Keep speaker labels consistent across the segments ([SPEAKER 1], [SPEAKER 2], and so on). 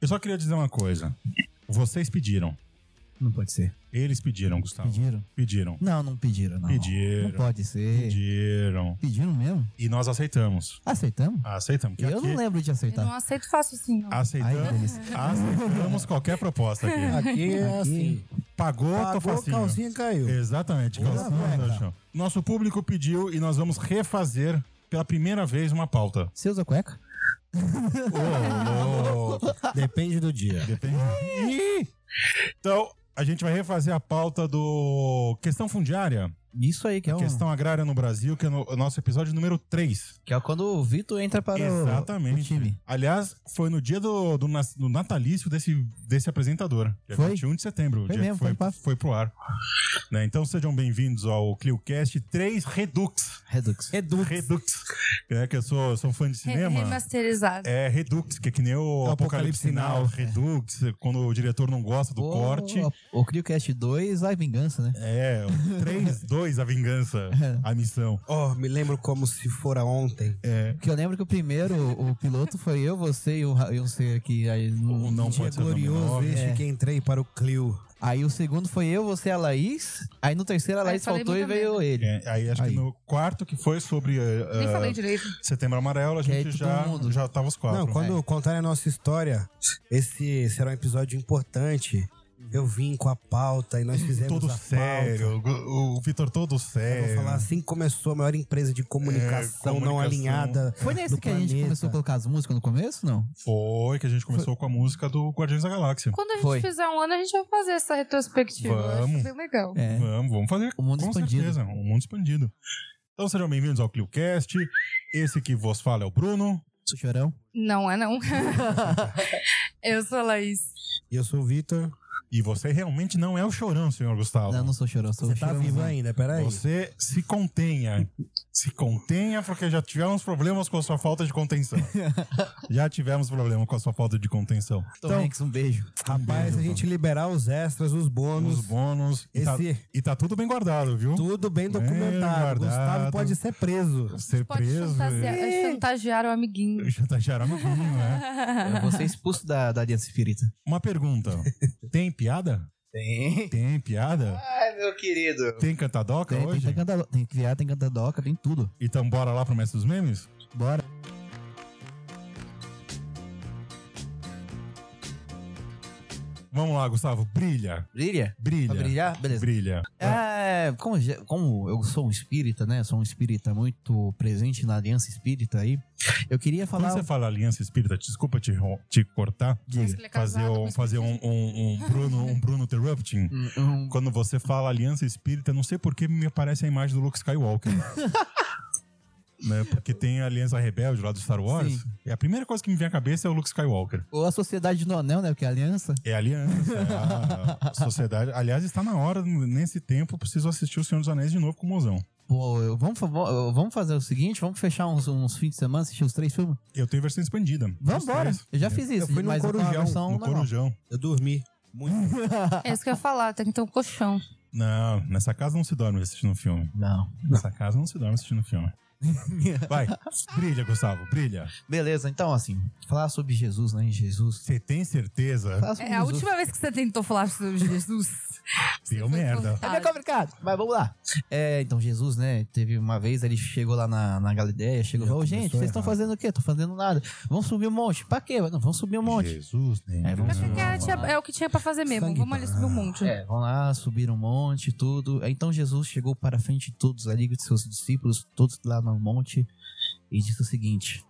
[SPEAKER 1] Eu só queria dizer uma coisa. Vocês pediram.
[SPEAKER 2] Não pode ser.
[SPEAKER 1] Eles pediram, Gustavo.
[SPEAKER 2] Pediram?
[SPEAKER 1] Pediram.
[SPEAKER 2] Não, não pediram, não.
[SPEAKER 1] Pediram.
[SPEAKER 2] Não pode ser.
[SPEAKER 1] Pediram.
[SPEAKER 2] Pediram mesmo?
[SPEAKER 1] E nós aceitamos. Ah,
[SPEAKER 2] Aceitamos?
[SPEAKER 1] Aceitamos. que
[SPEAKER 2] eu
[SPEAKER 1] aqui
[SPEAKER 2] não lembro de
[SPEAKER 3] Eu não
[SPEAKER 2] aceitar.
[SPEAKER 3] aceito fácil
[SPEAKER 1] Ah,
[SPEAKER 3] assim, não.
[SPEAKER 2] Ai, que
[SPEAKER 1] Aceitamos,
[SPEAKER 2] delícia.
[SPEAKER 1] aceitamos qualquer proposta aqui.
[SPEAKER 4] Aqui é assim.
[SPEAKER 1] Pagou, tô
[SPEAKER 4] Pagou,
[SPEAKER 1] facinho.
[SPEAKER 4] calcinha caiu.
[SPEAKER 1] Exatamente, calcinha
[SPEAKER 2] merda.
[SPEAKER 1] do chão. Nosso público pediu e nós vamos refazer pela primeira vez uma pauta.
[SPEAKER 2] Você usa cueca?
[SPEAKER 1] Ô, louco.
[SPEAKER 4] Depende do dia.
[SPEAKER 1] Depende. Ih! Então, a gente vai refazer a pauta do Questão Fundiária,
[SPEAKER 2] Isso aí, que é um...
[SPEAKER 1] Questão Agrária no Brasil, que é no- o nosso episódio número 3.
[SPEAKER 2] Que é quando o Vitor entra para o-
[SPEAKER 1] Exatamente.
[SPEAKER 2] o time.
[SPEAKER 1] Aliás, foi no dia do, do, nas- do natalício desse, desse apresentador. Dia
[SPEAKER 2] Foi?
[SPEAKER 1] 21 de setembro. o
[SPEAKER 2] Foi
[SPEAKER 1] dia que
[SPEAKER 2] mesmo,
[SPEAKER 1] foi,
[SPEAKER 2] foi pra-
[SPEAKER 1] foi pro ar. Né, Então sejam bem-vindos ao ClioCast 3 Redux.
[SPEAKER 2] Redux.
[SPEAKER 1] Redux. É, que eu sou, sou fã de
[SPEAKER 3] Re-
[SPEAKER 1] cinema.
[SPEAKER 3] Remasterizado.
[SPEAKER 1] É Redux, que é que nem o
[SPEAKER 4] É o
[SPEAKER 1] Apocalipse
[SPEAKER 4] Apocalipse
[SPEAKER 1] Sinal.
[SPEAKER 2] É.
[SPEAKER 1] Redux, quando o diretor não gosta do
[SPEAKER 2] Ou
[SPEAKER 1] corte.
[SPEAKER 2] O, o CrioCast 2, a vingança, né?
[SPEAKER 1] É, 3, 2, a vingança,
[SPEAKER 2] É.
[SPEAKER 1] a missão.
[SPEAKER 4] Oh, me lembro como se fora ontem.
[SPEAKER 1] É,
[SPEAKER 2] Porque eu lembro que o primeiro, o, o piloto foi eu, você e o, Ra- e o ser aqui. Aí,
[SPEAKER 1] o
[SPEAKER 2] no-
[SPEAKER 1] não
[SPEAKER 4] Um Dia
[SPEAKER 1] pode ser
[SPEAKER 4] glorioso
[SPEAKER 1] dominó.
[SPEAKER 4] este
[SPEAKER 2] É.
[SPEAKER 4] que entrei para o Clio.
[SPEAKER 2] aí o segundo foi eu, você e a Laís. Aí no terceiro a
[SPEAKER 3] Aí
[SPEAKER 2] Laís
[SPEAKER 3] falei
[SPEAKER 2] faltou e
[SPEAKER 3] muita
[SPEAKER 2] veio ele.
[SPEAKER 1] É, aí acho
[SPEAKER 2] Aí.
[SPEAKER 1] que no quarto, que foi sobre eh,
[SPEAKER 3] Nem
[SPEAKER 1] eh,
[SPEAKER 3] falei direito.
[SPEAKER 1] Setembro Amarelo, a
[SPEAKER 2] Que aí
[SPEAKER 1] gente
[SPEAKER 2] todo
[SPEAKER 1] já,
[SPEAKER 2] mundo-
[SPEAKER 1] já tava os quatro. né?
[SPEAKER 4] Não, quando contarem a nossa história, esse será um episódio importante. Eu vim com a pauta e nós fizemos
[SPEAKER 1] todo
[SPEAKER 4] a pauta.
[SPEAKER 1] Uhum. sério, o, o Vitor todo
[SPEAKER 4] Eu
[SPEAKER 1] sério.
[SPEAKER 4] Vou falar assim que começou a maior empresa de comunicação, não
[SPEAKER 1] comunicação.
[SPEAKER 4] alinhada.
[SPEAKER 1] É.
[SPEAKER 2] Foi nesse
[SPEAKER 4] do
[SPEAKER 2] que a gente
[SPEAKER 4] planeta.
[SPEAKER 2] começou a colocar as músicas no começo, não?
[SPEAKER 1] Foi que a gente começou com a música do Guardiões da Galáxia.
[SPEAKER 3] Quando a gente
[SPEAKER 2] Foi.
[SPEAKER 3] fizer um ano, a gente vai fazer essa retrospectiva. Eu
[SPEAKER 1] Vamos.
[SPEAKER 3] Acho bem legal.
[SPEAKER 2] É.
[SPEAKER 1] Vamos, vamos fazer.
[SPEAKER 2] O mundo
[SPEAKER 1] com
[SPEAKER 2] expandido.
[SPEAKER 1] certeza, o mundo expandido. Então sejam bem-vindos ao ClioCast. Esse que vos fala é o Bruno.
[SPEAKER 2] O chorão.
[SPEAKER 3] Não é não. eu sou a Laís.
[SPEAKER 4] E eu sou o Vitor.
[SPEAKER 1] E você realmente não é o chorão, senhor Gustavo.
[SPEAKER 2] Não, eu não sou chorão, eu sou
[SPEAKER 4] Você tá
[SPEAKER 2] chorãozão.
[SPEAKER 4] vivo ainda, peraí.
[SPEAKER 1] Você se contenha. Se contenha, porque já tivemos problemas com a sua falta de contenção. já tivemos problema com a sua falta de contenção. Então,
[SPEAKER 2] Tom Hanks, um beijo.
[SPEAKER 4] Rapaz, se a gente liberar os extras, os bônus,
[SPEAKER 1] Os bônus. E, tá,
[SPEAKER 4] Esse-
[SPEAKER 1] e tá tudo bem guardado, viu?
[SPEAKER 4] tudo bem
[SPEAKER 1] Bem
[SPEAKER 4] documentado.
[SPEAKER 1] guardado.
[SPEAKER 4] Gustavo pode ser preso.
[SPEAKER 1] Ser
[SPEAKER 3] Pode
[SPEAKER 1] preso.
[SPEAKER 3] fantasiar, é chantagear o amiguinho.
[SPEAKER 1] Já tá gerando um pouquinho, né?
[SPEAKER 2] Eu vou ser expulso da, da Aliança Espírita.
[SPEAKER 1] Uma pergunta. Tem piada?
[SPEAKER 2] Tem.
[SPEAKER 1] Tem piada?
[SPEAKER 2] Ai, meu querido.
[SPEAKER 1] Tem cantadoca
[SPEAKER 2] Tem, tem,
[SPEAKER 1] hoje?
[SPEAKER 2] tem, cantado- tem viado, tem cantadoca, tem tudo.
[SPEAKER 1] Então bora lá pro Mestre dos Memes?
[SPEAKER 2] Bora.
[SPEAKER 1] Vamos lá, Gustavo. Brilha.
[SPEAKER 2] Brilha? Pra
[SPEAKER 1] Brilha.
[SPEAKER 2] brilhar? Beleza.
[SPEAKER 1] Brilha.
[SPEAKER 2] É, como, já- como eu sou um espírita, né? Sou um espírita muito presente na aliança espírita aí. Eu queria
[SPEAKER 1] Quando
[SPEAKER 2] falar.
[SPEAKER 1] você fala aliança espírita, desculpa te, ro- te cortar,
[SPEAKER 3] Diga. Ele é
[SPEAKER 1] fazer
[SPEAKER 3] casado com
[SPEAKER 1] um,
[SPEAKER 3] espírita.
[SPEAKER 1] fazer um, um, um Bruno, um Bruno interrupting.
[SPEAKER 2] um-
[SPEAKER 1] Quando você fala aliança espírita, não sei por que me aparece a imagem do Luke Skywalker. Né, Porque tem a Aliança Rebelde lá do Star Wars.
[SPEAKER 2] Sim.
[SPEAKER 1] E a primeira coisa que me vem à cabeça é o Luke Skywalker.
[SPEAKER 2] ou a Sociedade do Anel, né? Porque é a aliança.
[SPEAKER 1] É a aliança, é a- a sociedade. Aliás, está na hora, nesse tempo, eu preciso assistir O Senhor dos Anéis de novo com o mozão.
[SPEAKER 2] Pô, eu- vamos, fa- vo- vamos fazer o seguinte: vamos fechar uns, uns fins de semana, assistir os três filmes.
[SPEAKER 1] Eu tenho versão expandida.
[SPEAKER 2] Vamos
[SPEAKER 1] Os
[SPEAKER 2] embora.
[SPEAKER 1] três.
[SPEAKER 2] Eu já fiz é isso,
[SPEAKER 4] fui num
[SPEAKER 2] mas eu tô na
[SPEAKER 4] Corujão,
[SPEAKER 2] versão
[SPEAKER 1] No
[SPEAKER 2] normal.
[SPEAKER 1] Corujão.
[SPEAKER 4] Eu dormi. Muito.
[SPEAKER 3] É isso que eu ia falar, tem que ter um colchão.
[SPEAKER 1] Não, nessa casa não se dorme assistindo um filme.
[SPEAKER 2] Não.
[SPEAKER 1] Nessa casa não se dorme assistindo um filme. Vai, brilha, Gustavo, brilha.
[SPEAKER 2] Beleza, então assim, falar sobre Jesus, né? Jesus.
[SPEAKER 1] Você tem certeza?
[SPEAKER 2] Falar sobre
[SPEAKER 3] É a
[SPEAKER 2] Jesus.
[SPEAKER 3] última vez que você tentou falar sobre Jesus.
[SPEAKER 1] Deu merda.
[SPEAKER 2] É meio complicado, mas vamos lá. É, então Jesus, né, teve uma vez, ele chegou lá na, na Galileia, chegou e falou, gente, vocês estão fazendo o quê? Tô fazendo nada. Vamos subir um monte. Pra quê? Não, vamos subir um monte.
[SPEAKER 1] Jesus, né?
[SPEAKER 2] É, vamos
[SPEAKER 3] Porque
[SPEAKER 2] subir um
[SPEAKER 3] era-
[SPEAKER 2] monte.
[SPEAKER 3] tinha- é o que tinha pra fazer mesmo.
[SPEAKER 4] Sangue
[SPEAKER 3] Vamos ali subir um monte.
[SPEAKER 2] É, vão lá, subir um monte, tudo. Aí, Então Jesus chegou para a frente de todos ali, de seus discípulos, todos lá no monte, e disse o seguinte: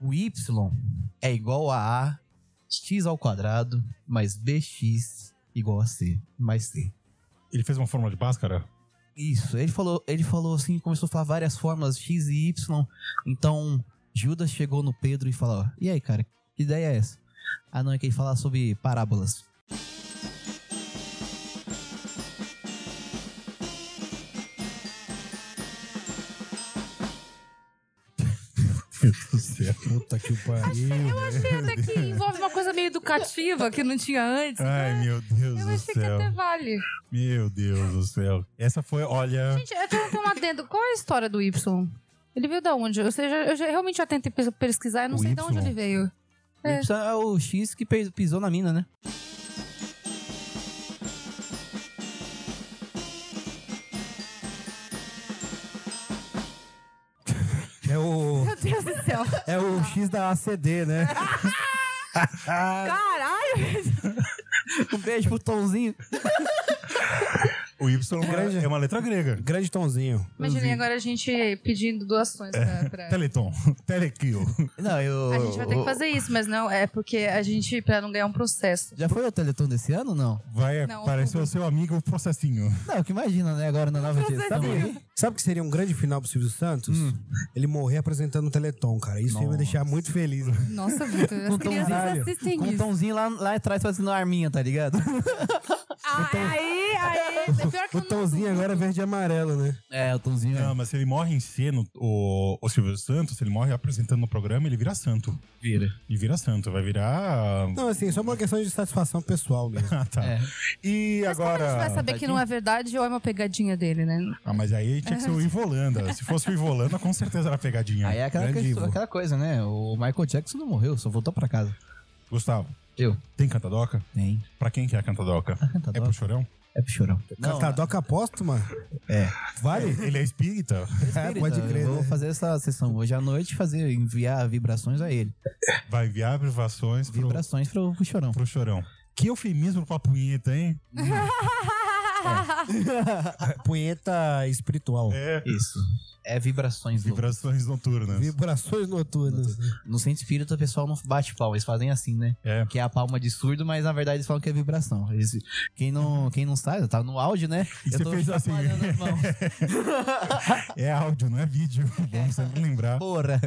[SPEAKER 2] O Y é igual a A, X ao quadrado, mais BX igual a C, mais C.
[SPEAKER 1] Ele fez uma fórmula de Bhaskara?
[SPEAKER 2] Isso, ele falou, ele falou assim, começou a falar várias fórmulas X e Y. Então, Judas chegou no Pedro e falou: E aí, cara, que ideia é essa? Ah, não, é que ele fala sobre parábolas.
[SPEAKER 1] Meu Deus do céu.
[SPEAKER 4] Puta que o pariu.
[SPEAKER 3] Achei até que envolve uma coisa meio educativa que não tinha antes.
[SPEAKER 1] Ai, meu Deus
[SPEAKER 3] Eu
[SPEAKER 1] do
[SPEAKER 3] achei que
[SPEAKER 1] É. céu.
[SPEAKER 3] até vale.
[SPEAKER 1] Meu Deus do céu. Essa foi, olha.
[SPEAKER 3] Gente, eu tenho um adendo. Qual é a história do Y? Ele veio da onde? Ou seja, eu já- realmente já tentei pes- pesquisar e não
[SPEAKER 1] O
[SPEAKER 3] sei de onde
[SPEAKER 1] Y?
[SPEAKER 3] ele veio. É.
[SPEAKER 2] Y é o X que pe- pisou na mina, né?
[SPEAKER 4] É o,
[SPEAKER 3] Meu Deus do céu.
[SPEAKER 4] é
[SPEAKER 2] Ah.
[SPEAKER 4] o X da ACD, né?
[SPEAKER 3] Caralho!
[SPEAKER 2] Um beijo pro Tomzinho.
[SPEAKER 1] O Y é uma- é uma letra grega.
[SPEAKER 4] Grande Tonzinho.
[SPEAKER 3] Imaginei agora a gente pedindo doações
[SPEAKER 1] É.
[SPEAKER 3] pra. pra-
[SPEAKER 1] Teleton. Telekill.
[SPEAKER 2] Não, eu.
[SPEAKER 3] A gente vai ter que fazer isso, mas não, é porque a gente, pra não ganhar um processo.
[SPEAKER 2] Já foi o Teleton desse ano ou não?
[SPEAKER 1] Vai
[SPEAKER 3] Não,
[SPEAKER 1] aparecer o seu amigo processinho.
[SPEAKER 2] Não, que imagina, né? Agora na nova gestão.
[SPEAKER 3] Processinho.
[SPEAKER 4] Sabe o que seria um grande final pro Silvio Santos? Ele morrer apresentando o Teleton, cara. Isso ia me
[SPEAKER 2] Hum. Nossa.
[SPEAKER 4] deixar muito feliz. né?
[SPEAKER 3] Nossa, Vitor, as
[SPEAKER 2] Com
[SPEAKER 3] crianças
[SPEAKER 2] Tomzinho.
[SPEAKER 3] assistem
[SPEAKER 2] Com um
[SPEAKER 3] isso.
[SPEAKER 2] Tomzinho lá, lá atrás fazendo arminha, tá ligado?
[SPEAKER 3] Ah, aí, aí. Pior que
[SPEAKER 4] O
[SPEAKER 3] eu não
[SPEAKER 4] Tonzinho
[SPEAKER 3] duvido.
[SPEAKER 4] agora é verde e amarelo, né?
[SPEAKER 2] É, o Tomzinho.
[SPEAKER 1] Não, mas se ele morre em cena, o, o Silvio Santos, se ele morre apresentando o programa, ele vira santo.
[SPEAKER 2] Vira.
[SPEAKER 1] Ele vira santo, vai virar.
[SPEAKER 4] Não, assim, só uma questão de satisfação pessoal mesmo.
[SPEAKER 1] Ah, tá.
[SPEAKER 2] É.
[SPEAKER 1] E
[SPEAKER 3] Mas como a gente vai
[SPEAKER 1] agora.
[SPEAKER 3] saber que não é verdade ou é uma pegadinha dele, né?
[SPEAKER 1] Ah, mas aí tinha que ser o Ivolanda. Se fosse o Ivolanda, com certeza era pegadinha.
[SPEAKER 2] Aí é aquela,
[SPEAKER 1] Grande
[SPEAKER 2] questão-
[SPEAKER 1] Ivo.
[SPEAKER 2] aquela coisa, né? O Michael Jackson não morreu, só voltou pra casa.
[SPEAKER 1] Gustavo,
[SPEAKER 2] Eu.
[SPEAKER 1] tem cantadoca?
[SPEAKER 2] Tem.
[SPEAKER 1] Pra quem que é a cantadoca?
[SPEAKER 2] A cantadora.
[SPEAKER 1] É pro chorão?
[SPEAKER 2] É pro chorão.
[SPEAKER 4] Catadoca póstuma?
[SPEAKER 2] É.
[SPEAKER 4] Vale?
[SPEAKER 1] Ele é espírita.
[SPEAKER 4] É, pode
[SPEAKER 2] Eu
[SPEAKER 4] crer.
[SPEAKER 2] Vou
[SPEAKER 4] né?
[SPEAKER 2] fazer essa sessão hoje à noite, fazer, enviar vibrações a ele.
[SPEAKER 1] Vai enviar privações pro,
[SPEAKER 2] Vibrações pro, pro chorão.
[SPEAKER 1] pro chorão. Que eufemismo pra punheta, hein?
[SPEAKER 2] É,
[SPEAKER 4] Punheta espiritual.
[SPEAKER 1] É.
[SPEAKER 2] Isso. É vibrações. Lu.
[SPEAKER 1] Vibrações noturnas.
[SPEAKER 4] Vibrações noturnas.
[SPEAKER 2] No centro espírita, o pessoal não bate palma, eles fazem assim, né?
[SPEAKER 1] É.
[SPEAKER 2] Que é a palma de surdo, mas na verdade eles falam que é vibração. Eles- quem, não, quem não sabe, eu tava no áudio, né?
[SPEAKER 1] E
[SPEAKER 2] eu
[SPEAKER 1] você
[SPEAKER 2] tô
[SPEAKER 1] fez assim.
[SPEAKER 2] chacoalhando as mãos.
[SPEAKER 1] É áudio, não é vídeo. Bom sempre lembrar.
[SPEAKER 2] Porra.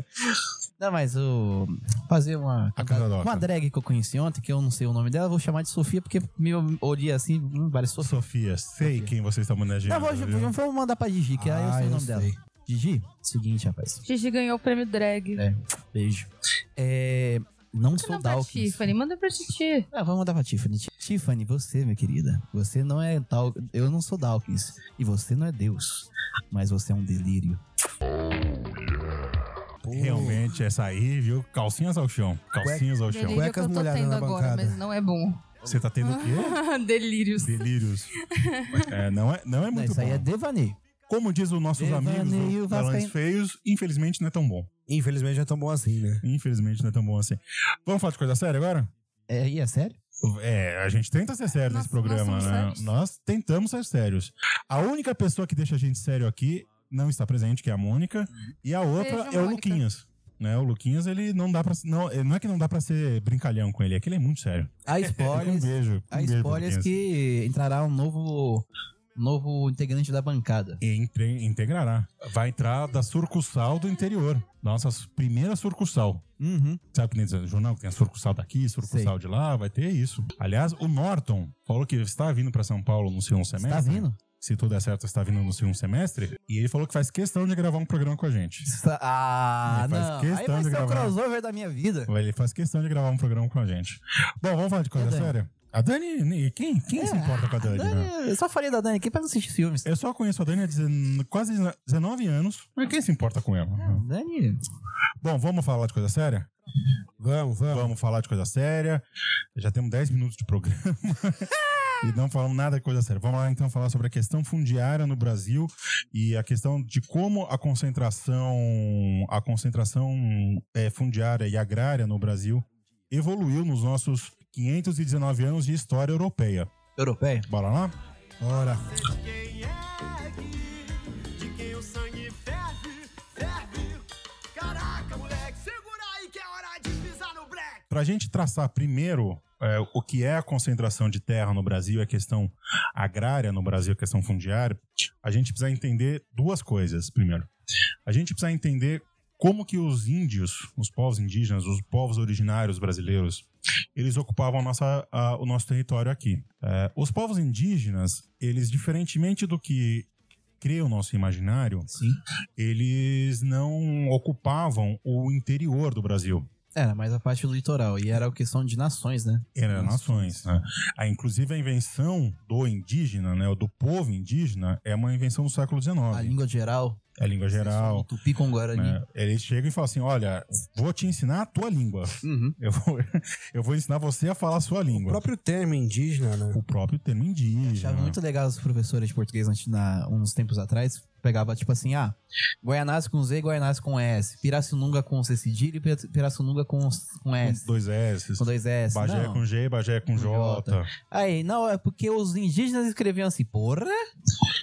[SPEAKER 2] Não, mas o. Fazer uma.
[SPEAKER 1] A Candadoca.
[SPEAKER 2] Uma drag que eu conheci ontem, que eu não sei o nome dela, eu vou chamar de Sofia, porque me olhei assim, hum, parece Sofia.
[SPEAKER 1] Sofia, sei quem você está homenageando.
[SPEAKER 2] Não, vou,
[SPEAKER 1] viu?
[SPEAKER 2] vou- vou mandar pra Gigi, que aí eu
[SPEAKER 4] Ah,
[SPEAKER 2] sei o
[SPEAKER 4] eu
[SPEAKER 2] nome
[SPEAKER 4] sei.
[SPEAKER 2] dela. Gigi, seguinte, rapaz.
[SPEAKER 3] Gigi ganhou o prêmio drag.
[SPEAKER 2] É, Beijo. É. Não sou
[SPEAKER 3] Manda pra
[SPEAKER 2] Dawkins.
[SPEAKER 3] Tiffany, manda pra Titi.
[SPEAKER 2] Ah, vamos mandar pra Tiffany. Ti- Tiffany, você, minha querida, você não é tal. Eu não sou Dawkins. E você não é Deus. Mas você é um delírio.
[SPEAKER 4] Pô.
[SPEAKER 1] Realmente, essa aí, viu? Calcinhas ao chão. Calcinhas ao chão.
[SPEAKER 3] Delírio
[SPEAKER 4] Cuecas
[SPEAKER 3] que eu tô
[SPEAKER 4] molhadas
[SPEAKER 3] tendo
[SPEAKER 4] na
[SPEAKER 3] agora,
[SPEAKER 4] bancada.
[SPEAKER 3] mas não é bom.
[SPEAKER 1] Você tá tendo o quê?
[SPEAKER 3] Delírios.
[SPEAKER 1] Delírios. É, não é, não é
[SPEAKER 2] Não,
[SPEAKER 1] muito
[SPEAKER 2] isso
[SPEAKER 1] bom.
[SPEAKER 2] aí é devaneio.
[SPEAKER 1] Como diz os nossos
[SPEAKER 2] Devaneio
[SPEAKER 1] amigos do- da
[SPEAKER 2] Vascaíno.
[SPEAKER 1] Lance Feios, infelizmente não é tão bom.
[SPEAKER 4] Infelizmente já é tão bom assim, né?
[SPEAKER 1] Infelizmente não é tão bom assim. Vamos falar de coisa séria agora?
[SPEAKER 2] É, e é sério?
[SPEAKER 1] É, a gente tenta ser sério
[SPEAKER 3] Nós-
[SPEAKER 1] nesse programa,
[SPEAKER 3] nós somos
[SPEAKER 1] né?
[SPEAKER 3] sérios.
[SPEAKER 1] Nós tentamos ser sérios. A única pessoa que deixa a gente sério aqui não está presente, que é a Mônica, e a outra
[SPEAKER 3] Beijo,
[SPEAKER 1] é o
[SPEAKER 3] Mônica.
[SPEAKER 1] Luquinhas. Né? O Luquinhas, ele não dá pra. Não, é- não é que não dá pra ser brincalhão com ele, é que ele é muito sério.
[SPEAKER 2] Há
[SPEAKER 1] um
[SPEAKER 2] spoilers.
[SPEAKER 1] beijo.
[SPEAKER 2] há
[SPEAKER 1] um beijo pro
[SPEAKER 2] spoilers
[SPEAKER 1] Luquinhas.
[SPEAKER 2] que entrará um novo. Novo integrante da bancada.
[SPEAKER 1] E Entre, integrará. Vai entrar da sucursal do interior. Da nossa primeira sucursal.
[SPEAKER 2] Uhum.
[SPEAKER 1] Sabe que nem diz no jornal que tem a sucursal daqui, sucursal de lá, vai ter isso. Aliás, o Norton falou que está vindo pra São Paulo no segundo semestre.
[SPEAKER 2] Tá vindo?
[SPEAKER 1] se tudo der certo, está vindo no segundo semestre. E ele falou que faz questão de gravar um programa com a gente.
[SPEAKER 2] Sa- Ah,
[SPEAKER 1] Ele faz
[SPEAKER 2] não. Aí
[SPEAKER 1] questão
[SPEAKER 2] vai
[SPEAKER 1] de
[SPEAKER 2] ser o
[SPEAKER 1] gravar.
[SPEAKER 2] crossover da minha vida.
[SPEAKER 1] Ele faz questão de gravar um programa com a gente. Bom, vamos falar de coisa
[SPEAKER 2] E a Dani? É,
[SPEAKER 1] séria? A Dani, ni- quem, quem se importa com a Dani? né?
[SPEAKER 2] Dani, eu só falei da Dani aqui pra não assistir filmes.
[SPEAKER 1] Eu só conheço a Dani há dezen- quase 19 anos, mas quem se importa com ela?
[SPEAKER 2] É. Dani.
[SPEAKER 1] Bom, vamos falar de coisa séria?
[SPEAKER 4] Vamos, vamos.
[SPEAKER 1] Vamos falar de coisa séria. Já temos 10 minutos de programa. E não falamos nada de coisa séria. Vamos lá então falar sobre a questão fundiária no Brasil e a questão de como a concentração, a concentração eh, fundiária e agrária no Brasil evoluiu nos nossos 519 anos de história europeia.
[SPEAKER 2] Europeia.
[SPEAKER 1] Bora lá?
[SPEAKER 4] Bora.
[SPEAKER 5] quem ergue, de quem o sangue ferve, ferve. Caraca, moleque, segura aí que é hora de pisar no black.
[SPEAKER 1] Para a gente traçar primeiro é, o que é a concentração de terra no Brasil, a questão agrária no Brasil, a questão fundiária, a gente precisa entender duas coisas. Primeiro, a gente precisa entender como que os índios, os povos indígenas, os povos originários brasileiros, eles ocupavam a nossa- a- o nosso território aqui. É, os povos indígenas, eles, diferentemente do que cria o nosso imaginário,
[SPEAKER 2] Sim.
[SPEAKER 1] eles não ocupavam o interior do Brasil.
[SPEAKER 2] Era mais a parte do litoral. E era a questão de nações, né?
[SPEAKER 1] Era
[SPEAKER 2] Nossa.
[SPEAKER 1] nações. Né? Ah, inclusive, a invenção do indígena, né, ou do povo indígena, é uma invenção do século
[SPEAKER 2] A
[SPEAKER 1] XIX.
[SPEAKER 2] língua geral.
[SPEAKER 1] é língua geral.
[SPEAKER 2] Tupi com Guarani.
[SPEAKER 1] né? Ele chega e fala assim: olha, vou te ensinar a tua língua.
[SPEAKER 2] Uhum.
[SPEAKER 1] Eu vou, eu vou ensinar você a falar a sua
[SPEAKER 4] O
[SPEAKER 1] língua.
[SPEAKER 4] próprio termo indígena, né?
[SPEAKER 1] O próprio termo
[SPEAKER 2] Achava
[SPEAKER 1] indígena.
[SPEAKER 2] muito legal os professores de português antes, na, uns tempos atrás. Pegava tipo assim, ah, Guaianás com Z, Guaianás com S, Pirassununga com C cedilha e Pira- Pirassununga com, com
[SPEAKER 1] Com
[SPEAKER 2] S,
[SPEAKER 1] dois S.
[SPEAKER 2] com dois S.
[SPEAKER 1] Bagé
[SPEAKER 2] não.
[SPEAKER 1] com G, Bagé com
[SPEAKER 2] Com
[SPEAKER 1] J.
[SPEAKER 2] Aí, não, é porque os indígenas escreviam assim, porra!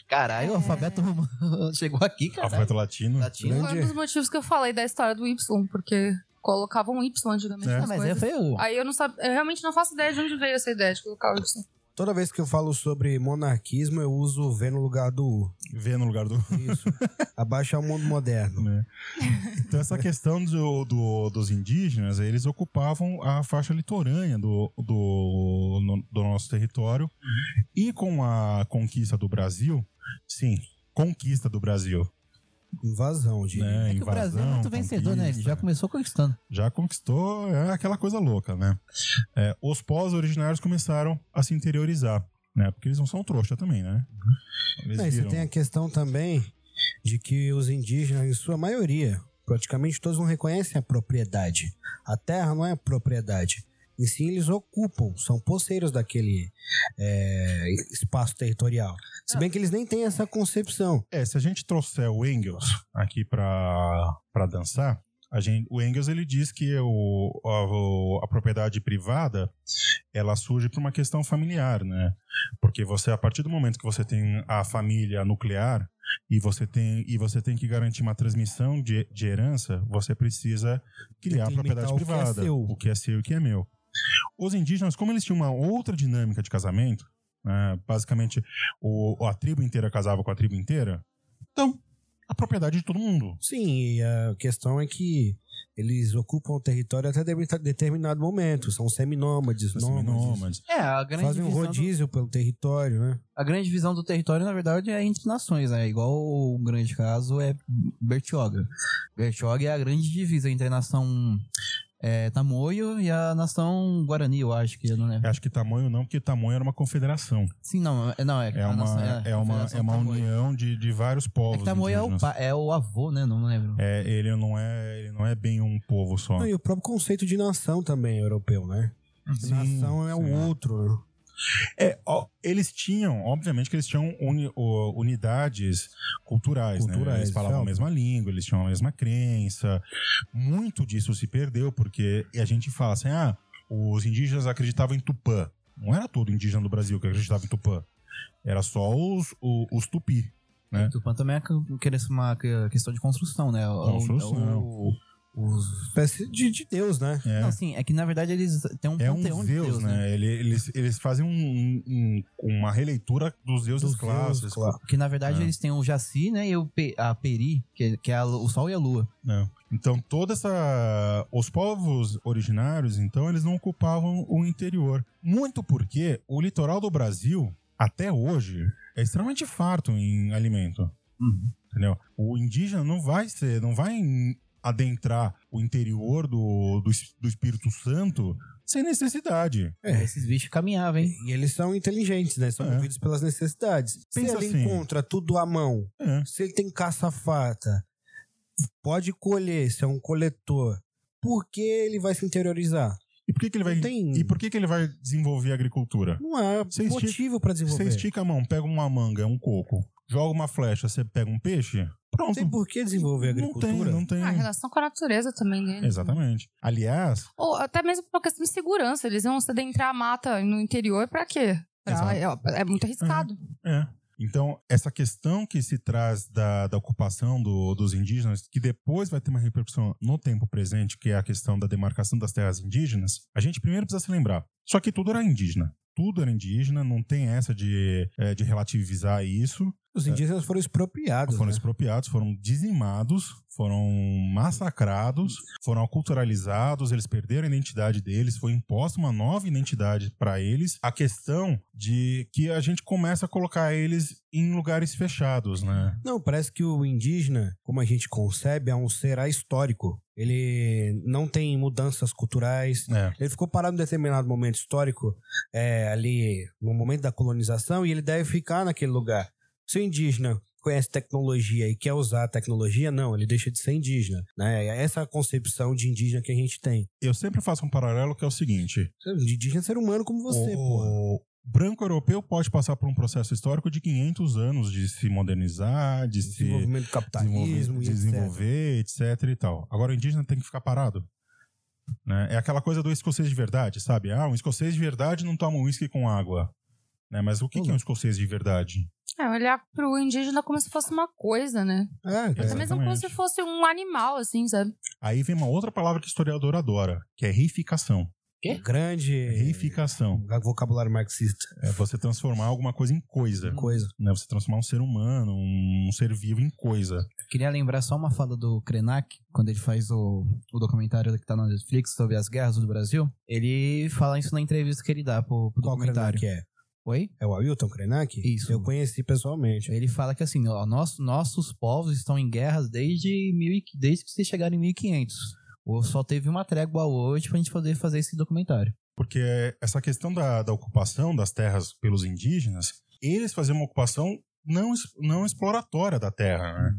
[SPEAKER 2] Caralho, o alfabeto romano chegou aqui, cara. Tá
[SPEAKER 1] Alfabeto latino.
[SPEAKER 2] Latino.
[SPEAKER 3] Foi um dos motivos que eu falei da história do Y, porque colocavam um Y antigamente
[SPEAKER 1] É.
[SPEAKER 2] Ah,
[SPEAKER 3] nas
[SPEAKER 2] mas é,
[SPEAKER 3] coisas.
[SPEAKER 2] foi o.
[SPEAKER 3] Aí eu não sabia, eu realmente não faço ideia de onde veio essa ideia de colocar o Y.
[SPEAKER 4] Toda vez que eu falo sobre monarquismo, eu uso o V no lugar do U.
[SPEAKER 1] Vê no lugar do.
[SPEAKER 4] Isso. Abaixo é o mundo moderno.
[SPEAKER 1] né? Então, essa questão do, do- dos indígenas, eles ocupavam a faixa litorânea do, do, no- do nosso território. E com a conquista do Brasil, sim, conquista do Brasil,
[SPEAKER 4] Invasão, gente.
[SPEAKER 1] né?
[SPEAKER 2] É que o Brasil é
[SPEAKER 1] Invasão,
[SPEAKER 2] muito vencedor, né? Ele
[SPEAKER 1] conquista,
[SPEAKER 2] já começou conquistando.
[SPEAKER 1] já conquistou é aquela coisa louca, né? É, os povos originários começaram a se interiorizar, né? Porque eles não são trouxa também, né? Eles
[SPEAKER 4] É, e você
[SPEAKER 1] viram-
[SPEAKER 4] tem a questão também de que os indígenas, em sua maioria, praticamente todos não reconhecem a propriedade. A terra não é propriedade. Em si, eles ocupam, são poceiros daquele é, espaço territorial. Se bem que eles nem têm essa concepção.
[SPEAKER 1] É, se a gente trouxer o Engels aqui pra, pra dançar, a gente, o Engels ele diz que o, a, o- a propriedade privada ela surge por uma questão familiar, né? Porque você, a partir do momento que você tem a família nuclear e você tem, e você tem que garantir uma transmissão de, de herança, você precisa criar a
[SPEAKER 4] Delimitar
[SPEAKER 1] propriedade
[SPEAKER 4] o que é
[SPEAKER 1] privada.
[SPEAKER 4] seu.
[SPEAKER 1] O que é seu e o que é meu. Os indígenas, como eles tinham uma outra dinâmica de casamento, né, basicamente o, a tribo inteira casava com a tribo inteira, então a propriedade de todo mundo.
[SPEAKER 4] Sim, e a questão é que eles ocupam o território até debita- determinado momento. São seminômades,
[SPEAKER 1] Assim,
[SPEAKER 4] nômades.
[SPEAKER 1] nômades.
[SPEAKER 2] É, a grande
[SPEAKER 4] Fazem um
[SPEAKER 2] divisão do-
[SPEAKER 4] rodízio pelo território, né?
[SPEAKER 2] a grande divisão do território, na verdade, é entre nações, né? Igual um grande caso é Bertioga. Bertioga é a grande divisa entre a nação é, Tamoio e a nação Guarani, eu acho que, eu não lembro.
[SPEAKER 1] Eu Acho que tamanho não, porque tamanho era uma confederação.
[SPEAKER 2] Sim, não, é, não, é,
[SPEAKER 1] É
[SPEAKER 2] a
[SPEAKER 1] uma,
[SPEAKER 2] nação-
[SPEAKER 1] é uma,
[SPEAKER 2] Confederação
[SPEAKER 1] é uma
[SPEAKER 2] Tamoio.
[SPEAKER 1] união de, de vários
[SPEAKER 2] É
[SPEAKER 1] povos.
[SPEAKER 2] que Tamoio é o,
[SPEAKER 1] indígenas.
[SPEAKER 2] pa- é o avô, né? Não lembro.
[SPEAKER 1] É, ele não é, ele não é bem um povo só.
[SPEAKER 4] Não, e o próprio conceito de nação também é europeu, né?
[SPEAKER 1] Sim,
[SPEAKER 4] nação é o
[SPEAKER 1] Uhum. sim.
[SPEAKER 4] outro, né?
[SPEAKER 1] É, ó, eles tinham, obviamente que eles tinham uni- ó, unidades culturais, né?
[SPEAKER 4] Culturais,
[SPEAKER 1] Eles falavam a
[SPEAKER 4] isso é
[SPEAKER 1] mesma língua, eles tinham a mesma crença. Muito disso se perdeu, porque a gente fala assim, ah, os indígenas acreditavam em Tupã. Não era todo indígena do Brasil que acreditava em Tupã. Era só os, o- os Tupi. né?
[SPEAKER 2] Tupã também é que- que eles- uma que- questão de construção, né? O-
[SPEAKER 1] Construção.
[SPEAKER 2] o- os-
[SPEAKER 4] espécie de, de Deus, né?
[SPEAKER 1] É.
[SPEAKER 2] Não, sim, é que na verdade eles têm um
[SPEAKER 1] É um
[SPEAKER 2] panteão
[SPEAKER 1] deus,
[SPEAKER 2] de Deus,
[SPEAKER 1] né?
[SPEAKER 2] né?
[SPEAKER 1] Ele- eles, eles fazem um- um- uma releitura dos deuses
[SPEAKER 4] Dos
[SPEAKER 1] clássicos.
[SPEAKER 4] deuses clá-
[SPEAKER 2] Porque na verdade
[SPEAKER 1] É.
[SPEAKER 2] eles têm o Jaci, né? E o Pe- a Peri, que, que é a lu- o Sol e a Lua.
[SPEAKER 1] né? Então, toda essa. Os povos originários, então, eles não ocupavam o interior. Muito porque o litoral do Brasil, até hoje, é extremamente farto em alimento.
[SPEAKER 4] Uhum.
[SPEAKER 1] Entendeu? O indígena não vai ser, não vai em- adentrar o interior do, do, es- do Espírito Santo sem necessidade.
[SPEAKER 4] É.
[SPEAKER 2] Esses bichos caminhavam, hein?
[SPEAKER 4] E eles são inteligentes, né? São
[SPEAKER 1] É.
[SPEAKER 4] movidos pelas necessidades.
[SPEAKER 1] Pensa
[SPEAKER 4] se ele
[SPEAKER 1] assim.
[SPEAKER 4] encontra tudo à mão,
[SPEAKER 1] É.
[SPEAKER 4] se ele tem caça-fata, pode colher, se é um coletor, por que ele vai se interiorizar?
[SPEAKER 1] E por que, que ele vai.
[SPEAKER 4] Não tem-
[SPEAKER 1] E por que, que ele vai desenvolver a agricultura?
[SPEAKER 4] Não há
[SPEAKER 1] Você estica-
[SPEAKER 4] motivo pra
[SPEAKER 1] Você
[SPEAKER 4] desenvolver.
[SPEAKER 1] estica a mão, pega uma manga, um coco, joga uma flecha, você pega um peixe,
[SPEAKER 4] Não
[SPEAKER 1] pronto.
[SPEAKER 4] tem por que desenvolver a agricultura.
[SPEAKER 1] Não tem,
[SPEAKER 3] Ah, a
[SPEAKER 1] não tem.
[SPEAKER 3] relação com a natureza também
[SPEAKER 1] É.
[SPEAKER 3] deles.
[SPEAKER 1] Exatamente. Aliás,
[SPEAKER 3] Ou até mesmo por uma questão de segurança. Eles vão adentrar a mata no interior pra quê? Pra- é, é muito arriscado.
[SPEAKER 1] é. Então, essa questão que se traz da, da ocupação do- dos indígenas, que depois vai ter uma repercussão no tempo presente, que é a questão da demarcação das terras indígenas, a gente primeiro precisa se lembrar. Só que tudo era indígena. Tudo era indígena, não tem essa de, eh, de relativizar isso.
[SPEAKER 4] Os indígenas foram expropriados.
[SPEAKER 1] Foram
[SPEAKER 4] né?
[SPEAKER 1] expropriados, foram dizimados, foram massacrados, foram aculturalizados, eles perderam a identidade deles, foi imposta uma nova identidade para eles. A questão de que a gente começa a colocar eles em lugares fechados, né?
[SPEAKER 4] Não, parece que o indígena, como a gente concebe, é um ser ahistórico. Ele não tem mudanças culturais.
[SPEAKER 1] É.
[SPEAKER 4] Ele ficou parado em determinado momento histórico, é, ali no momento da colonização, e ele deve ficar naquele lugar. Se o indígena conhece tecnologia e quer usar a tecnologia, não, ele deixa de ser indígena. Né? É essa a concepção de indígena que a gente tem.
[SPEAKER 1] Eu sempre faço um paralelo que é o seguinte:
[SPEAKER 4] De indígena é ser humano como você, pô.
[SPEAKER 1] o branco europeu pode passar por um processo histórico de 500 anos de se modernizar, de se
[SPEAKER 4] Desenvolvimento do
[SPEAKER 1] desenvolver,
[SPEAKER 4] capitalismo e etc.
[SPEAKER 1] desenvolver, etc. e tal. Agora o indígena tem que ficar parado. né? É aquela coisa do escocês de verdade, sabe? Ah, um escocês de verdade não toma uísque com água. Né? Mas o que, que é um escocês de verdade?
[SPEAKER 3] É, olhar pro indígena como se fosse uma coisa, né?
[SPEAKER 4] É, cara.
[SPEAKER 3] É mesmo como
[SPEAKER 1] Exatamente.
[SPEAKER 3] se fosse um animal, assim, sabe?
[SPEAKER 1] Aí vem uma outra palavra que o historiador adora, que é reificação.
[SPEAKER 4] É, grande
[SPEAKER 1] Reificação.
[SPEAKER 4] vocabulário marxista.
[SPEAKER 1] É você transformar alguma coisa em coisa.
[SPEAKER 4] Coisa.
[SPEAKER 1] Né? Você transformar um ser humano, um ser vivo em coisa.
[SPEAKER 2] Queria lembrar só uma fala do Krenak, quando ele faz o, o documentário que tá na Netflix sobre as guerras do Brasil. Ele fala isso na entrevista que ele dá pro, pro
[SPEAKER 4] Qual
[SPEAKER 2] documentário.
[SPEAKER 4] Krenak é?
[SPEAKER 2] Oi?
[SPEAKER 4] É o Ailton Krenak?
[SPEAKER 2] Isso.
[SPEAKER 4] Eu conheci pessoalmente. É
[SPEAKER 2] Ele fala que assim, ó, nosso, nossos povos estão em guerras desde, mil e- desde que vocês chegaram em 1500. Ou só teve uma trégua hoje pra gente poder fazer esse documentário.
[SPEAKER 1] Porque essa questão da, da ocupação das terras pelos indígenas, eles faziam uma ocupação não, es- não exploratória da terra, né?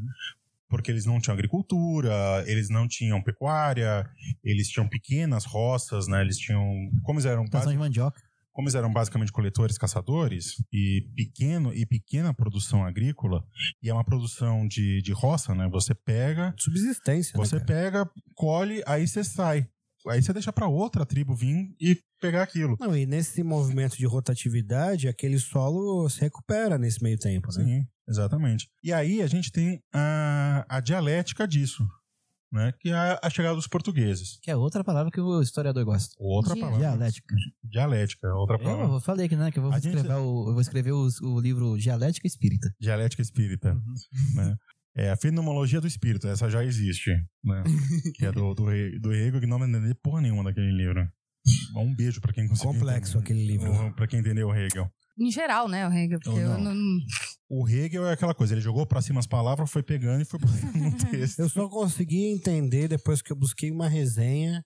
[SPEAKER 1] Porque eles não tinham agricultura, eles não tinham pecuária, eles tinham pequenas roças, né? Eles tinham. Como eles eram
[SPEAKER 2] Plantação de mandioca.
[SPEAKER 1] como eles eram basicamente coletores, caçadores e pequeno e pequena produção agrícola e é uma produção de, de roça, né? Você pega,
[SPEAKER 4] Subsistência. né,
[SPEAKER 1] você
[SPEAKER 4] cara?
[SPEAKER 1] pega, colhe, aí você sai, aí você deixa pra outra tribo vir e pegar aquilo.
[SPEAKER 4] Não, e nesse movimento de rotatividade, aquele solo se recupera nesse meio tempo, né?
[SPEAKER 1] Sim, exatamente. E aí a gente tem a, a dialética disso, né? Que é a, a chegada dos portugueses.
[SPEAKER 2] Que é outra palavra que o historiador gosta.
[SPEAKER 1] Outra
[SPEAKER 3] Di-
[SPEAKER 1] palavra.
[SPEAKER 2] Dialética.
[SPEAKER 1] Dialética, outra palavra.
[SPEAKER 2] Eu falei aqui, né? Que eu vou
[SPEAKER 1] A gente-
[SPEAKER 2] escrever, o, eu vou escrever os- o livro Dialética Espírita.
[SPEAKER 1] Dialética espírita.
[SPEAKER 4] Uhum.
[SPEAKER 1] né? É a fenomenologia do espírito, essa já existe, né? que é do, do, He- do Hegel, que não vai entender porra nenhuma daquele livro. Um beijo pra quem conseguiu.
[SPEAKER 4] Complexo
[SPEAKER 1] entender.
[SPEAKER 4] aquele livro.
[SPEAKER 1] Ou Pra quem entendeu o Hegel.
[SPEAKER 3] Em geral, né, o Hegel? Porque
[SPEAKER 1] Ou
[SPEAKER 3] eu
[SPEAKER 1] não.
[SPEAKER 3] não.
[SPEAKER 1] O Hegel é aquela coisa, ele jogou pra cima as palavras, foi pegando e foi botando no texto.
[SPEAKER 4] Eu só consegui entender depois que eu busquei uma resenha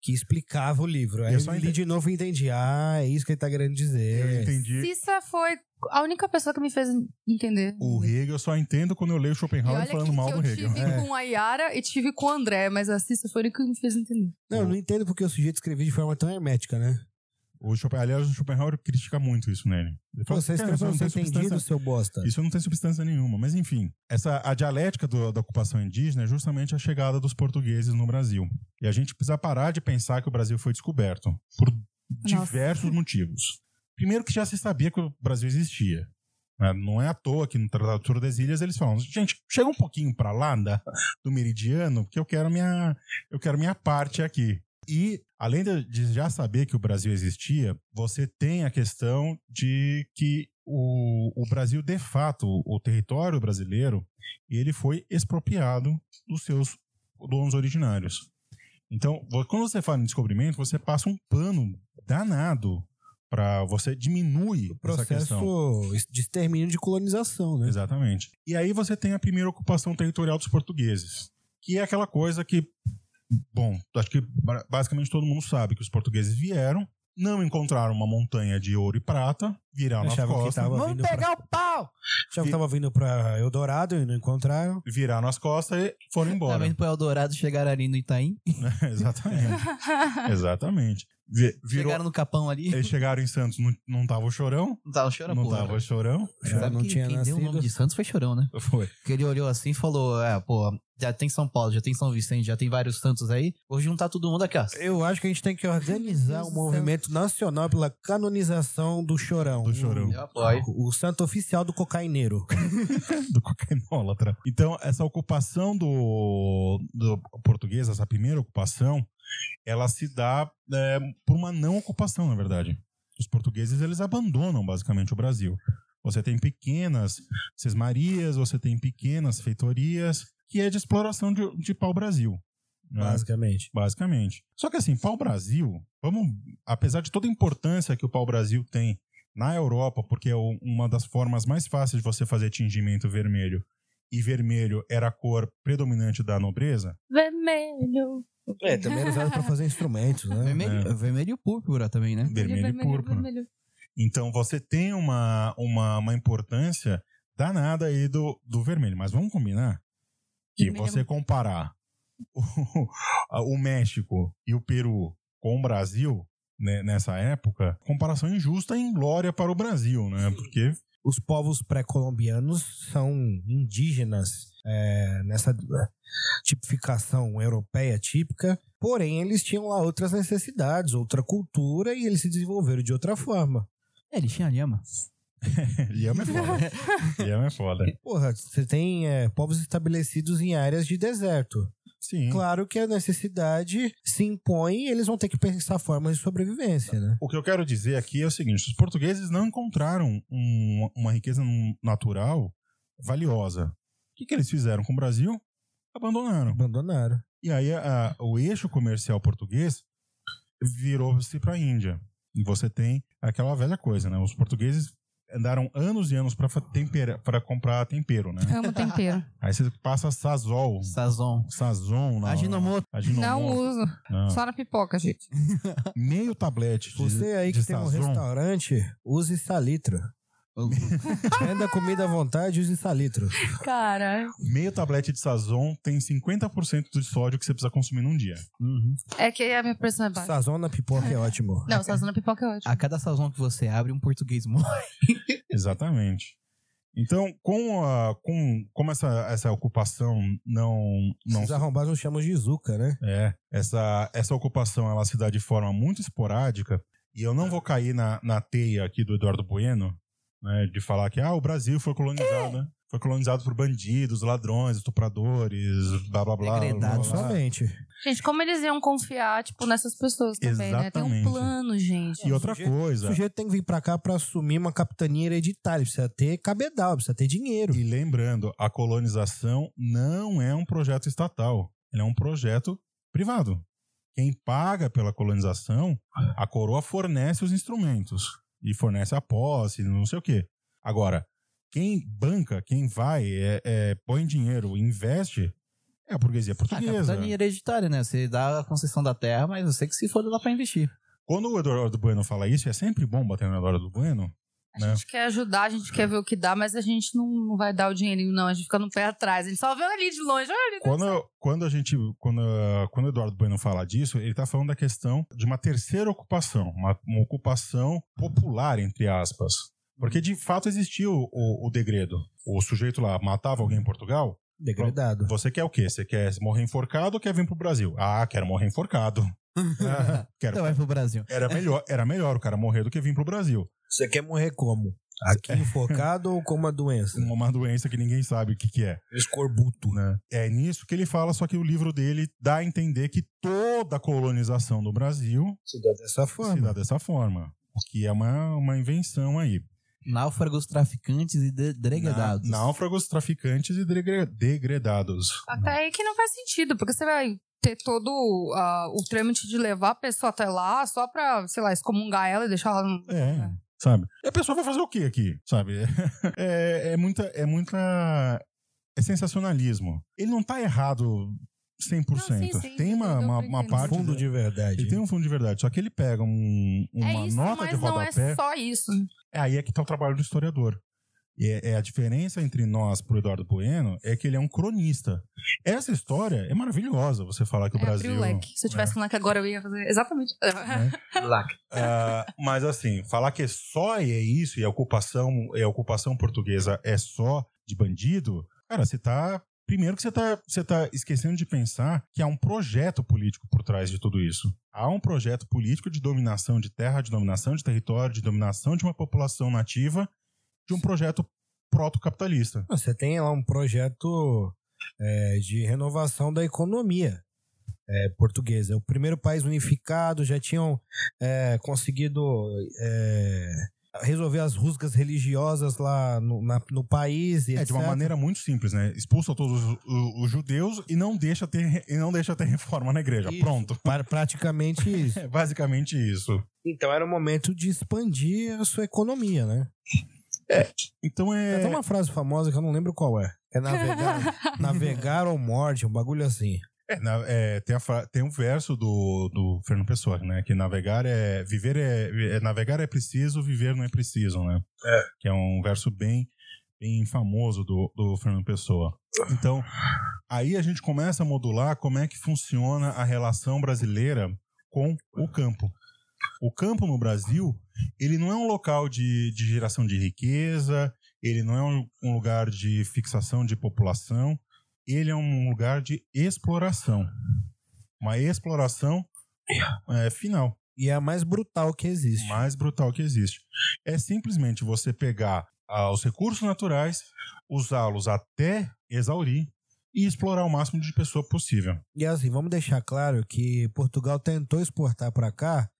[SPEAKER 4] que explicava o livro. Aí
[SPEAKER 1] Eu
[SPEAKER 4] eu
[SPEAKER 1] só
[SPEAKER 4] li
[SPEAKER 1] entendi-
[SPEAKER 4] de novo e entendi. Ah, é isso que ele tá querendo
[SPEAKER 1] Eu
[SPEAKER 4] dizer.
[SPEAKER 1] entendi.
[SPEAKER 3] Cissa foi a única pessoa que me fez entender.
[SPEAKER 1] O Hegel eu só entendo quando eu leio
[SPEAKER 3] Hum. E
[SPEAKER 1] Schopenhauer
[SPEAKER 3] olha que,
[SPEAKER 1] falando mal
[SPEAKER 3] que eu
[SPEAKER 1] do É. né? Hegel.
[SPEAKER 3] tive com a Yara e tive com o André, mas a Cissa foi a única que me fez entender.
[SPEAKER 4] Não, eu não entendo porque o sujeito escrevia de forma tão hermética, né?
[SPEAKER 1] O Schopen... Aliás, o Schopenhauer critica muito isso nele. Ele fala,
[SPEAKER 4] Pô, Você
[SPEAKER 1] "Cara,
[SPEAKER 4] escreveu
[SPEAKER 1] isso
[SPEAKER 4] sem
[SPEAKER 1] não tem
[SPEAKER 4] entendido,
[SPEAKER 1] substância
[SPEAKER 4] seu bosta.
[SPEAKER 1] Isso não tem substância nenhuma, mas enfim. Essa, a dialética do- da ocupação indígena é justamente a chegada dos portugueses no Brasil. E a gente precisa parar de pensar que o Brasil foi descoberto por diversos motivos. Primeiro que já se sabia que o Brasil existia. né? Não é à toa que no Tratado de Torres Ilhas eles falam, gente, chega um pouquinho para lá da- do meridiano, porque eu quero minha, eu quero minha parte aqui. E, além de- de já saber que o Brasil existia, você tem a questão de que o, o Brasil, de fato, o território brasileiro, ele foi expropriado dos seus donos originários. Então, vo- quando você fala em descobrimento, você passa um pano danado para você diminui essa questão.
[SPEAKER 4] Processo de extermínio de colonização, né?
[SPEAKER 1] Exatamente. E aí você tem a primeira ocupação territorial dos portugueses, que é aquela coisa que, bom, acho que ba- basicamente todo mundo sabe que os portugueses vieram, não encontraram uma montanha de ouro e prata, viraram as
[SPEAKER 4] Achavam que
[SPEAKER 1] costas,
[SPEAKER 4] tava vindo pra-
[SPEAKER 2] o pau!
[SPEAKER 4] Achavam que tava vindo pra Eldorado e não encontraram.
[SPEAKER 1] viraram as costas e foram
[SPEAKER 2] Tá
[SPEAKER 1] embora.
[SPEAKER 2] vendo pro Eldorado chegaram ali no Itaim?
[SPEAKER 1] Exatamente. Exatamente. Vi- virou-
[SPEAKER 2] Chegaram no Capão ali.
[SPEAKER 1] Eles chegaram em Santos, não, não tava o chorão,
[SPEAKER 2] Não tava chorando,
[SPEAKER 1] não
[SPEAKER 2] porra.
[SPEAKER 1] tava o chorão.
[SPEAKER 4] Já
[SPEAKER 2] Sabe
[SPEAKER 4] não
[SPEAKER 2] que
[SPEAKER 4] tinha
[SPEAKER 2] quem deu o nome
[SPEAKER 4] nascido.
[SPEAKER 2] de Santos foi chorão, né?
[SPEAKER 1] Foi.
[SPEAKER 2] Que ele olhou assim e falou: É, pô, já tem São Paulo, já tem São Vicente, já tem vários Santos aí. Vou juntar todo mundo aqui, ó.
[SPEAKER 4] Eu acho que a gente tem que
[SPEAKER 3] Meu
[SPEAKER 4] organizar
[SPEAKER 3] Deus
[SPEAKER 4] um
[SPEAKER 3] do
[SPEAKER 4] movimento nacional pela canonização do Chorão.
[SPEAKER 1] Do Chorão.
[SPEAKER 2] Eu apoio.
[SPEAKER 4] O, o santo oficial do cocaineiro.
[SPEAKER 1] do cocainólatra. Então, essa ocupação do, do português, essa primeira ocupação, ela se dá é, por uma não ocupação, na verdade. Os portugueses, eles abandonam, basicamente, o Brasil. Você tem pequenas sesmarias, você tem pequenas feitorias, que é de exploração de, de pau-brasil. né?
[SPEAKER 4] Basicamente.
[SPEAKER 1] Basicamente. Só que assim, pau-brasil, vamos, apesar de toda a importância que o pau-brasil tem na Europa, porque é o- uma das formas mais fáceis de você fazer tingimento vermelho, e vermelho era a cor predominante da nobreza,
[SPEAKER 3] Vermelho.
[SPEAKER 4] É, também era usado pra fazer instrumentos, né?
[SPEAKER 2] Vermelho,
[SPEAKER 1] É.
[SPEAKER 2] vermelho e púrpura também, né?
[SPEAKER 1] vermelho, e púrpura.
[SPEAKER 3] vermelho.
[SPEAKER 1] Então você tem uma, uma, uma importância danada aí do, do vermelho. Mas vamos combinar que
[SPEAKER 3] Vermelho é
[SPEAKER 1] você comparar o, a- o México e o Peru com o Brasil né, nessa época, comparação injusta e inglória para o Brasil, né? Porque
[SPEAKER 4] os povos pré-colombianos são indígenas é, nessa tipificação europeia típica, porém eles tinham lá outras necessidades, outra cultura e eles se desenvolveram de outra forma.
[SPEAKER 2] É, ele tinha lhama.
[SPEAKER 1] Yama é foda. Yama é foda.
[SPEAKER 4] Porra, você tem é, povos estabelecidos em áreas de deserto.
[SPEAKER 1] Sim.
[SPEAKER 4] Claro que a necessidade se impõe e eles vão ter que pensar formas de sobrevivência, né?
[SPEAKER 1] O que eu quero dizer aqui é o seguinte: os portugueses não encontraram um- uma riqueza num- natural valiosa. O que, que eles fizeram com o Brasil? Abandonaram.
[SPEAKER 4] Abandonaram.
[SPEAKER 1] E aí a- o eixo comercial português virou-se para a Índia. E você tem aquela velha coisa, né? Os portugueses andaram anos e anos para comprar tempero, né?
[SPEAKER 3] Amo tempero.
[SPEAKER 1] Aí você passa sazol,
[SPEAKER 2] Sazon.
[SPEAKER 1] sazon na
[SPEAKER 2] Aginomoto.
[SPEAKER 3] Não
[SPEAKER 1] Aginomoto.
[SPEAKER 3] uso.
[SPEAKER 1] Não.
[SPEAKER 3] Só na pipoca, gente.
[SPEAKER 1] Meio tablete de,
[SPEAKER 4] Você aí que
[SPEAKER 1] de
[SPEAKER 4] tem um
[SPEAKER 1] sazon.
[SPEAKER 4] restaurante, use salitro. Venda comida à vontade, use salitro.
[SPEAKER 3] Cara.
[SPEAKER 1] Meio tablete de sazon tem 50% do sódio que você precisa consumir num dia.
[SPEAKER 2] Uhum.
[SPEAKER 3] É que a minha pressão é baixa.
[SPEAKER 4] Sazon na pipoca é ótimo.
[SPEAKER 3] Não, sazona pipoca é ótimo.
[SPEAKER 2] A cada sazon que você abre, um português morre.
[SPEAKER 1] Exatamente. Então, com, a, com como essa, essa ocupação não, não
[SPEAKER 4] Os arrombados nos chamam de Zuca, né?
[SPEAKER 1] É, essa, essa ocupação ela se dá de forma muito esporádica, e eu não vou cair na, na teia aqui do Eduardo Bueno, né, de falar que ah, o Brasil foi colonizado, né? foi colonizado por bandidos, ladrões, estupradores, blá blá blá. blá, blá,
[SPEAKER 4] Não
[SPEAKER 2] Degradados.
[SPEAKER 1] blá.
[SPEAKER 4] somente.
[SPEAKER 3] Gente, como eles iam confiar, tipo, nessas pessoas também, né?
[SPEAKER 1] Exatamente.
[SPEAKER 3] Tem um plano, gente.
[SPEAKER 1] E outra
[SPEAKER 4] Sujeito- O
[SPEAKER 1] coisa,
[SPEAKER 4] sujeito tem que vir pra cá pra assumir uma capitania hereditária. Precisa ter cabedal, precisa ter dinheiro.
[SPEAKER 1] e lembrando, a colonização não é um projeto estatal, ele é um projeto privado. Quem paga pela colonização, a coroa fornece os instrumentos e fornece a posse, não sei o quê. Agora, quem banca, quem vai, é- é, põe dinheiro, investe, é a burguesia
[SPEAKER 2] A
[SPEAKER 1] portuguesa.
[SPEAKER 2] capitania hereditária, né? Você dá a concessão da terra, mas você que se foda lá pra investir.
[SPEAKER 1] Quando o Eduardo Bueno fala isso, é sempre bom bater no Eduardo Bueno.
[SPEAKER 3] A gente quer ajudar, a gente quer ver o que dá, mas a gente não, não vai dar o dinheirinho, não. A gente fica no pé atrás. A gente só vê ali de longe. Olha ali.
[SPEAKER 1] Quando, quando a gente. Quando, ah, quando o Eduardo Bueno fala disso, ele está falando da questão de uma terceira ocupação, uma, uma ocupação popular, entre aspas. Porque de fato existiu o, o degredo. O sujeito lá matava alguém em Portugal.
[SPEAKER 4] Degradado.
[SPEAKER 1] Você quer o quê? Você quer morrer enforcado ou quer vir pro Brasil? Ah, quero morrer enforcado. Ah, quero-
[SPEAKER 2] Então vai pro Brasil.
[SPEAKER 1] Era melhor, era melhor o cara morrer do que vir pro Brasil.
[SPEAKER 4] Você quer morrer como? Aqui enfocado ou com uma doença?
[SPEAKER 1] Uma, uma doença que ninguém sabe o que, que é.
[SPEAKER 4] Escorbuto.
[SPEAKER 1] né? É nisso que ele fala, só que o livro dele dá a entender que toda a colonização do Brasil
[SPEAKER 4] Se dá dessa
[SPEAKER 1] se dá
[SPEAKER 4] forma.
[SPEAKER 1] dessa forma. O que é uma, uma invenção aí.
[SPEAKER 2] Náufragos, traficantes e de- degredados.
[SPEAKER 1] Na- náufragos, traficantes e degre- degredados.
[SPEAKER 3] Até aí que não faz sentido, porque você vai ter todo ah, o trâmite de levar a pessoa até lá só pra, sei lá, excomungar ela e deixar ela. no-
[SPEAKER 1] É, sabe? E a pessoa vai fazer o que aqui, sabe? É, é muita. É muita. É sensacionalismo. Ele não tá errado 100%.
[SPEAKER 3] Não, sim, sim,
[SPEAKER 1] tem uma,
[SPEAKER 3] eu dou
[SPEAKER 1] uma,
[SPEAKER 3] pra
[SPEAKER 1] uma
[SPEAKER 3] entender.
[SPEAKER 1] parte.
[SPEAKER 4] Fundo de verdade.
[SPEAKER 1] Ele tem um fundo de verdade, só que ele pega um- uma
[SPEAKER 3] é isso,
[SPEAKER 1] nota de
[SPEAKER 3] mas não é
[SPEAKER 1] rodapé.
[SPEAKER 3] só isso.
[SPEAKER 1] É aí é que tá o trabalho do historiador. E é, é a diferença entre nós pro Eduardo Bueno é que ele é um cronista. Essa história é maravilhosa, você falar que o
[SPEAKER 3] é abrir
[SPEAKER 1] Brasil.
[SPEAKER 3] o leque. Se eu tivesse falando que agora eu ia fazer exatamente.
[SPEAKER 1] Ah, mas assim, falar que só é isso e a ocupação, e a ocupação portuguesa é só de bandido, cara, você tá. Primeiro que você tá, você tá esquecendo de pensar que há um projeto político por trás de tudo isso. Há um projeto político de dominação de terra, de dominação de território, de dominação de uma população nativa, de um projeto proto-capitalista.
[SPEAKER 4] Você tem lá um projeto é, de renovação da economia é, portuguesa. O primeiro país unificado, já tinham é, conseguido é, resolver as rusgas religiosas lá no, na- no país. E
[SPEAKER 1] É, de uma
[SPEAKER 4] etc.
[SPEAKER 1] maneira muito simples, né? Expulsa todos os, o- os judeus e não deixa ter, e não deixa ter reforma na igreja.
[SPEAKER 4] Isso.
[SPEAKER 1] Pronto.
[SPEAKER 4] Pra- praticamente isso.
[SPEAKER 1] É basicamente isso.
[SPEAKER 4] Então era o momento de expandir a sua economia, né?
[SPEAKER 1] Então
[SPEAKER 4] Tem
[SPEAKER 1] é.
[SPEAKER 4] até uma frase famosa que eu não lembro qual é. É navegar, navegar ou morte, um bagulho assim.
[SPEAKER 1] é, na- é, tem, a fra- tem um verso do, do Fernando Pessoa, né? Que navegar é. Viver é, é- Navegar é preciso, viver não é preciso, né? É. Que é um verso bem, bem bem famoso do, do Fernando Pessoa. Então, aí a gente começa a modular como é que funciona a relação brasileira com o campo. O campo no Brasil, ele não é um local de, de geração de riqueza, ele não é um, um lugar de fixação de população, ele é um lugar de exploração. Uma exploração é, final
[SPEAKER 4] E é a mais brutal que existe.
[SPEAKER 1] mais brutal que existe. É simplesmente você pegar ah, os recursos naturais, usá-los até exaurir e explorar o máximo de pessoa possível.
[SPEAKER 4] E assim, vamos deixar claro que Portugal tentou exportar para cá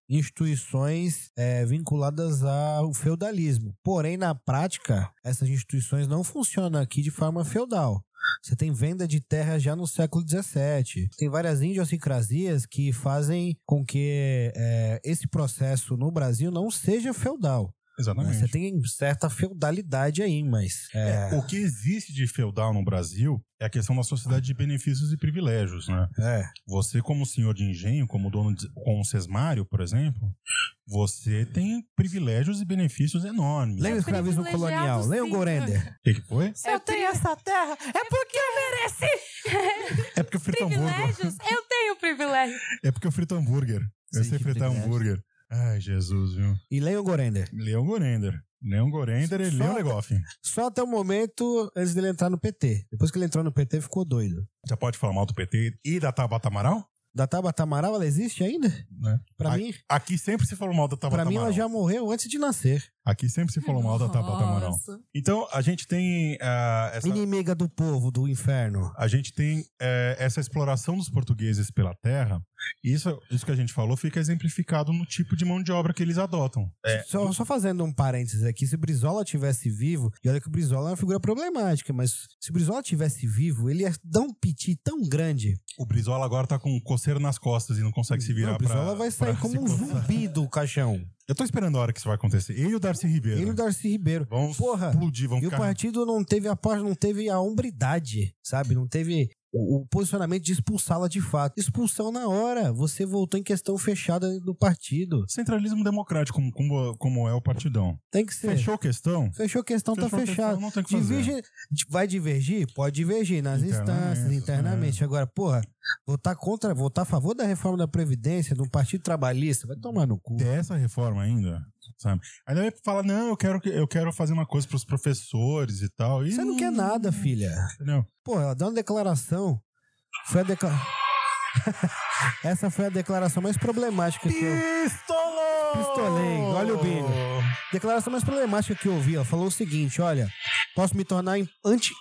[SPEAKER 4] instituições eh, vinculadas ao feudalismo. Porém, na prática, essas instituições não funcionam aqui de forma feudal. Você tem venda de terra já no século XVII. Tem várias idiosincrasias que fazem com que eh, esse processo no Brasil não seja feudal. né? Você
[SPEAKER 1] Exatamente.
[SPEAKER 4] tem certa feudalidade aí, mas... eh,
[SPEAKER 1] O que existe de feudal no Brasil é a questão da sociedade de benefícios e privilégios, né?
[SPEAKER 4] é.
[SPEAKER 1] Você, como senhor de engenho, como dono de como sesmário, por exemplo, você tem privilégios e benefícios enormes.
[SPEAKER 4] Lembra o escravismo
[SPEAKER 3] privilegiado,
[SPEAKER 4] colonial? Lembra o
[SPEAKER 3] sim.
[SPEAKER 4] Gorender?
[SPEAKER 1] O que, que foi?
[SPEAKER 3] Eu, tenho
[SPEAKER 6] essa terra, é porque eu mereci.
[SPEAKER 1] É porque eu frito hambúrguer.
[SPEAKER 3] privilégios? Eu tenho privilégio.
[SPEAKER 1] É porque eu frito hambúrguer. Eu
[SPEAKER 2] Sim,
[SPEAKER 1] sei
[SPEAKER 2] que
[SPEAKER 1] fritar
[SPEAKER 2] privilégio.
[SPEAKER 1] hambúrguer. Ai, Jesus, viu?
[SPEAKER 4] E lembra o Gorender?
[SPEAKER 1] Leon Gorender. Leon Gorender e
[SPEAKER 4] Só-
[SPEAKER 1] Leon Legoff.
[SPEAKER 4] Só até o momento antes dele entrar no PT. Depois que ele entrou no PT, ficou doido.
[SPEAKER 1] Já pode falar mal do PT e da Tabata Amaral?
[SPEAKER 4] Da Tabata Amaral, ela existe ainda?
[SPEAKER 1] Né?
[SPEAKER 4] Pra
[SPEAKER 1] Ai,
[SPEAKER 4] mim,
[SPEAKER 1] Aqui sempre se falou mal da Tabata
[SPEAKER 4] pra mim
[SPEAKER 1] Amaral.
[SPEAKER 4] ela já morreu antes de nascer.
[SPEAKER 1] Aqui sempre se falou mal da Tabata Amaral.
[SPEAKER 3] Nossa.
[SPEAKER 1] Então, a gente tem ah, essa...
[SPEAKER 4] Inimiga do povo, do inferno.
[SPEAKER 1] A gente tem eh, essa exploração dos portugueses pela terra, e isso, isso que a gente falou fica exemplificado no tipo de mão de obra que eles adotam.
[SPEAKER 4] Só, só fazendo um parênteses aqui, se Brizola tivesse vivo, e olha que o Brizola é uma figura problemática, mas se Brizola tivesse vivo, ele ia dar um piti tão grande.
[SPEAKER 1] O Brizola agora tá com coceiro nas costas e não consegue se virar
[SPEAKER 4] Não, o Brizola
[SPEAKER 1] pra-
[SPEAKER 4] vai sair
[SPEAKER 1] pra se
[SPEAKER 4] como um
[SPEAKER 1] coçar.
[SPEAKER 4] zumbi do caixão.
[SPEAKER 1] Eu tô esperando a hora que isso vai acontecer. Ele e o Darcy Ribeiro.
[SPEAKER 4] Ele e o Darcy Ribeiro.
[SPEAKER 1] Vão
[SPEAKER 4] Porra,
[SPEAKER 1] explodir, vão
[SPEAKER 4] E o
[SPEAKER 1] ficar
[SPEAKER 4] partido não teve a parte, não teve a hombridade, sabe? Não teve o, o posicionamento de expulsá-la de fato. Expulsão na hora. Você voltou em questão fechada do partido.
[SPEAKER 1] Centralismo democrático, como, como, como é o partidão.
[SPEAKER 4] Tem que ser. Fechou,
[SPEAKER 1] Fechou a questão?
[SPEAKER 4] a questão,
[SPEAKER 1] Fechou
[SPEAKER 4] tá
[SPEAKER 1] a questão,
[SPEAKER 4] fechado.
[SPEAKER 1] não tem o que fazer.
[SPEAKER 4] Diverge, di- vai divergir? Pode divergir nas
[SPEAKER 1] Internamente, é.
[SPEAKER 4] instâncias, internamente. Agora, porra, votar contra, votar a favor da reforma da Previdência, de um partido trabalhista, vai tomar no cu.
[SPEAKER 1] Dessa reforma ainda, sabe? Ainda vai falar, não, eu quero, que- eu quero fazer uma coisa pros professores e tal. E
[SPEAKER 4] Você não quer nada, filha.
[SPEAKER 1] Não.
[SPEAKER 4] Pô, ela deu uma declaração. Foi a declaração. Essa foi a declaração mais problemática que eu.
[SPEAKER 1] Pistolou!
[SPEAKER 4] Pistolei, olha o bingo. Declaração mais problemática que eu ouvi. Ela falou o seguinte: olha, posso me tornar im- anti.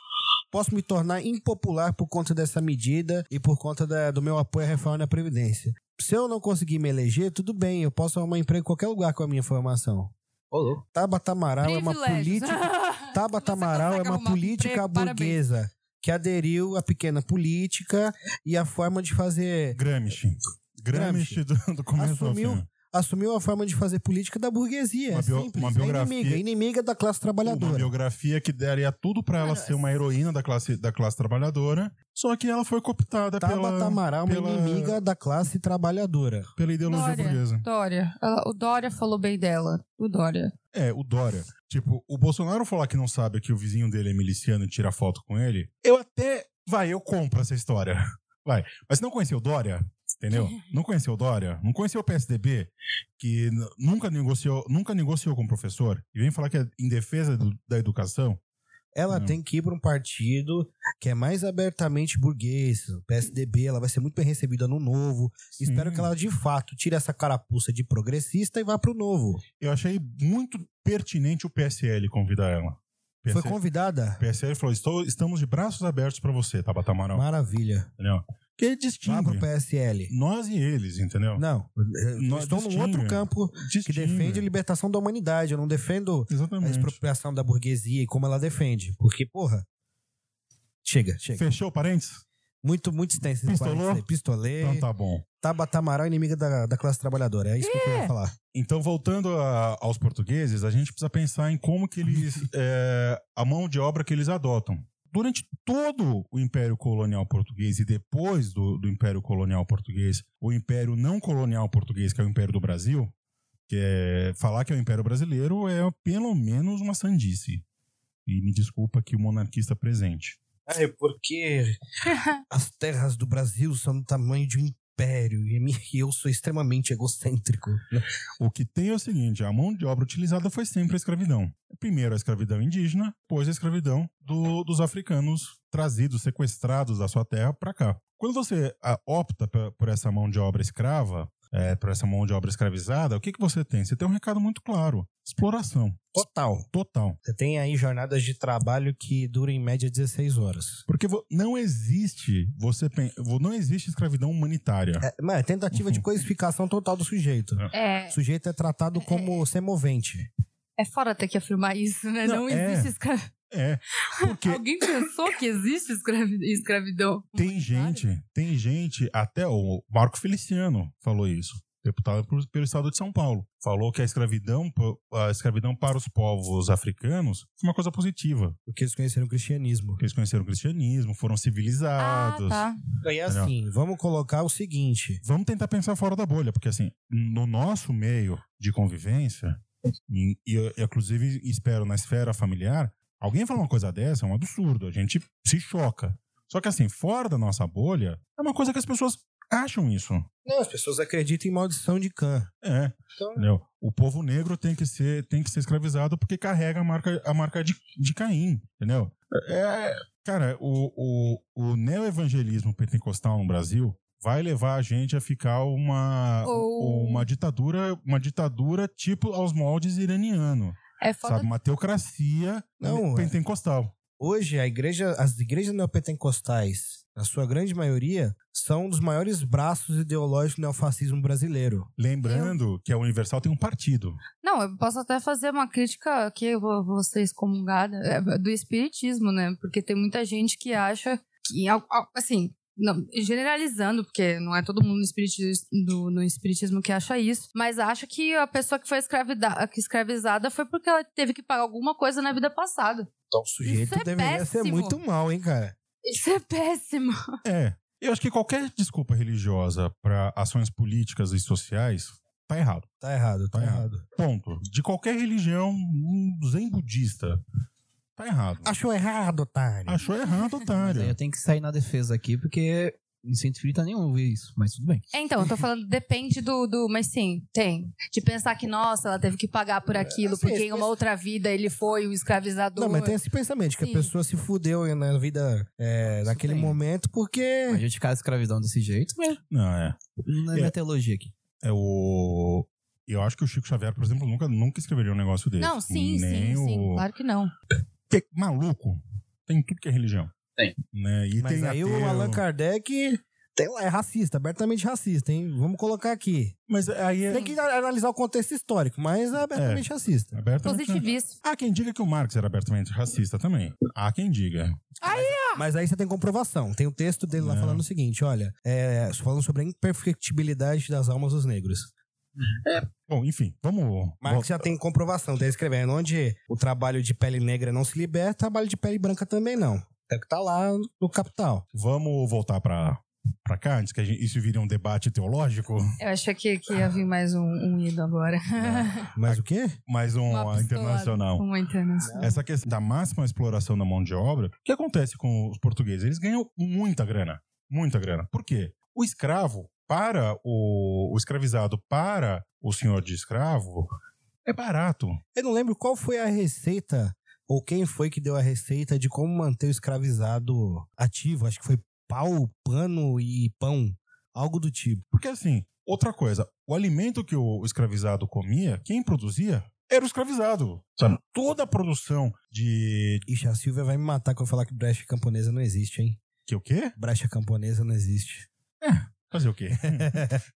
[SPEAKER 4] Posso me tornar impopular por conta dessa medida e por conta da- do meu apoio à reforma da Previdência. Se eu não conseguir me eleger, tudo bem, eu posso arrumar emprego em qualquer lugar com a minha formação.
[SPEAKER 2] Ô, louco.
[SPEAKER 4] Tabata Amaral é uma
[SPEAKER 3] Privilégios. né?"
[SPEAKER 4] política. Tabata Amaral é
[SPEAKER 3] consegue
[SPEAKER 4] uma
[SPEAKER 3] arrumar um
[SPEAKER 4] política
[SPEAKER 3] emprego, parabéns.
[SPEAKER 4] burguesa que aderiu à pequena política e à forma de fazer.
[SPEAKER 1] Gramsci. Gramsci do, do começo
[SPEAKER 4] Assumiu
[SPEAKER 1] ao fim.
[SPEAKER 4] Assumiu a forma de fazer política da burguesia.
[SPEAKER 1] Uma
[SPEAKER 4] é
[SPEAKER 1] bio-
[SPEAKER 4] simples.
[SPEAKER 1] uma
[SPEAKER 4] É
[SPEAKER 1] biografia-
[SPEAKER 4] inimiga, é inimiga da classe
[SPEAKER 1] Uma
[SPEAKER 4] trabalhadora. Ah, é
[SPEAKER 1] biografia que daria tudo pra ela ser uma heroína da classe, da classe trabalhadora, só que ela foi cooptada
[SPEAKER 4] Tabata
[SPEAKER 1] pela,
[SPEAKER 4] Amaral é uma
[SPEAKER 1] pela-
[SPEAKER 4] inimiga da classe trabalhadora.
[SPEAKER 1] pela ideologia
[SPEAKER 3] Dória.
[SPEAKER 1] burguesa.
[SPEAKER 3] Dória. Ela- o Dória falou bem dela. O Dória.
[SPEAKER 1] É, o Dória. Tipo, o Bolsonaro falar que não sabe que o vizinho dele é miliciano e tira foto com ele, eu até. Vai, eu compro essa história. Vai. Mas não conheceu o Dória, entendeu? Não conheceu o Dória, não conheceu o PSDB, que n- nunca negociou, nunca negociou com o professor, e vem falar que é em defesa do- da educação.
[SPEAKER 4] Ela
[SPEAKER 1] Não.
[SPEAKER 4] tem que ir para um partido que é mais abertamente burguês, o PSDB. Ela vai ser muito bem recebida no novo. Espero
[SPEAKER 1] Sim.
[SPEAKER 4] que ela, de fato, tire essa carapuça de progressista e vá para o novo.
[SPEAKER 1] Eu achei muito pertinente o PSL convidar ela.
[SPEAKER 4] Foi
[SPEAKER 1] PSL,
[SPEAKER 4] convidada?
[SPEAKER 1] O PSL falou: Estou, estamos de braços abertos pra você, Tabata Amaral.
[SPEAKER 4] Maravilha.
[SPEAKER 1] Entendeu? Que
[SPEAKER 4] Vá pro
[SPEAKER 1] distingue
[SPEAKER 4] PSL.
[SPEAKER 1] nós e eles, entendeu?
[SPEAKER 4] Não, eu
[SPEAKER 1] Nós
[SPEAKER 4] estou num
[SPEAKER 1] distingue.
[SPEAKER 4] outro campo que
[SPEAKER 1] Distingue.
[SPEAKER 4] defende a libertação da humanidade. Eu não defendo a
[SPEAKER 1] Exatamente.
[SPEAKER 4] expropriação da burguesia e como ela defende. Porque, porra. Chega, chega.
[SPEAKER 1] Fechou, parentes?
[SPEAKER 4] Muito, muito extenso. esse
[SPEAKER 1] Pistolou?
[SPEAKER 4] parênteses aí. Pistolei.
[SPEAKER 1] Então tá bom.
[SPEAKER 4] Tabata Amaral, inimiga da, da classe trabalhadora. É isso que eu queria falar.
[SPEAKER 1] Então, voltando a- aos portugueses, a gente precisa pensar em como que eles... é, a mão de obra que eles adotam. Durante todo o Império Colonial Português e depois do, do Império Colonial Português, o Império Não Colonial Português, que é o Império do Brasil, que é, falar que é o Império Brasileiro é pelo menos uma sandice. E me desculpa que o monarquista presente.
[SPEAKER 4] É porque as terras do Brasil são do tamanho de um império e me- e eu sou extremamente egocêntrico.
[SPEAKER 1] O que tem é o seguinte: a mão de obra utilizada foi sempre a escravidão. Primeiro a escravidão indígena, depois a escravidão do- dos africanos trazidos, sequestrados da sua terra para cá. Quando você ah, opta pe- por essa mão de obra escrava, eh, por essa mão de obra escravizada, o que, que você tem? Você tem um recado muito claro: exploração.
[SPEAKER 4] Total.
[SPEAKER 1] Total.
[SPEAKER 4] Você tem aí jornadas de trabalho que duram em média 16 horas.
[SPEAKER 1] Porque vo- não existe, você pen- vo- não existe escravidão humanitária.
[SPEAKER 4] É, mas é tentativa
[SPEAKER 1] Uhum.
[SPEAKER 4] de coisificação total do sujeito.
[SPEAKER 3] É,
[SPEAKER 4] O sujeito é tratado como semovente.
[SPEAKER 3] é fora ter que afirmar isso, né?
[SPEAKER 1] Não,
[SPEAKER 3] Não,
[SPEAKER 1] é.
[SPEAKER 3] existe escravidão.
[SPEAKER 1] É. Porque
[SPEAKER 3] Alguém pensou que existe escravi- escravidão?
[SPEAKER 1] Tem gente, tem gente, até o Marco Feliciano falou isso, deputado por- pelo estado de São Paulo. Falou que a escravidão, po- a escravidão para os povos africanos foi uma coisa positiva.
[SPEAKER 4] Porque eles conheceram o cristianismo.
[SPEAKER 1] Porque eles conheceram o cristianismo, foram
[SPEAKER 3] Ah,
[SPEAKER 1] civilizados.
[SPEAKER 3] tá.
[SPEAKER 4] E assim, vamos colocar o seguinte.
[SPEAKER 1] Vamos tentar pensar fora da bolha, porque assim, no nosso meio de convivência, e, e eu, eu, inclusive espero na esfera familiar, alguém falar uma coisa dessa é um absurdo, a gente se choca. Só que assim, fora da nossa bolha, é uma coisa que as pessoas acham isso.
[SPEAKER 4] Não, as pessoas acreditam em maldição de Khan.
[SPEAKER 1] É.
[SPEAKER 4] Então-
[SPEAKER 1] entendeu? O povo negro tem que ser, tem que ser escravizado porque carrega a marca, a marca de, de Caim, entendeu? É, cara, o, o, o neoevangelismo pentecostal no Brasil vai levar a gente a ficar uma,
[SPEAKER 3] Ou-
[SPEAKER 1] uma ditadura, uma ditadura tipo aos moldes iraniano,
[SPEAKER 3] É foda.
[SPEAKER 1] sabe? Uma teocracia
[SPEAKER 4] Não,
[SPEAKER 1] ne-
[SPEAKER 4] é.
[SPEAKER 1] pentecostal.
[SPEAKER 4] Hoje, a igreja, as igrejas neopentecostais, na sua grande maioria, são um dos maiores braços ideológicos do neofascismo brasileiro.
[SPEAKER 1] Lembrando que a Universal tem um partido.
[SPEAKER 3] Não, eu posso até fazer uma crítica aqui, eu vou vou ser excomungada, é, do espiritismo, né? Porque tem muita gente que acha que, al- al- assim, não, generalizando, porque não é todo mundo no espiritismo, do- no espiritismo que acha isso, mas acha que a pessoa que foi escravida- que escravizada foi porque ela teve que pagar alguma coisa na vida passada.
[SPEAKER 4] Então, o sujeito
[SPEAKER 3] Isso é
[SPEAKER 4] deveria ser
[SPEAKER 3] péssimo.
[SPEAKER 4] muito mal, hein, cara?
[SPEAKER 3] Isso é péssimo.
[SPEAKER 1] É. Eu acho que qualquer desculpa religiosa para ações políticas e sociais tá errado.
[SPEAKER 4] Tá errado, tá
[SPEAKER 1] Tá errado.
[SPEAKER 4] errado.
[SPEAKER 1] Ponto. De qualquer religião, um zen budista. Tá errado.
[SPEAKER 4] Achou errado, otário.
[SPEAKER 1] Achou errado,
[SPEAKER 2] Mas
[SPEAKER 1] otário.
[SPEAKER 2] aí eu tenho que sair na defesa aqui, porque não sinto frita nenhum ouvir isso, mas tudo bem.
[SPEAKER 3] É, Então, eu tô falando, depende do, do. Mas sim, tem. De pensar que, nossa, ela teve que pagar por aquilo,
[SPEAKER 4] assim,
[SPEAKER 3] porque
[SPEAKER 4] esse
[SPEAKER 3] em uma outra vida ele foi o escravizador.
[SPEAKER 4] Não, mas tem esse pensamento, que
[SPEAKER 3] Sim.
[SPEAKER 4] a pessoa se fudeu na vida, é,
[SPEAKER 2] Isso
[SPEAKER 4] naquele
[SPEAKER 2] tem.
[SPEAKER 4] momento, porque...
[SPEAKER 2] Mas justificar a escravidão desse jeito mas
[SPEAKER 1] Não, é.
[SPEAKER 2] não é
[SPEAKER 1] É.
[SPEAKER 2] minha teologia aqui.
[SPEAKER 1] É o. Eu acho que o Chico Xavier, por exemplo, nunca, nunca escreveria um negócio desse.
[SPEAKER 3] Não, sim,
[SPEAKER 4] né?
[SPEAKER 1] Nem
[SPEAKER 3] sim,
[SPEAKER 1] o...
[SPEAKER 3] sim. Claro que não.
[SPEAKER 1] Porque maluco tem tudo que é religião.
[SPEAKER 2] Tem.
[SPEAKER 1] Né? E
[SPEAKER 4] Mas
[SPEAKER 1] tem
[SPEAKER 4] aí
[SPEAKER 1] ateu.
[SPEAKER 4] o Allan Kardec, sei lá, é racista, abertamente racista, hein? Vamos colocar aqui.
[SPEAKER 1] Mas aí é.
[SPEAKER 4] Tem que analisar o contexto histórico, mas é abertamente racista.
[SPEAKER 1] Abertamente...
[SPEAKER 3] Positivista.
[SPEAKER 1] Há quem diga que o Marx era abertamente racista também. Há quem diga.
[SPEAKER 4] Mas aí você tem comprovação. Tem o texto dele lá
[SPEAKER 1] Não.
[SPEAKER 4] falando o seguinte, olha, é, falando sobre a imperfectibilidade das almas dos negros.
[SPEAKER 1] Bom, enfim, vamos.
[SPEAKER 4] Marx já tem comprovação, tá escrevendo onde o trabalho de pele negra não se liberta, o trabalho de pele branca também não. É o que tá lá no Capital.
[SPEAKER 1] Vamos voltar pra, pra cá, antes que a gente- isso vire um debate teológico.
[SPEAKER 3] Eu achei que, que ia vir mais um, um ido agora.
[SPEAKER 4] Mas o quê?
[SPEAKER 1] Mais um
[SPEAKER 3] Uma pistola.
[SPEAKER 1] internacional.
[SPEAKER 3] Uma internacional.
[SPEAKER 1] Essa questão da máxima exploração da mão de obra, o que acontece com os portugueses? Eles ganham muita grana. Muita grana. Por quê? O escravo, para o, o escravizado, para o senhor de escravo, é barato.
[SPEAKER 4] Eu não lembro qual foi a receita, ou quem foi que deu a receita de como manter o escravizado ativo. Acho que foi pau, pano e pão. Algo do tipo.
[SPEAKER 1] Porque assim, outra coisa, o alimento que o escravizado comia, quem produzia era o escravizado. Sabe? Toda a produção de.
[SPEAKER 4] Ixi, a Silvia vai me matar quando eu falar que brecha camponesa não existe, hein?
[SPEAKER 1] Que o quê?
[SPEAKER 4] Brecha camponesa não existe.
[SPEAKER 1] Fazer o quê?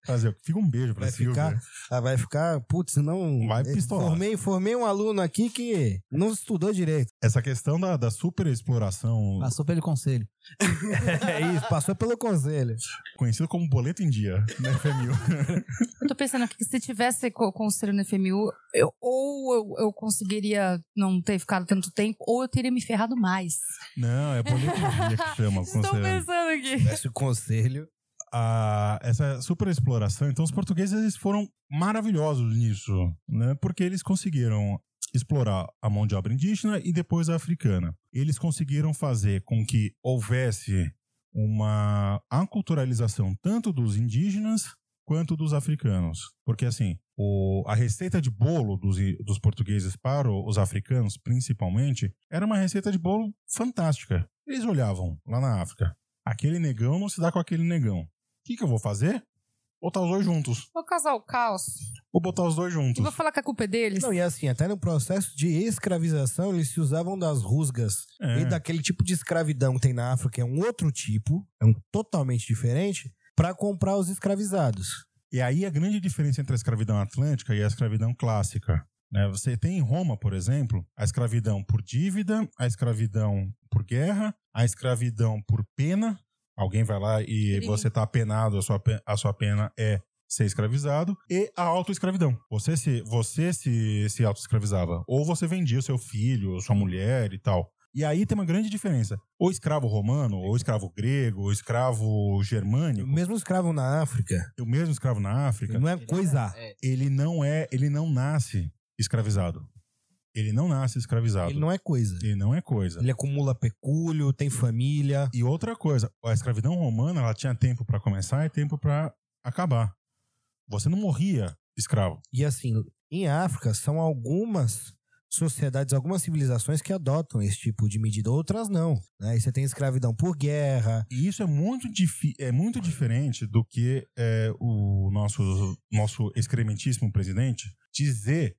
[SPEAKER 1] Fazer o quê? Fica um beijo pra
[SPEAKER 4] Vai
[SPEAKER 1] Silvia.
[SPEAKER 4] ficar, ela vai ficar, putz, não. eh,
[SPEAKER 1] Vai pistolar.
[SPEAKER 4] Formei, formei um aluno aqui que não estudou direito.
[SPEAKER 1] Essa questão da, da superexploração,
[SPEAKER 2] Passou pelo conselho.
[SPEAKER 4] É isso, passou pelo conselho.
[SPEAKER 1] conhecida como boleto em dia, na FMU.
[SPEAKER 3] Eu tô pensando aqui que se tivesse co- conselho no FMU, eu- ou eu, eu conseguiria não ter ficado tanto tempo, ou eu teria me ferrado mais.
[SPEAKER 1] Não, é boleto em dia que chama.
[SPEAKER 3] Estou
[SPEAKER 1] conselho.
[SPEAKER 3] pensando aqui.
[SPEAKER 4] Tivesse o conselho.
[SPEAKER 1] Ah, essa superexploração, então os portugueses eles foram maravilhosos nisso, né? Porque eles conseguiram explorar a mão de obra indígena e depois a africana. Eles conseguiram fazer com que houvesse uma aculturalização tanto dos indígenas quanto dos africanos. Porque, assim, o- a receita de bolo dos, i- dos portugueses para o- os africanos, principalmente, era uma receita de bolo fantástica. Eles olhavam lá na África. Aquele negão não se dá com aquele negão. O que, que eu vou fazer? Botar os dois juntos.
[SPEAKER 3] Vou casar o caos
[SPEAKER 1] Vou botar os dois
[SPEAKER 3] e
[SPEAKER 1] juntos.
[SPEAKER 3] vou falar que a culpa é deles.
[SPEAKER 4] Não, e assim, até no processo de escravização, eles se usavam das rusgas
[SPEAKER 1] É.
[SPEAKER 4] e daquele tipo de escravidão que tem na África, que é um outro tipo, é um totalmente diferente, pra comprar os escravizados.
[SPEAKER 1] E aí a grande diferença entre a escravidão atlântica e a escravidão clássica. né? Você tem em Roma, por exemplo, a escravidão por dívida, a escravidão por guerra, a escravidão por pena. Alguém vai lá e
[SPEAKER 3] Crime.
[SPEAKER 1] você está penado, a sua, pe- a sua pena é ser escravizado. E a autoescravidão. Você se, você se, se autoescravizava. Ou você vendia o seu filho, sua mulher e tal. E aí tem uma grande diferença. Ou escravo romano, ou escravo grego, ou escravo
[SPEAKER 4] O
[SPEAKER 1] germânico,
[SPEAKER 4] mesmo escravo na África,
[SPEAKER 1] o mesmo escravo na África
[SPEAKER 4] não é coisa.
[SPEAKER 1] ele não é, ele não nasce escravizado. Ele não nasce escravizado.
[SPEAKER 4] Ele não é coisa.
[SPEAKER 1] Ele não é coisa.
[SPEAKER 4] Ele acumula pecúlio, tem família.
[SPEAKER 1] E outra coisa, a escravidão romana, ela tinha tempo pra começar e tempo pra acabar. Você não morria escravo.
[SPEAKER 4] E assim, em África, são algumas sociedades, algumas civilizações que adotam esse tipo de medida, outras não. Né? E você tem escravidão por guerra,
[SPEAKER 1] E isso é muito, difi- é muito diferente do que é, o nosso, nosso excrementíssimo presidente dizer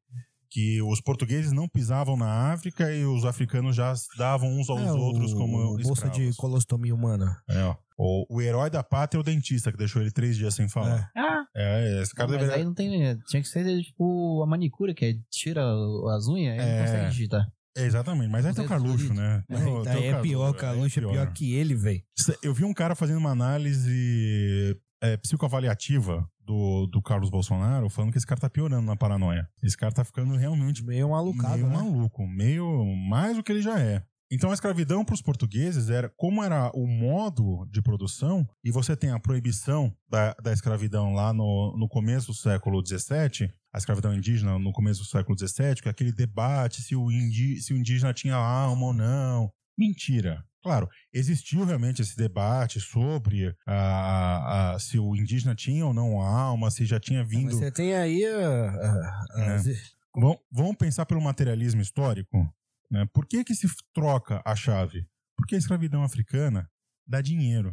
[SPEAKER 1] que os portugueses não pisavam na África e os africanos já davam uns aos
[SPEAKER 4] É, o-
[SPEAKER 1] outros como
[SPEAKER 4] bolsa
[SPEAKER 1] escravos.
[SPEAKER 4] de colostomia humana.
[SPEAKER 1] É, ó. O, o herói da pátria é o dentista, que deixou ele três dias sem falar.
[SPEAKER 2] Ah,
[SPEAKER 1] É, esse cara
[SPEAKER 2] mas
[SPEAKER 1] deveria.
[SPEAKER 2] aí não tem. né? Tinha que ser tipo a manicura, que é tira o- as unhas e
[SPEAKER 1] É.
[SPEAKER 2] não consegue digitar.
[SPEAKER 1] É, exatamente, mas aí tem o
[SPEAKER 2] Com dedo
[SPEAKER 1] Carluxo,
[SPEAKER 2] escolhido.
[SPEAKER 1] né? Tem o-
[SPEAKER 4] Então,
[SPEAKER 1] tem o
[SPEAKER 4] é
[SPEAKER 1] Carluxo,
[SPEAKER 4] pior,
[SPEAKER 1] aí
[SPEAKER 4] Carluxo, é pior que ele, velho.
[SPEAKER 1] Cê- Eu vi um cara fazendo uma análise é, psicoavaliativa do, do Carlos Bolsonaro, falando que esse cara tá piorando na paranoia. Esse cara tá ficando realmente
[SPEAKER 4] Meio malucado,
[SPEAKER 1] meio
[SPEAKER 4] né?
[SPEAKER 1] maluco, meio mais do que ele já é. Então a escravidão para os portugueses era como era o modo de produção e você tem a proibição da, da escravidão lá no, no começo do século XVII, a escravidão indígena no começo do século XVII, com aquele debate se o, indi, se o indígena tinha alma ou não. Mentira. Claro, existiu realmente esse debate sobre a, a- se o indígena tinha ou não alma, se já tinha
[SPEAKER 4] Mas
[SPEAKER 1] vindo
[SPEAKER 4] Você tem aí ah, ah,
[SPEAKER 1] É.
[SPEAKER 4] as-
[SPEAKER 1] Vão- vamos pensar pelo materialismo histórico? Né? Por que, que se f- troca a chave? Porque a escravidão africana dá dinheiro.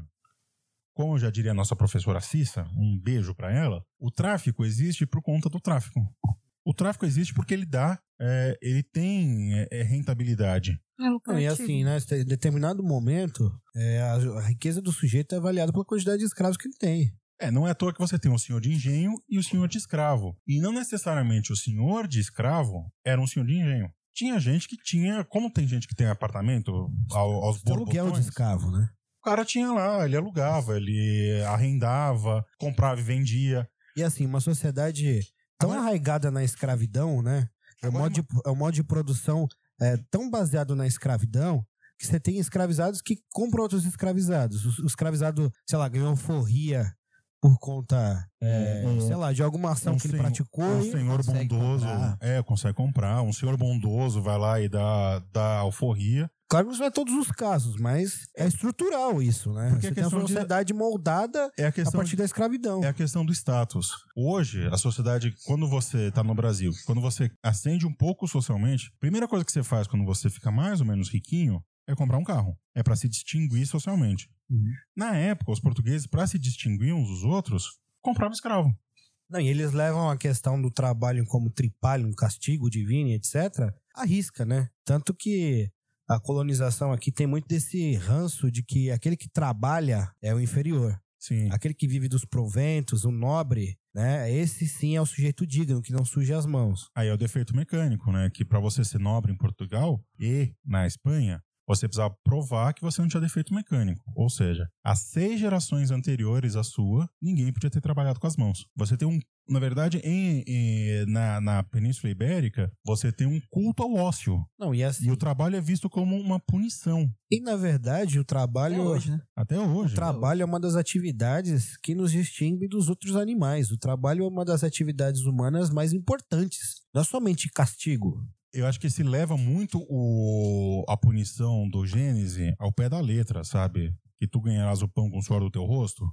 [SPEAKER 1] Como já diria a nossa professora Cissa, um beijo para ela, o tráfico existe por conta do tráfico. O tráfico existe porque ele dá, é, ele tem é, é, rentabilidade.
[SPEAKER 3] É
[SPEAKER 4] Não,
[SPEAKER 3] lucrativo.
[SPEAKER 4] e assim, né? Em determinado momento, é, a, a riqueza do sujeito é avaliada pela quantidade de escravos que ele tem.
[SPEAKER 1] É, não é à toa que você tem o senhor de engenho e o senhor de escravo. E não necessariamente o senhor de escravo era um senhor de engenho. Tinha gente que tinha, como tem gente que tem apartamento ao, aos
[SPEAKER 4] Tem aluguel de
[SPEAKER 1] borbotões,
[SPEAKER 4] escravo, né?
[SPEAKER 1] O cara tinha lá, ele alugava, ele arrendava, comprava e vendia.
[SPEAKER 4] E assim, uma sociedade tão
[SPEAKER 1] Agora-
[SPEAKER 4] arraigada na escravidão, né? É um
[SPEAKER 1] Agora
[SPEAKER 4] modo de, é um modo de produção é, tão baseado na escravidão que você tem escravizados que compram outros escravizados. O, o escravizado, sei lá, ganhou forria por conta, é,
[SPEAKER 1] Um-
[SPEAKER 4] sei lá, de alguma ação
[SPEAKER 1] um
[SPEAKER 4] que ele
[SPEAKER 1] senhor-
[SPEAKER 4] praticou.
[SPEAKER 1] Um
[SPEAKER 4] e-
[SPEAKER 1] senhor
[SPEAKER 2] consegue
[SPEAKER 1] bondoso,
[SPEAKER 4] Ah, é? comprar.
[SPEAKER 1] é, consegue comprar. Um senhor bondoso vai lá e dá, dá alforria.
[SPEAKER 4] Claro que isso não é todos os casos, mas é estrutural isso, né?
[SPEAKER 1] Porque a
[SPEAKER 4] você tem uma
[SPEAKER 1] questão de-
[SPEAKER 4] sociedade moldada
[SPEAKER 1] É a
[SPEAKER 4] a
[SPEAKER 1] questão
[SPEAKER 4] partir da escravidão.
[SPEAKER 1] é a questão do status. Hoje, a sociedade, quando você tá no Brasil, quando você ascende um pouco socialmente, a primeira coisa que você faz quando você fica mais ou menos riquinho é comprar um carro. É para se distinguir socialmente.
[SPEAKER 4] Uhum.
[SPEAKER 1] Na época, os portugueses, para se distinguir uns dos outros, compravam escravo.
[SPEAKER 4] Não, e eles levam a questão do trabalho como tripalho, um castigo divino, etc., à risca, né? Tanto que a colonização aqui tem muito desse ranço de que aquele que trabalha é o inferior.
[SPEAKER 1] Sim.
[SPEAKER 4] Aquele que vive dos proventos, o nobre, né? Esse sim é o sujeito digno, que não suja as mãos.
[SPEAKER 1] Aí é o defeito mecânico, né? Que pra você ser nobre em Portugal e na Espanha, você precisava provar que você não tinha defeito mecânico. Ou seja, as seis gerações anteriores à sua, ninguém podia ter trabalhado com as mãos. Você tem um. Na verdade, em, em- na, na Península Ibérica, você tem um culto ao ócio.
[SPEAKER 4] Não, e assim.
[SPEAKER 1] E o trabalho é visto como uma punição.
[SPEAKER 4] E na verdade, o trabalho.
[SPEAKER 2] Até hoje, né?
[SPEAKER 1] Até
[SPEAKER 4] O
[SPEAKER 1] hoje.
[SPEAKER 4] trabalho é uma das atividades que nos distingue dos outros animais. O trabalho é uma das atividades humanas mais importantes. Não é somente castigo.
[SPEAKER 1] eu acho que se leva muito o, a punição do Gênese ao pé da letra, sabe? Que tu ganharás o pão com o suor do teu rosto.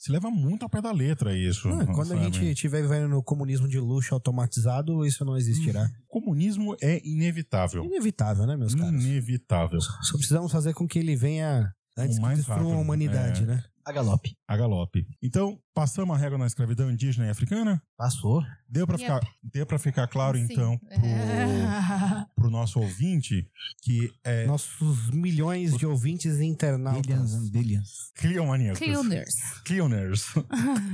[SPEAKER 1] Se leva muito ao pé da letra isso.
[SPEAKER 4] Não, quando a
[SPEAKER 1] sabe?
[SPEAKER 4] gente estiver vivendo no comunismo de luxo automatizado, isso não existirá.
[SPEAKER 1] Comunismo é inevitável.
[SPEAKER 4] Inevitável, né,
[SPEAKER 1] Uhum.
[SPEAKER 4] meus caros?
[SPEAKER 1] Inevitável.
[SPEAKER 4] Só- Só precisamos fazer com que ele venha antes
[SPEAKER 1] O
[SPEAKER 4] que
[SPEAKER 1] mais
[SPEAKER 4] destrua
[SPEAKER 1] rápido,
[SPEAKER 4] a humanidade,
[SPEAKER 1] é.
[SPEAKER 4] né?
[SPEAKER 2] A galope.
[SPEAKER 1] A galope. Então, passamos a regra na escravidão indígena e africana?
[SPEAKER 2] Passou.
[SPEAKER 1] Deu pra,
[SPEAKER 3] Yep.
[SPEAKER 1] ficar, deu pra ficar claro,
[SPEAKER 3] Sim.
[SPEAKER 1] então, pro, pro nosso ouvinte que é
[SPEAKER 4] Nossos milhões de ouvintes
[SPEAKER 2] Billions
[SPEAKER 1] Uhum.
[SPEAKER 4] internautas.
[SPEAKER 2] and billions.
[SPEAKER 1] cliomaníacos.
[SPEAKER 3] Cleaners.
[SPEAKER 1] Cleoners.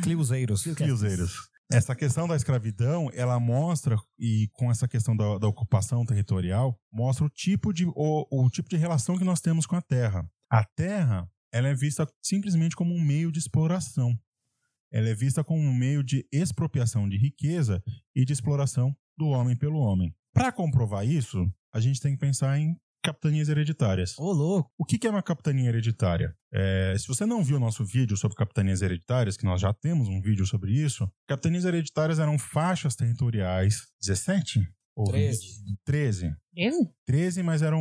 [SPEAKER 4] Cliuseiros.
[SPEAKER 1] Cliozeiros. Essa questão da escravidão, ela mostra, e com essa questão da, da ocupação territorial, mostra o tipo, de, o, o tipo de relação que nós temos com a terra. A terra, ela é vista simplesmente como um meio de exploração. Ela é vista como um meio de expropriação de riqueza e de exploração do homem pelo homem. Para comprovar isso, a gente tem que pensar em capitanias hereditárias.
[SPEAKER 4] Ô, louco.
[SPEAKER 1] O que que é uma capitania hereditária? É, se você não viu o nosso vídeo sobre capitanias hereditárias, que nós já temos um vídeo sobre isso, capitanias hereditárias eram faixas territoriais 17? Ou 13. 13, mas eram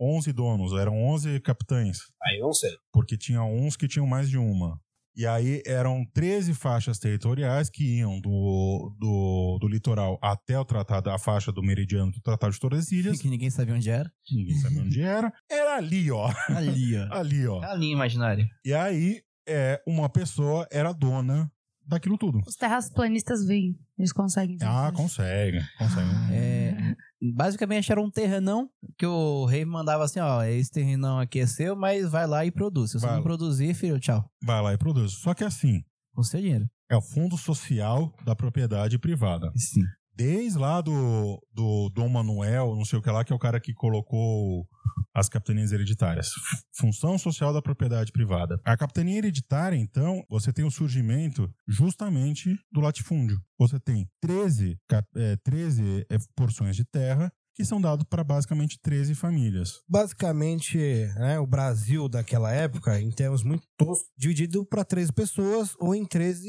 [SPEAKER 1] 11 donos, eram 11 capitães,
[SPEAKER 4] Aí não sei.
[SPEAKER 1] porque tinha uns que tinham mais de uma. E aí eram 13 faixas territoriais que iam do, do, do litoral até o tratado, a faixa do meridiano do Tratado de Tordesilhas,
[SPEAKER 2] Que ninguém sabia onde era.
[SPEAKER 1] ninguém sabia onde era. Era ali, ó.
[SPEAKER 2] Ali, ó.
[SPEAKER 1] Ali, ó.
[SPEAKER 2] É A linha imaginária.
[SPEAKER 1] E aí, é, uma pessoa era dona daquilo tudo.
[SPEAKER 3] Os terraplanistas vêm. Eles conseguem. ver.
[SPEAKER 1] Ah, consegue. Consegue.
[SPEAKER 2] É, basicamente era um terrenão que o rei mandava assim, ó, esse terrenão aqui é seu, mas vai lá e produz. Se você
[SPEAKER 1] Vai
[SPEAKER 2] não
[SPEAKER 1] lá.
[SPEAKER 2] produzir, filho, tchau.
[SPEAKER 1] Vai lá e produz. Só que assim,
[SPEAKER 2] Com seu dinheiro.
[SPEAKER 1] é o fundo social da propriedade privada.
[SPEAKER 2] Sim.
[SPEAKER 1] Desde lá do, do Dom Manuel, não sei o que lá, que é o cara que colocou as capitanias hereditárias. F- Função social da propriedade privada. A capitania hereditária, então, você tem o surgimento justamente do latifúndio. Você tem 13, cap- é, 13 é, porções de terra que são dadas para basicamente 13 famílias.
[SPEAKER 4] Basicamente, né, o Brasil daquela época, em termos muito toscos, dividido para 13 pessoas ou em 13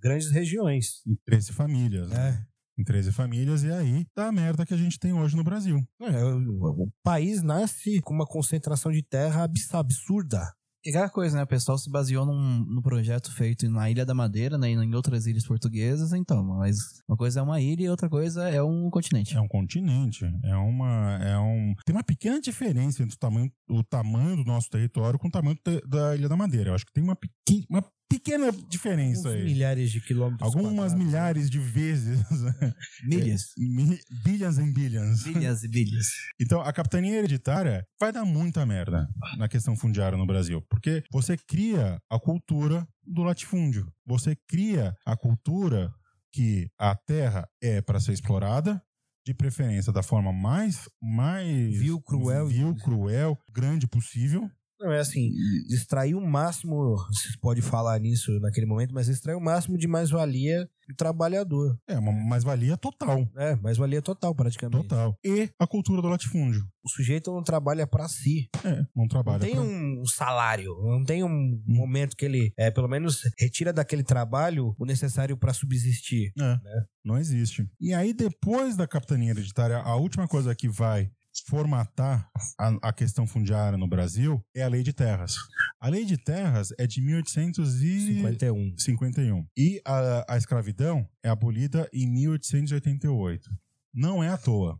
[SPEAKER 4] grandes regiões.
[SPEAKER 1] em 13 famílias, né?
[SPEAKER 4] Né?
[SPEAKER 1] Em 13 famílias, e é aí dá a merda que a gente tem hoje no Brasil.
[SPEAKER 4] É, O, o país nasce com uma concentração de terra abs- absurda.
[SPEAKER 2] E aquela coisa, né? O pessoal se baseou num, num projeto feito na Ilha da Madeira, né? E em outras ilhas portuguesas, então. Mas uma coisa é uma ilha e outra coisa é um continente.
[SPEAKER 1] É um continente, é uma. É um... Tem uma pequena diferença entre o tamanho, o tamanho do nosso território com o tamanho te- da Ilha da Madeira. Eu acho que tem uma, pequi- uma pequena
[SPEAKER 4] Uns
[SPEAKER 1] diferença aí.
[SPEAKER 4] milhares de quilômetros.
[SPEAKER 1] Algumas
[SPEAKER 4] quadrados. né?
[SPEAKER 1] milhares de vezes.
[SPEAKER 2] Milhas.
[SPEAKER 1] Mi- bilhões em bilhões.
[SPEAKER 2] Bilhas É. e bilhas.
[SPEAKER 1] Então, a capitania hereditária vai dar muita merda na questão fundiária no Brasil, porque você cria a cultura do latifúndio. Você cria a cultura que a terra é para ser explorada, de preferência da forma mais mais
[SPEAKER 4] Vil, cruel e-
[SPEAKER 1] vil, cruel, grande possível.
[SPEAKER 4] Não, é assim, extrair o máximo, vocês podem falar nisso naquele momento, mas extrair o máximo de mais-valia do trabalhador.
[SPEAKER 1] É uma mais-valia total,
[SPEAKER 4] É, mais-valia total, praticamente.
[SPEAKER 1] total. E a cultura do latifúndio.
[SPEAKER 4] O sujeito não trabalha pra si.
[SPEAKER 1] É, não
[SPEAKER 4] Não
[SPEAKER 1] trabalha
[SPEAKER 4] tem
[SPEAKER 1] pra-
[SPEAKER 4] um salário, não tem um momento que ele, é, pelo menos, retira daquele trabalho o necessário pra subsistir.
[SPEAKER 1] É, Não existe. E aí, depois da capitania hereditária, a última coisa que vai formatar a, a questão fundiária no Brasil é a lei de terras. A lei de terras é de 1851.
[SPEAKER 4] 51.
[SPEAKER 1] E a, a escravidão é abolida em 1888. Não é à toa.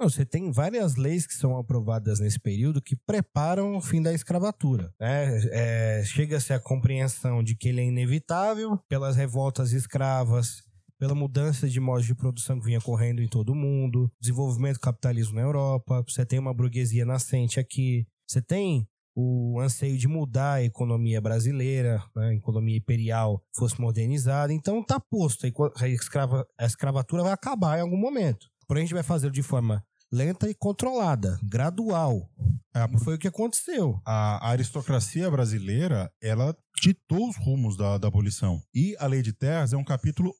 [SPEAKER 4] Não, você tem várias leis que são aprovadas nesse período que preparam o fim da escravatura. Né? É, Chega-se à compreensão de que ele é inevitável pelas revoltas escravas, pela mudança de modos de produção que vinha correndo em todo o mundo, desenvolvimento do capitalismo na Europa, você tem uma burguesia nascente aqui, você tem o anseio de mudar a economia brasileira, né, a economia imperial fosse modernizada. Então tá posto, a eco- a, escrava- a escravatura vai acabar em algum momento. Porém, a gente vai fazer de forma lenta e controlada, gradual.
[SPEAKER 1] É,
[SPEAKER 4] Não foi o que aconteceu.
[SPEAKER 1] a aristocracia brasileira, ela ditou os rumos da, da abolição. E a Lei de Terras é um capítulo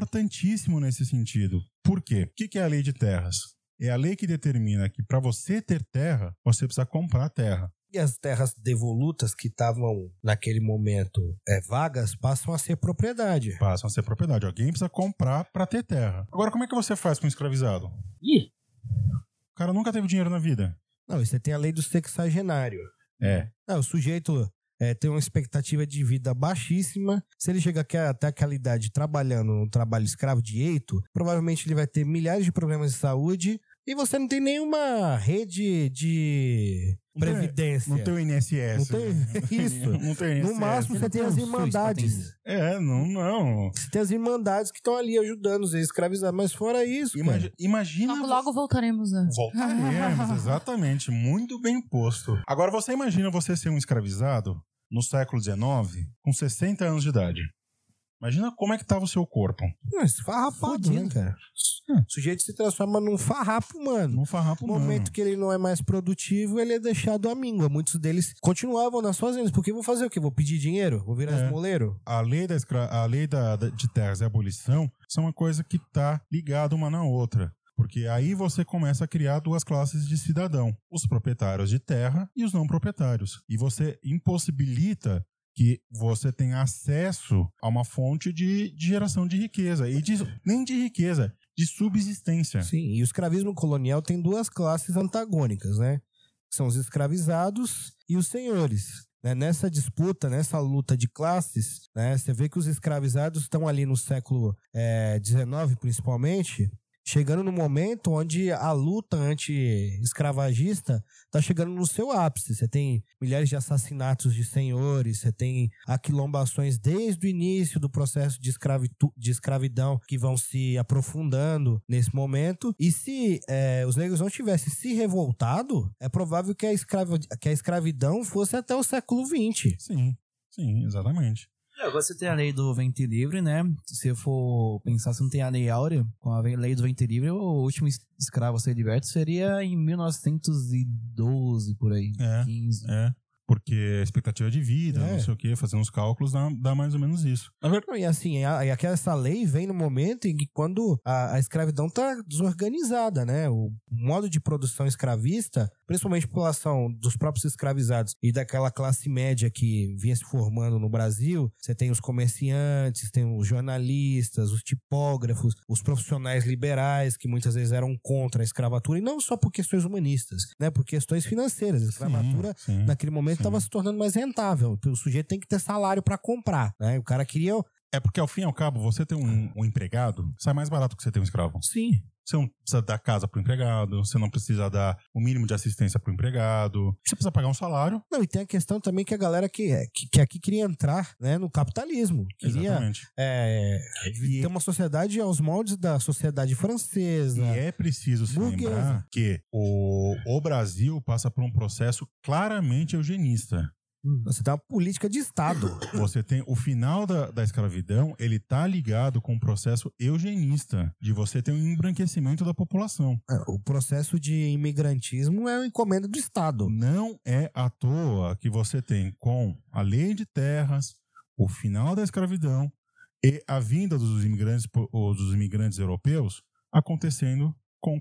[SPEAKER 1] importantíssimo nesse sentido. Por quê? O que que é a Lei de Terras? É a lei que determina que para você ter terra, você precisa comprar terra.
[SPEAKER 4] E as terras devolutas que estavam, naquele momento, é, vagas, passam a ser propriedade.
[SPEAKER 1] Passam a ser propriedade. Alguém precisa comprar para ter terra. Agora, como é que você faz com o escravizado? O cara nunca teve dinheiro na vida.
[SPEAKER 4] Não, e você tem a lei do sexagenário.
[SPEAKER 1] É.
[SPEAKER 4] É, o sujeito é, tem uma expectativa de vida baixíssima. Se ele chega aqui até aquela idade trabalhando um trabalho escravo de eito, provavelmente ele vai ter milhares de problemas de saúde e você não tem nenhuma rede de
[SPEAKER 1] Não tem-
[SPEAKER 4] previdência.
[SPEAKER 1] Não tem o INSS.
[SPEAKER 4] Não tem- isso.
[SPEAKER 1] Não tem é.
[SPEAKER 4] No
[SPEAKER 1] INSS.
[SPEAKER 4] máximo você
[SPEAKER 2] Não
[SPEAKER 4] tem
[SPEAKER 2] tem
[SPEAKER 4] as
[SPEAKER 2] um SUS pra
[SPEAKER 4] irmandades.
[SPEAKER 2] atender.
[SPEAKER 1] É, não, não.
[SPEAKER 4] Você tem as irmandades que estão ali ajudando os escravizados. Mas fora isso, cara,
[SPEAKER 1] Imagi- imagina.
[SPEAKER 3] Logo, logo voltaremos né? a.
[SPEAKER 1] Voltaremos, exatamente. Muito bem posto. Agora você imagina você ser um escravizado no século XIX, com 60 anos de idade. Imagina como é que tava o seu corpo.
[SPEAKER 4] Não, esse farrapado,
[SPEAKER 2] Fudido.
[SPEAKER 4] né, cara?
[SPEAKER 1] É.
[SPEAKER 4] O sujeito se transforma num farrapo, humano.
[SPEAKER 1] Num né? farrapo
[SPEAKER 4] No
[SPEAKER 1] humano.
[SPEAKER 4] momento que ele não é mais produtivo, ele é deixado à míngua. Muitos deles continuavam nas fazendas, porque vou fazer o quê? Vou pedir dinheiro? Vou virar
[SPEAKER 1] É.
[SPEAKER 4] esmoleiro?
[SPEAKER 1] A lei, da escra- a lei da, da- de terras e a abolição são uma coisa que tá ligada uma na outra. Porque aí você começa a criar duas classes de cidadão: os proprietários de terra e os não proprietários. E você impossibilita que você tenha acesso a uma fonte de, de geração de riqueza. E de- nem de riqueza, de subsistência.
[SPEAKER 4] Sim, e o escravismo colonial tem duas classes antagônicas, né? Que São os escravizados e os senhores. né? Nessa disputa, nessa luta de classes, né? você vê que os escravizados estão ali no século XIX, principalmente, chegando no momento onde a luta anti-escravagista tá chegando no seu ápice. Você tem milhares de assassinatos de senhores, você tem aquilombações desde o início do processo de, escravitu- de escravidão que vão se aprofundando nesse momento. E se eh, os negros não tivessem se revoltado, é provável que a, escrava- que a escravidão fosse até o século XX.
[SPEAKER 1] Sim, sim, exatamente.
[SPEAKER 2] É, Agora você tem a lei do vente livre, né? Se eu for pensar se não tem a lei áurea, com a lei do vente livre, o último es- escravo a ser liberto seria em 1912, por aí.
[SPEAKER 1] É.
[SPEAKER 2] 15.
[SPEAKER 1] É. Porque a expectativa de vida,
[SPEAKER 4] É.
[SPEAKER 1] não sei o quê, fazendo os cálculos dá, dá mais ou menos isso. Na verdade,
[SPEAKER 4] Não, E assim, a, e aqui essa lei vem no momento em que quando a, a escravidão tá desorganizada, né? O modo de produção escravista, principalmente a população dos próprios escravizados e daquela classe média que vinha se formando no Brasil, você tem os comerciantes, tem os jornalistas, os tipógrafos, os profissionais liberais que muitas vezes eram contra a escravatura e não só por questões humanistas, né? Por questões financeiras. A escravatura
[SPEAKER 1] sim.
[SPEAKER 4] naquele momento
[SPEAKER 1] Sim.
[SPEAKER 4] estava se tornando mais rentável. O sujeito tem que ter salário para comprar, né? O cara queria,
[SPEAKER 1] É porque, ao fim e ao cabo, você ter um, um empregado sai mais barato que você ter um escravo.
[SPEAKER 4] sim,
[SPEAKER 1] Você não precisa dar casa pro empregado, você não precisa dar o mínimo de assistência pro empregado, você precisa pagar um salário.
[SPEAKER 4] Não, e tem a questão também que a galera que, é, que, que aqui queria entrar né, no capitalismo. Queria
[SPEAKER 1] Exatamente.
[SPEAKER 4] é, ter uma sociedade aos moldes da sociedade francesa.
[SPEAKER 1] E é preciso se
[SPEAKER 4] Burguesa.
[SPEAKER 1] lembrar que o, o Brasil passa por um processo claramente eugenista.
[SPEAKER 4] Você tem uma política de Estado.
[SPEAKER 1] Você tem o final da, da escravidão, ele tá ligado com um processo eugenista, de você ter um embranquecimento da população.
[SPEAKER 4] É, o processo de imigrantismo é uma encomenda do Estado.
[SPEAKER 1] Não é à toa que você tem com a lei de terras, o final da escravidão e a vinda dos imigrantes, po- ou dos imigrantes europeus acontecendo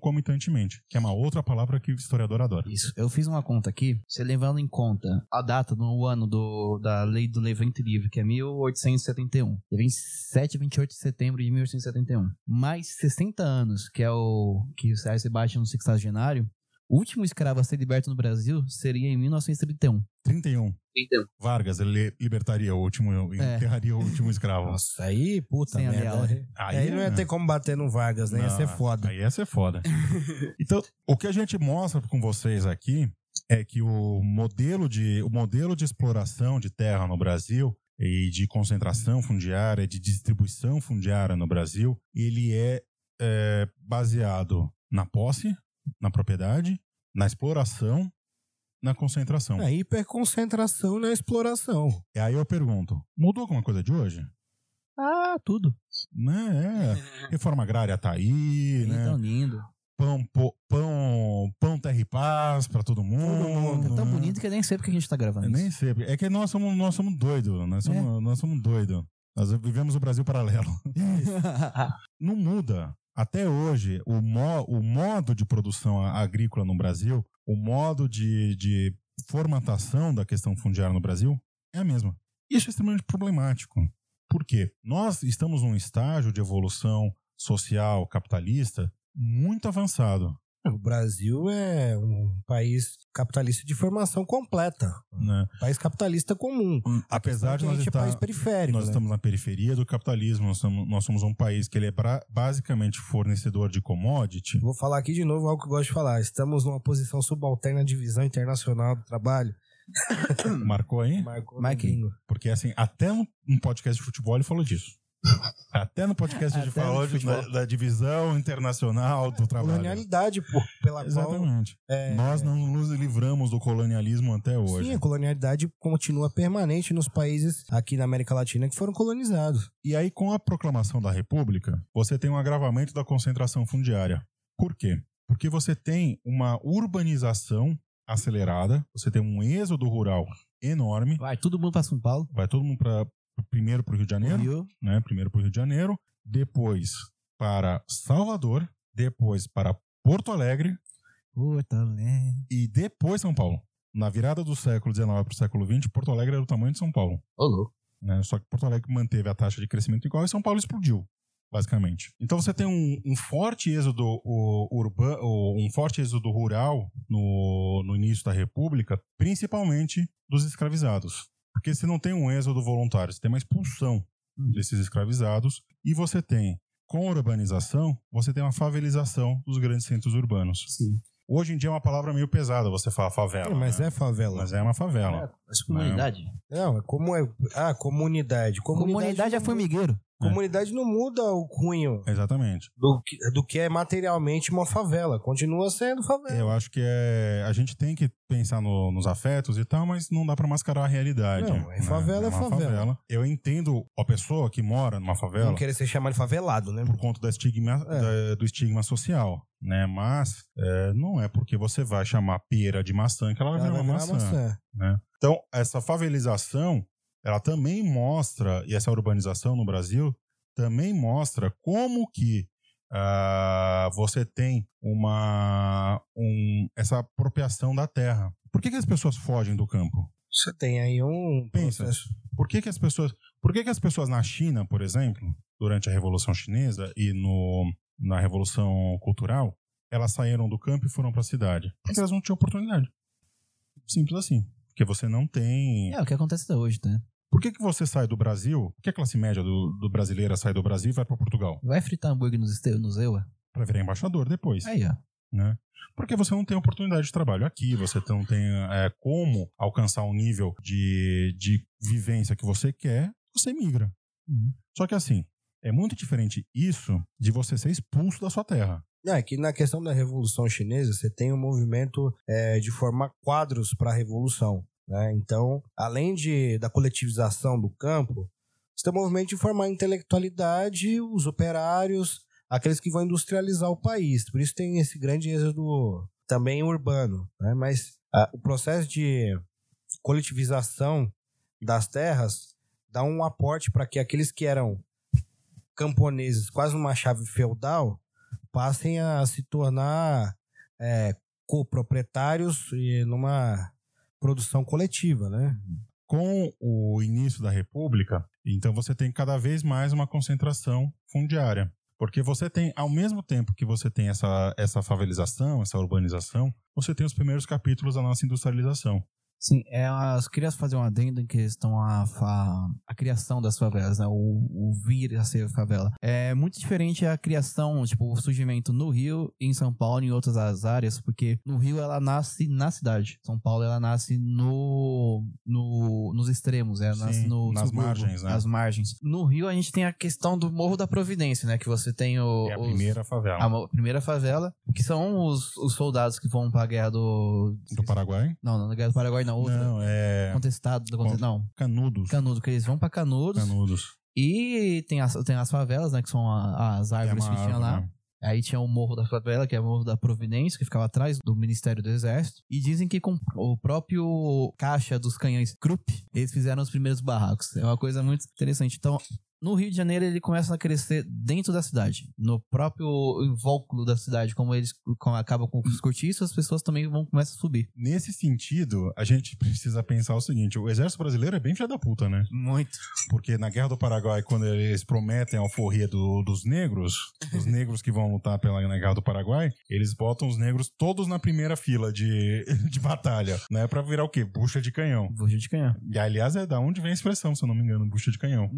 [SPEAKER 1] concomitantemente, que é uma outra palavra que o historiador adora.
[SPEAKER 2] Isso. Eu fiz uma conta aqui, você levando em conta a data do ano do, da lei do Levante Livre, que é 1871. É 27 28 de setembro de 1871. Mais 60 anos, que é o que sai Sebastião no sexagenário, o último escravo a ser liberto no Brasil seria em 1931.
[SPEAKER 1] 31.
[SPEAKER 2] 31.
[SPEAKER 1] Vargas ele libertaria o último,
[SPEAKER 2] É.
[SPEAKER 1] enterraria o último escravo.
[SPEAKER 4] Nossa, aí, puta
[SPEAKER 2] Sem a
[SPEAKER 4] merda. né?
[SPEAKER 2] lei.
[SPEAKER 1] Aí, é.
[SPEAKER 4] Aí, É, não ia ter como bater no Vargas, né? Ia
[SPEAKER 1] Não,
[SPEAKER 4] ser foda.
[SPEAKER 1] Aí ia ser foda. então, o que a gente mostra com vocês aqui é que o modelo de, o modelo de exploração de terra no Brasil e de concentração fundiária, de distribuição fundiária no Brasil, ele é, é, baseado na posse, na propriedade, na exploração, na concentração.
[SPEAKER 4] É hiperconcentração na exploração.
[SPEAKER 1] E aí eu pergunto, mudou alguma coisa de hoje?
[SPEAKER 2] Ah, tudo.
[SPEAKER 1] Né? É. Reforma agrária tá aí, né?
[SPEAKER 2] Então lindo.
[SPEAKER 1] pão, po- pão, pão terra e paz pra todo mundo.
[SPEAKER 4] Todo mundo.
[SPEAKER 2] É tão
[SPEAKER 1] né?
[SPEAKER 2] bonito que eu nem sei porque a gente tá gravando
[SPEAKER 1] Eu
[SPEAKER 2] isso.
[SPEAKER 1] nem sei. É que nós somos, nós somos doidos. Nós somos, nós somos doidos. Nós vivemos o Brasil paralelo. Não muda. Até hoje, o, mo- o modo de produção a- agrícola no Brasil, o modo de, de formatação da questão fundiária no Brasil é a mesma. Isso é extremamente problemático. Por quê? Nós estamos num estágio de evolução social capitalista muito avançado.
[SPEAKER 4] O Brasil é um país capitalista de formação completa.
[SPEAKER 1] né?
[SPEAKER 4] Um país capitalista comum.
[SPEAKER 1] Hum, Apesar de
[SPEAKER 4] a
[SPEAKER 1] nós
[SPEAKER 4] gente é
[SPEAKER 1] estar,
[SPEAKER 4] país periférico.
[SPEAKER 1] Nós
[SPEAKER 4] né?
[SPEAKER 1] estamos na periferia do capitalismo, nós somos, nós somos um país que ele é pra- basicamente fornecedor de commodity.
[SPEAKER 4] Vou falar aqui de novo algo que eu gosto de falar. Estamos numa posição subalterna à divisão internacional do trabalho.
[SPEAKER 1] Marcou aí?
[SPEAKER 4] Marco
[SPEAKER 2] Mike.
[SPEAKER 4] Domingo.
[SPEAKER 1] Porque assim, até no- num podcast de futebol ele falou disso. Até no podcast ele
[SPEAKER 2] Até no
[SPEAKER 1] falou de-
[SPEAKER 2] futebol.
[SPEAKER 1] da, da divisão internacional do trabalho.
[SPEAKER 4] Colonialidade, pô, pela qual.
[SPEAKER 1] Exatamente.
[SPEAKER 4] é,
[SPEAKER 1] Nós não nos livramos do colonialismo até hoje.
[SPEAKER 4] Sim, a colonialidade continua permanente nos países aqui na América Latina que foram colonizados.
[SPEAKER 1] E aí, com a proclamação da República, você tem um agravamento da concentração fundiária. Por quê? Porque você tem uma urbanização acelerada, você tem um êxodo rural enorme,
[SPEAKER 2] Vai todo mundo pra São Paulo.
[SPEAKER 1] vai todo mundo para primeiro para o Rio de Janeiro,
[SPEAKER 2] Rio.
[SPEAKER 1] né? Primeiro para o Rio de Janeiro, depois para Salvador, depois para Porto Alegre
[SPEAKER 2] Puta, né?
[SPEAKER 1] e depois São Paulo. Na virada do século XIX para o século XX, Porto Alegre era do tamanho de São Paulo.
[SPEAKER 2] Ô, louco.
[SPEAKER 1] né? Só que Porto Alegre manteve a taxa de crescimento igual e São Paulo explodiu, basicamente. Então você tem um, um forte êxodo urbano, um forte êxodo rural no, no início da República, principalmente dos escravizados. Porque você não tem um êxodo voluntário, você tem uma expulsão
[SPEAKER 4] Hum.
[SPEAKER 1] desses escravizados e você tem, com a urbanização, você tem uma favelização dos grandes centros urbanos.
[SPEAKER 2] Sim.
[SPEAKER 1] Hoje em dia é uma palavra meio pesada você falar favela.
[SPEAKER 4] mas
[SPEAKER 1] né?
[SPEAKER 4] é favela.
[SPEAKER 1] Mas é uma favela.
[SPEAKER 2] Mas comunidade.
[SPEAKER 4] Não, é como é. Ah, comunidade. Comunidade,
[SPEAKER 2] Comunidade é
[SPEAKER 4] não muda-
[SPEAKER 2] formigueiro.
[SPEAKER 4] comunidade não muda o cunho
[SPEAKER 1] Exatamente.
[SPEAKER 4] do que, do que é materialmente uma favela. Continua sendo favela.
[SPEAKER 1] Eu acho que é. A gente tem que pensar no- nos afetos e tal, mas não dá pra mascarar a realidade. né?
[SPEAKER 4] Não, é favela, é
[SPEAKER 1] uma
[SPEAKER 4] favela.
[SPEAKER 1] Eu entendo a pessoa que mora numa favela
[SPEAKER 4] Não querer ser chamado de favelado, né?
[SPEAKER 1] por conta da estigma-
[SPEAKER 4] É.
[SPEAKER 1] da- do estigma social, né? Mas é, não é porque você vai chamar pera de maçã que ela vai
[SPEAKER 4] Ela
[SPEAKER 1] virar
[SPEAKER 4] vai
[SPEAKER 1] é uma
[SPEAKER 4] virar
[SPEAKER 1] maçã.
[SPEAKER 4] maçã.
[SPEAKER 1] Então, essa favelização, ela também mostra, e essa urbanização no Brasil também mostra como que ah, você tem uma um- essa apropriação da terra. Por que, que as pessoas fogem do campo?
[SPEAKER 4] Você tem aí um
[SPEAKER 1] Pensa.
[SPEAKER 4] processo.
[SPEAKER 1] Por que, que as pessoas. Por que, que as pessoas na China, por exemplo, durante a Revolução Chinesa e no, na Revolução Cultural, elas saíram do campo e foram para a cidade? Porque elas não tinham oportunidade. Simples assim. Porque você não tem.
[SPEAKER 2] É o que acontece até hoje, né?
[SPEAKER 1] Por que, que você sai do Brasil? Por que a classe média do, do brasileira sai do Brasil e vai para Portugal?
[SPEAKER 2] Vai fritar hambúrguer nos, este... nos EUA?
[SPEAKER 1] Para virar embaixador depois.
[SPEAKER 2] Aí, ó.
[SPEAKER 1] Porque você não tem oportunidade de trabalho aqui, você não tem é, como alcançar um nível de, de vivência que você quer, você migra.
[SPEAKER 2] Uhum.
[SPEAKER 1] Só que assim, é muito diferente isso de você ser expulso da sua terra.
[SPEAKER 4] Não, é que na questão da Revolução Chinesa, você tem um movimento é, de formar quadros para a Revolução. né? Então, além de, da coletivização do campo, você tem um movimento de formar a intelectualidade, os operários, aqueles que vão industrializar o país. Por isso tem esse grande êxodo também urbano. né? Mas ah, o processo de coletivização das terras dá um aporte para que aqueles que eram camponeses, quase uma chave feudal, passem a se tornar é, coproprietários e numa produção coletiva, né?
[SPEAKER 1] Com o início da República, então você tem cada vez mais uma concentração fundiária. Porque você tem, ao mesmo tempo que você tem essa, essa favelização, essa urbanização, você tem os primeiros capítulos da nossa industrialização.
[SPEAKER 2] Sim, é, umas- eu queria fazer um adendo em questão à fa- à criação das favelas, né? O, o vir a ser favela. É muito diferente a criação, tipo, o surgimento no Rio, em São Paulo e em outras as áreas, porque no Rio ela nasce na cidade. São Paulo ela nasce no, no- nos extremos, ela
[SPEAKER 1] Sim,
[SPEAKER 2] nasce no
[SPEAKER 1] nas
[SPEAKER 2] subúrbio,
[SPEAKER 1] margens, né?
[SPEAKER 2] Nas margens. No Rio a gente tem a questão do Morro da Providência, né? Que você tem o,
[SPEAKER 1] é a
[SPEAKER 2] os-
[SPEAKER 1] primeira favela.
[SPEAKER 2] a mo- primeira favela, que são os, os soldados que vão pra guerra do.
[SPEAKER 1] Do Paraguai?
[SPEAKER 2] Não, não, na guerra do Paraguai, não, outra.
[SPEAKER 1] Não, é
[SPEAKER 2] Contestado, conte- não.
[SPEAKER 1] Canudos.
[SPEAKER 2] Canudo, que eles vão pra Canudos.
[SPEAKER 1] Canudos.
[SPEAKER 2] E tem as, tem as favelas, né? Que são a- as
[SPEAKER 1] É
[SPEAKER 2] árvores
[SPEAKER 1] uma
[SPEAKER 2] que tinha
[SPEAKER 1] árvore,
[SPEAKER 2] lá.
[SPEAKER 1] né?
[SPEAKER 2] Aí tinha o Morro da Favela, que é o Morro da Providência, que ficava atrás do Ministério do Exército. E dizem que com o próprio caixa dos canhões Krupp, eles fizeram os primeiros barracos. É uma coisa muito interessante. Então, no Rio de Janeiro ele começa a crescer dentro da cidade, no próprio invólucro da cidade, como eles como acabam com os cortiços, as pessoas também vão começar a subir.
[SPEAKER 1] Nesse sentido, a gente precisa pensar o seguinte: o exército brasileiro é bem filha da puta, né?
[SPEAKER 2] Muito.
[SPEAKER 1] Porque na Guerra do Paraguai, quando eles prometem a alforria do- dos negros, os negros que vão lutar pela na Guerra do Paraguai, eles botam os negros todos na primeira fila de, de batalha, né? Pra virar o quê? Bucha de canhão.
[SPEAKER 2] Vou de canhão.
[SPEAKER 1] E aliás, é da onde vem a expressão, se eu não me engano, bucha de canhão.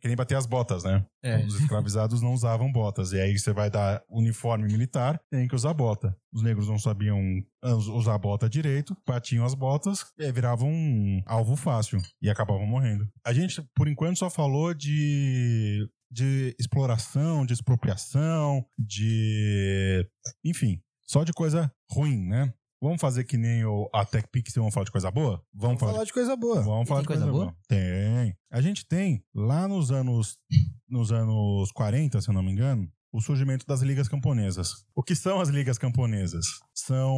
[SPEAKER 1] Que nem bater as botas, né?
[SPEAKER 2] É.
[SPEAKER 1] Os escravizados não usavam botas. E aí você vai dar uniforme militar, tem que usar bota. Os negros não sabiam ah, us- usar bota direito, batiam as botas, e aí viravam um alvo fácil e acabavam morrendo. A gente, por enquanto, só falou de. De exploração, de expropriação, de. Enfim, só de coisa ruim, né? Vamos fazer que nem o, a Tech Pixel, vamos falar de coisa boa? Vamos,
[SPEAKER 4] Vamos
[SPEAKER 1] falar de
[SPEAKER 4] falar de coisa boa.
[SPEAKER 1] Vamos falar
[SPEAKER 2] tem
[SPEAKER 1] de coisa,
[SPEAKER 2] coisa
[SPEAKER 1] boa?
[SPEAKER 2] boa?
[SPEAKER 1] Tem. A gente tem, lá nos anos, nos anos 40, se eu não me engano, o surgimento das ligas camponesas. O que são as ligas camponesas? São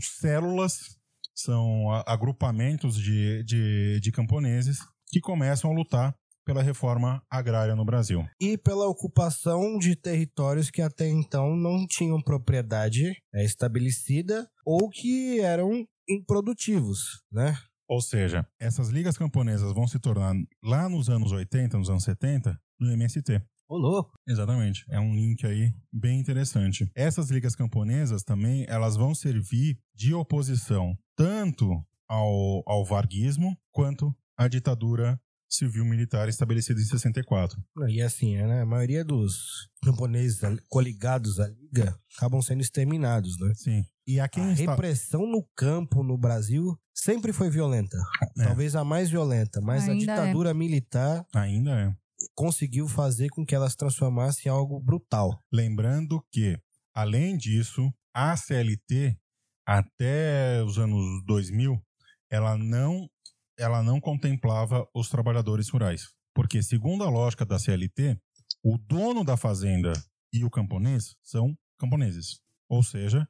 [SPEAKER 1] células, são a- agrupamentos de, de, de camponeses que começam a lutar pela reforma agrária no Brasil.
[SPEAKER 4] E pela ocupação de territórios que até então não tinham propriedade é, estabelecida ou que eram improdutivos, né?
[SPEAKER 1] Ou seja, essas ligas camponesas vão se tornar, lá nos anos 80, nos anos 70, no MST.
[SPEAKER 2] Ô, louco.
[SPEAKER 1] Exatamente. É um link aí bem interessante. Essas ligas camponesas também, elas vão servir de oposição tanto ao, ao varguismo quanto à ditadura civil-militar estabelecida em 64.
[SPEAKER 4] E assim, né? A maioria dos camponeses ali- coligados à liga acabam sendo exterminados, né?
[SPEAKER 1] Sim. E a quem
[SPEAKER 4] a
[SPEAKER 1] está...
[SPEAKER 4] repressão no campo no Brasil sempre foi violenta.
[SPEAKER 1] É.
[SPEAKER 4] Talvez a mais violenta, mas
[SPEAKER 3] Ainda
[SPEAKER 4] a
[SPEAKER 3] é.
[SPEAKER 4] ditadura militar
[SPEAKER 1] Ainda é.
[SPEAKER 4] conseguiu fazer com que ela se transformasse em algo brutal.
[SPEAKER 1] Lembrando que, além disso, a CLT, até os anos 2000, ela não, ela não contemplava os trabalhadores rurais. Porque, segundo a lógica da CLT, o dono da fazenda e o camponês são camponeses. Ou seja,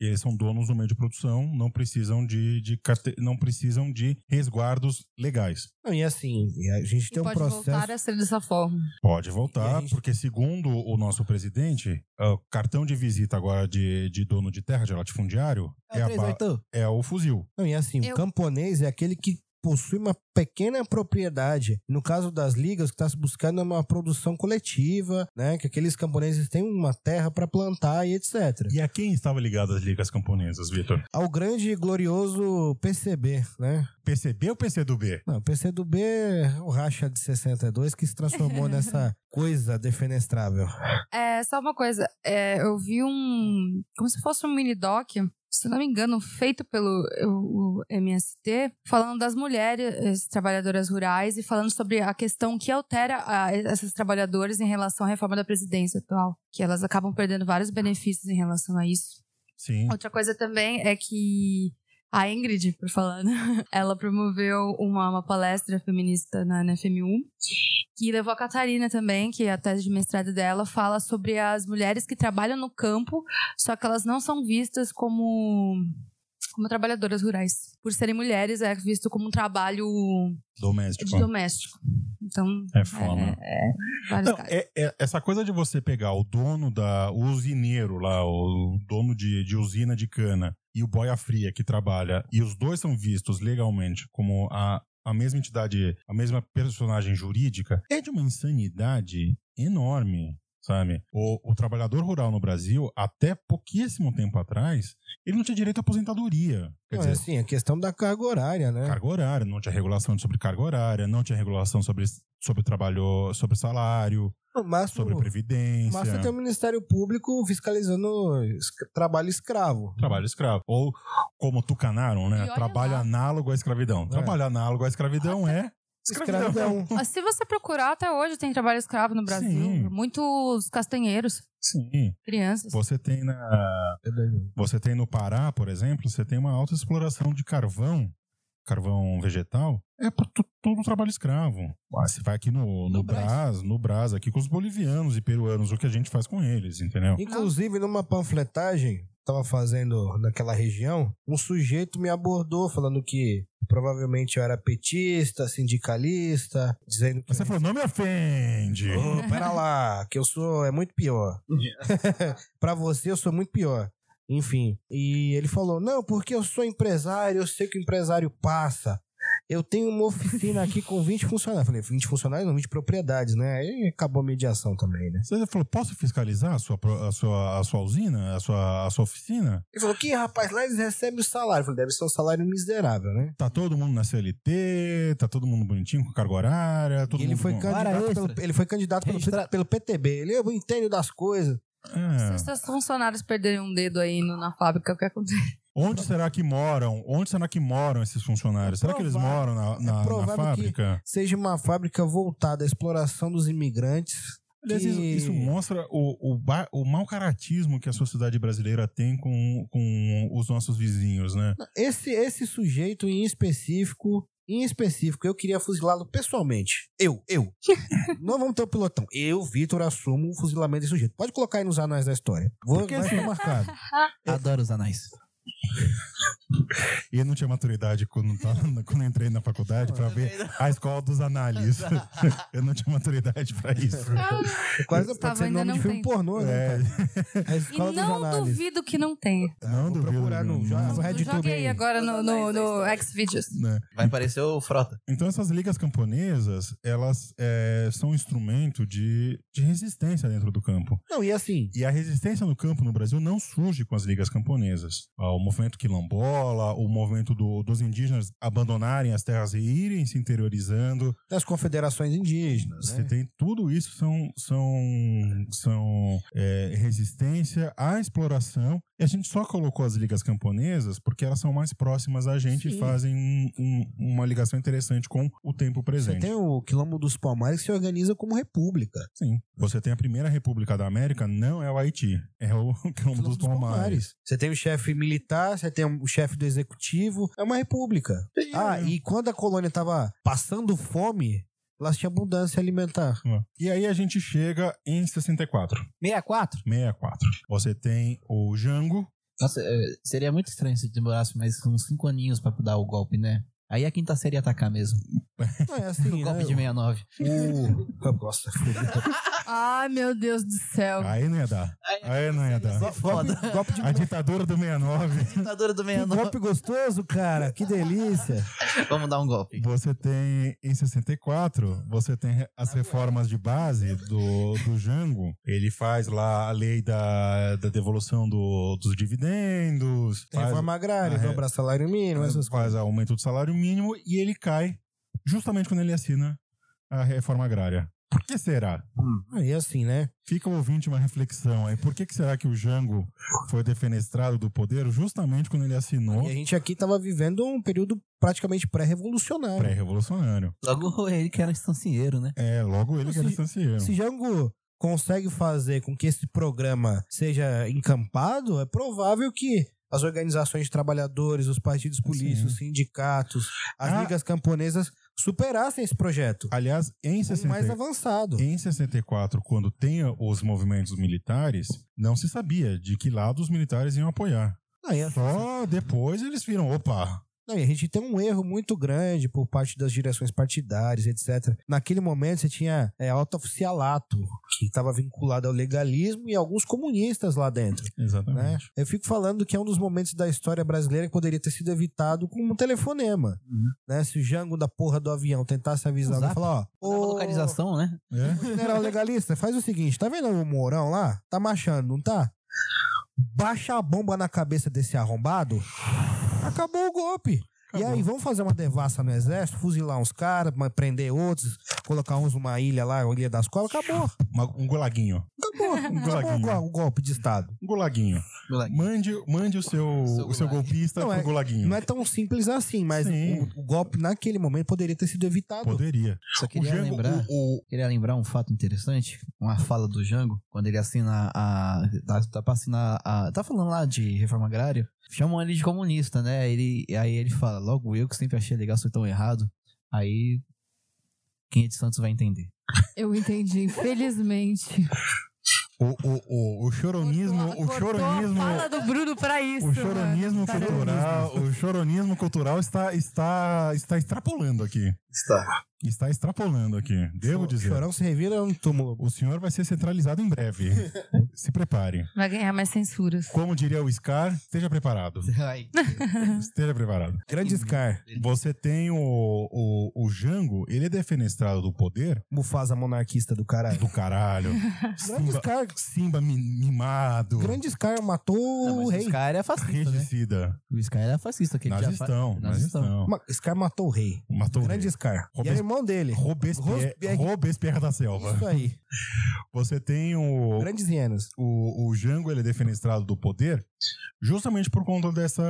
[SPEAKER 1] eles são donos do meio de produção, não precisam de, de carte- não precisam de resguardos legais.
[SPEAKER 4] Não, e assim, e a gente
[SPEAKER 3] E
[SPEAKER 4] tem um
[SPEAKER 3] pode voltar
[SPEAKER 4] processo.
[SPEAKER 3] a ser dessa forma.
[SPEAKER 1] Pode
[SPEAKER 4] E
[SPEAKER 1] voltar,
[SPEAKER 4] a gente-
[SPEAKER 1] porque segundo o nosso presidente, ah, o cartão de visita agora de, de dono de terra, de latifundiário, é, a ba- é o fuzil.
[SPEAKER 4] Não, e assim, o
[SPEAKER 3] Eu-
[SPEAKER 4] camponês é aquele que possui uma pequena propriedade. No caso das ligas, o que está se buscando é uma produção coletiva, né? Que aqueles camponeses têm uma terra para plantar e etc.
[SPEAKER 1] E a quem estava ligado as ligas camponesas, Vitor?
[SPEAKER 4] Ao grande e glorioso PCB, né?
[SPEAKER 1] PCB ou PCdoB?
[SPEAKER 4] Não, o PCdoB é o racha de 62 que se transformou nessa coisa defenestrável.
[SPEAKER 3] É, só uma coisa. é, eu vi um. Como se fosse um mini-doc, se não me engano, feito pelo o, o MST, falando das mulheres trabalhadoras rurais e falando sobre a questão que altera a- essas trabalhadoras em relação à reforma da presidência atual. Que elas acabam perdendo vários benefícios em relação a isso.
[SPEAKER 1] Sim.
[SPEAKER 3] Outra coisa também é que a Ingrid, por falar, né? ela promoveu uma, uma palestra feminista na, na FMU, um, que levou a Catarina também, que é a tese de mestrado dela fala sobre as mulheres que trabalham no campo, só que elas não são vistas como como trabalhadoras rurais. Por serem mulheres, é visto como um trabalho
[SPEAKER 1] Doméstico.
[SPEAKER 3] de doméstico. Então,
[SPEAKER 1] É foda. né?
[SPEAKER 3] é, é vários
[SPEAKER 1] Não,
[SPEAKER 3] casos.
[SPEAKER 1] é- é- essa coisa de você pegar o dono da o usineiro lá, o dono de, de usina de cana e o boia fria que trabalha, e os dois são vistos legalmente como a, a mesma entidade, a mesma personagem jurídica, é de uma insanidade enorme. Sabe? O, o trabalhador rural no Brasil, até pouquíssimo tempo atrás, ele não tinha direito à aposentadoria. Quer
[SPEAKER 4] Não, é
[SPEAKER 1] dizer,
[SPEAKER 4] assim, a questão da carga horária, né?
[SPEAKER 1] carga horária, não tinha regulação sobre carga horária, não tinha regulação sobre, sobre trabalho, sobre salário,
[SPEAKER 4] No máximo,
[SPEAKER 1] sobre
[SPEAKER 4] no
[SPEAKER 1] previdência.
[SPEAKER 4] máximo
[SPEAKER 3] um
[SPEAKER 4] tem o Ministério Público fiscalizando esc- trabalho escravo.
[SPEAKER 1] Trabalho escravo. Ou, como tucanaram,
[SPEAKER 3] E
[SPEAKER 1] né?
[SPEAKER 3] olha
[SPEAKER 1] Trabalho
[SPEAKER 3] lá.
[SPEAKER 1] análogo à escravidão. Trabalho análogo à escravidão é escravidão.
[SPEAKER 4] Escravidão.
[SPEAKER 3] Mas se você procurar até hoje, tem trabalho escravo no Brasil.
[SPEAKER 1] um Sim.
[SPEAKER 3] Muitos castanheiros,
[SPEAKER 1] Sim.
[SPEAKER 3] crianças.
[SPEAKER 1] Você tem, na, você tem no Pará, por exemplo, você tem uma alta exploração de carvão, carvão vegetal, é pra tu- todo trabalho escravo. Ah, Você vai aqui no, no,
[SPEAKER 2] No
[SPEAKER 1] Brás,
[SPEAKER 2] Brás.
[SPEAKER 1] no Brás, aqui com os bolivianos e peruanos, o que a gente faz com eles, entendeu?
[SPEAKER 4] Inclusive, numa panfletagem que tava fazendo naquela região, um sujeito me abordou falando que Provavelmente eu era petista, sindicalista, dizendo que.
[SPEAKER 1] Mas você falou, não me ofende.
[SPEAKER 4] Ô, pera lá, que eu sou. É muito pior. Pra você, eu sou muito pior. Enfim. E ele falou: Não, porque eu sou empresário, eu sei que o empresário passa. Eu tenho uma oficina aqui com 20 funcionários. Falei, 20 funcionários não, 20 propriedades, né? Aí acabou a mediação também, né?
[SPEAKER 1] Você falou, posso fiscalizar a sua, pro- a sua, a sua usina, a sua, a sua oficina?
[SPEAKER 4] Ele falou, que rapaz, lá eles recebem o salário. Eu falei, deve ser um salário miserável, né?
[SPEAKER 1] Tá todo mundo na CLT, tá todo mundo bonitinho com carga horária, todo
[SPEAKER 4] E ele
[SPEAKER 1] mundo...
[SPEAKER 4] foi,
[SPEAKER 1] com-
[SPEAKER 2] Hora
[SPEAKER 4] candidato
[SPEAKER 2] extra.
[SPEAKER 4] pelo, ele foi candidato pelo,
[SPEAKER 2] Registrado.
[SPEAKER 4] pelo PTB. Ele, eu entendo das coisas.
[SPEAKER 1] É.
[SPEAKER 3] Se os seus funcionários perderem um dedo aí no- na fábrica, é o que acontece?
[SPEAKER 1] Onde será que moram? Onde será que moram esses funcionários?
[SPEAKER 4] É
[SPEAKER 1] será que eles moram
[SPEAKER 4] provável-
[SPEAKER 1] na,
[SPEAKER 4] é
[SPEAKER 1] na, na
[SPEAKER 4] provável que-
[SPEAKER 1] fábrica?
[SPEAKER 4] Seja uma fábrica voltada à exploração dos imigrantes.
[SPEAKER 1] Aliás,
[SPEAKER 4] que-
[SPEAKER 1] isso, isso mostra o, o, ba- o mau caratismo que a sociedade brasileira tem com, com os nossos vizinhos, né?
[SPEAKER 4] Esse, esse sujeito em específico, em específico, eu queria fuzilá-lo pessoalmente. Eu, eu. Não vamos ter o pilotão. Eu, Vitor, assumo o fuzilamento desse sujeito. Pode colocar aí nos anais da história. Vou,
[SPEAKER 1] Porque,
[SPEAKER 4] vai
[SPEAKER 1] assim,
[SPEAKER 4] ficar tá marcado.
[SPEAKER 2] Adoro os anais.
[SPEAKER 1] E eu não tinha maturidade quando, tá- quando eu entrei na faculdade pra ver a escola dos análises. Eu não tinha maturidade pra isso.
[SPEAKER 3] Ah,
[SPEAKER 4] Quase
[SPEAKER 3] Gustavo,
[SPEAKER 4] pode ser
[SPEAKER 3] ainda
[SPEAKER 4] nome de
[SPEAKER 3] não tem.
[SPEAKER 4] filme pornô, né?
[SPEAKER 1] É,
[SPEAKER 4] A
[SPEAKER 3] E
[SPEAKER 4] escola dos
[SPEAKER 3] não
[SPEAKER 4] análises.
[SPEAKER 3] duvido que não tenha.
[SPEAKER 4] Tá,
[SPEAKER 1] Não
[SPEAKER 4] vou
[SPEAKER 1] duvido,
[SPEAKER 4] procurar no,
[SPEAKER 1] não.
[SPEAKER 4] já, no
[SPEAKER 1] Não,
[SPEAKER 4] RedTube
[SPEAKER 3] Joga aí
[SPEAKER 4] aí.
[SPEAKER 3] agora no, no, no Xvideos.
[SPEAKER 1] né?
[SPEAKER 2] Vai parecer o Frota.
[SPEAKER 1] Então essas ligas camponesas, elas é, são um instrumento de, de resistência dentro do campo.
[SPEAKER 4] Não, e assim,
[SPEAKER 1] E a resistência no campo no Brasil não surge com as ligas camponesas. Ah, O movimento quilombola, o movimento do- dos indígenas abandonarem as terras e irem se interiorizando.
[SPEAKER 4] das confederações indígenas,
[SPEAKER 1] Você
[SPEAKER 4] né?
[SPEAKER 1] tem tudo isso são, são, são é, resistência à exploração. E a gente só colocou as ligas camponesas porque elas são mais próximas a gente
[SPEAKER 4] Sim.
[SPEAKER 1] e fazem um- um- uma ligação interessante com o tempo
[SPEAKER 4] Você
[SPEAKER 1] presente.
[SPEAKER 4] tem o Quilombo dos Palmares que se organiza como república.
[SPEAKER 1] Sim. Você tem a primeira república da América, não é o Haiti, é o Quilombo dos Palmares.
[SPEAKER 4] Você tem o chefe militar, você tem o chefe do executivo. É uma república. Ah,
[SPEAKER 1] é.
[SPEAKER 4] e quando a colônia tava passando fome, lá tinha abundância alimentar.
[SPEAKER 1] É. E aí a gente chega em 64,
[SPEAKER 2] 64?
[SPEAKER 1] 64. Você tem o Jango.
[SPEAKER 2] Nossa, é, seria muito estranho se demorasse mais uns 5 aninhos pra dar o golpe, né? Aí a quinta série ia atacar mesmo.
[SPEAKER 4] Não é
[SPEAKER 2] o
[SPEAKER 1] Um
[SPEAKER 4] assim,
[SPEAKER 2] golpe
[SPEAKER 4] né?
[SPEAKER 2] de 69.
[SPEAKER 4] O... Nossa, fudeu.
[SPEAKER 3] Ai, meu Deus do céu.
[SPEAKER 1] Aí não ia dar. Aí não ia dar.
[SPEAKER 2] Foda.
[SPEAKER 4] golpe de...
[SPEAKER 1] A ditadura do 69.
[SPEAKER 2] Ditadura do
[SPEAKER 4] Que
[SPEAKER 2] 69.
[SPEAKER 4] golpe gostoso, cara. Que delícia.
[SPEAKER 2] Vamos dar um golpe.
[SPEAKER 1] Você tem em 64, você tem as reformas de base do, do Jango. Ele faz lá a lei da, da devolução do- dos dividendos.
[SPEAKER 4] Tem um
[SPEAKER 1] faz-
[SPEAKER 4] reforma agrária,
[SPEAKER 1] Ah, é.
[SPEAKER 4] dobrar salário mínimo, essas coisas.
[SPEAKER 1] faz aumento do salário mínimo e ele cai justamente quando ele assina a reforma agrária. Por que será?
[SPEAKER 4] Aí assim, né?
[SPEAKER 1] Fica o ouvinte uma reflexão aí. Por que, que será que o Jango foi defenestrado do poder justamente quando ele assinou
[SPEAKER 4] E a gente aqui tava vivendo um período praticamente pré-revolucionário.
[SPEAKER 1] pré-revolucionário?
[SPEAKER 2] Logo ele que era instancinheiro, né?
[SPEAKER 1] É, logo ele que é
[SPEAKER 4] Se-
[SPEAKER 1] distanciero.
[SPEAKER 4] Se Jango consegue fazer com que esse programa seja encampado, é provável que as organizações de trabalhadores, os partidos políticos, os sindicatos, as
[SPEAKER 1] Ah.
[SPEAKER 4] ligas camponesas superassem esse projeto.
[SPEAKER 1] Aliás, em,
[SPEAKER 4] Um
[SPEAKER 1] 60,
[SPEAKER 4] mais avançado.
[SPEAKER 1] em 64, quando tem os movimentos militares, não se sabia de que lado os militares iam apoiar.
[SPEAKER 4] Não, e a-
[SPEAKER 1] Só depois eles viram, opa,
[SPEAKER 4] não, e a gente tem um erro muito grande por parte das direções partidárias, etc. Naquele momento você tinha é, alto oficialato, que estava vinculado ao legalismo e alguns comunistas lá dentro. né?
[SPEAKER 1] exatamente.
[SPEAKER 4] Eu fico falando que é um dos momentos da história brasileira que poderia ter sido evitado com um telefonema. Né? Se o Jango da porra do avião tentasse avisar,
[SPEAKER 2] Exato.
[SPEAKER 4] alguém, falar, ó,
[SPEAKER 2] Dava
[SPEAKER 4] ô,
[SPEAKER 2] localização, né?
[SPEAKER 1] É.
[SPEAKER 4] general legalista, faz o seguinte, tá vendo o Mourão lá? Tá marchando, não tá? Baixa a bomba na cabeça desse arrombado, acabou o golpe. E aí, vamos fazer uma devassa no exército, fuzilar uns caras, mas prender outros, colocar uns numa ilha lá, a Ilha das Cobras, acabou.
[SPEAKER 1] Uma- um gulaguinho.
[SPEAKER 4] Acabou, acabou o
[SPEAKER 1] Gulaguinho.
[SPEAKER 4] go- o golpe de Estado.
[SPEAKER 1] Um gulaguinho.
[SPEAKER 2] Moleque.
[SPEAKER 1] Mande, mande o seu,
[SPEAKER 2] Seu
[SPEAKER 1] o seu
[SPEAKER 2] gulag.
[SPEAKER 1] golpista
[SPEAKER 4] Não,
[SPEAKER 1] pro
[SPEAKER 4] é-
[SPEAKER 1] gulaguinho.
[SPEAKER 4] Não é tão simples assim, mas
[SPEAKER 1] Sim.
[SPEAKER 4] o, o golpe naquele momento poderia ter sido evitado.
[SPEAKER 1] Poderia.
[SPEAKER 2] Só queria
[SPEAKER 1] Jango-
[SPEAKER 2] lembrar.
[SPEAKER 1] o- o-
[SPEAKER 2] Queria lembrar um fato interessante, uma fala do Jango, quando ele assina a. Tá, tá pra assinar a. Tá falando lá de reforma agrária. Chamam ele de comunista, né? Ele, aí ele fala, logo eu que sempre achei legal sou tão errado. Aí. Quem é de Santos vai entender.
[SPEAKER 3] Eu entendi, infelizmente.
[SPEAKER 1] O, o, o, o choronismo,
[SPEAKER 3] Cortou-
[SPEAKER 1] o
[SPEAKER 3] cortou a
[SPEAKER 1] choronismo,
[SPEAKER 3] fala do Bruno pra isso.
[SPEAKER 1] o choronismo
[SPEAKER 3] mano.
[SPEAKER 1] cultural, o choronismo cultural está, está, está extrapolando aqui.
[SPEAKER 7] Está.
[SPEAKER 1] Está extrapolando aqui, devo
[SPEAKER 4] O
[SPEAKER 1] dizer.
[SPEAKER 4] Chorão se revira no túmulo.
[SPEAKER 1] O senhor vai ser centralizado em breve. Se prepare.
[SPEAKER 3] Vai ganhar mais censuras.
[SPEAKER 1] Como diria o Scar, esteja preparado.
[SPEAKER 2] Ai,
[SPEAKER 1] Esteja preparado.
[SPEAKER 4] Grande Scar,
[SPEAKER 1] Você tem o, o, o Jango, ele é defenestrado do poder
[SPEAKER 4] Mufasa monarquista do caralho.
[SPEAKER 1] do caralho.
[SPEAKER 4] Grande
[SPEAKER 1] Simba,
[SPEAKER 4] Scar,
[SPEAKER 1] Simba mi- mimado,
[SPEAKER 4] grande Scar matou
[SPEAKER 2] não, mas
[SPEAKER 4] o
[SPEAKER 2] o
[SPEAKER 4] rei.
[SPEAKER 2] Sky era fascista, né?
[SPEAKER 1] regicida,
[SPEAKER 2] O Sky era fascista. Que ele já fa-
[SPEAKER 1] nazistão,
[SPEAKER 2] nazistão.
[SPEAKER 1] nazistão.
[SPEAKER 4] Ma- Scar matou o rei.
[SPEAKER 1] Matou o
[SPEAKER 4] Grande
[SPEAKER 1] rei.
[SPEAKER 4] Scar. E
[SPEAKER 1] Robes-
[SPEAKER 4] era irmão dele.
[SPEAKER 1] Robespierre,
[SPEAKER 4] Robespierre.
[SPEAKER 1] Robespierre da Selva.
[SPEAKER 4] Isso aí.
[SPEAKER 1] Você tem o,
[SPEAKER 4] Grandes hienas.
[SPEAKER 1] o, o Jango, ele é defenestrado do poder justamente por conta dessa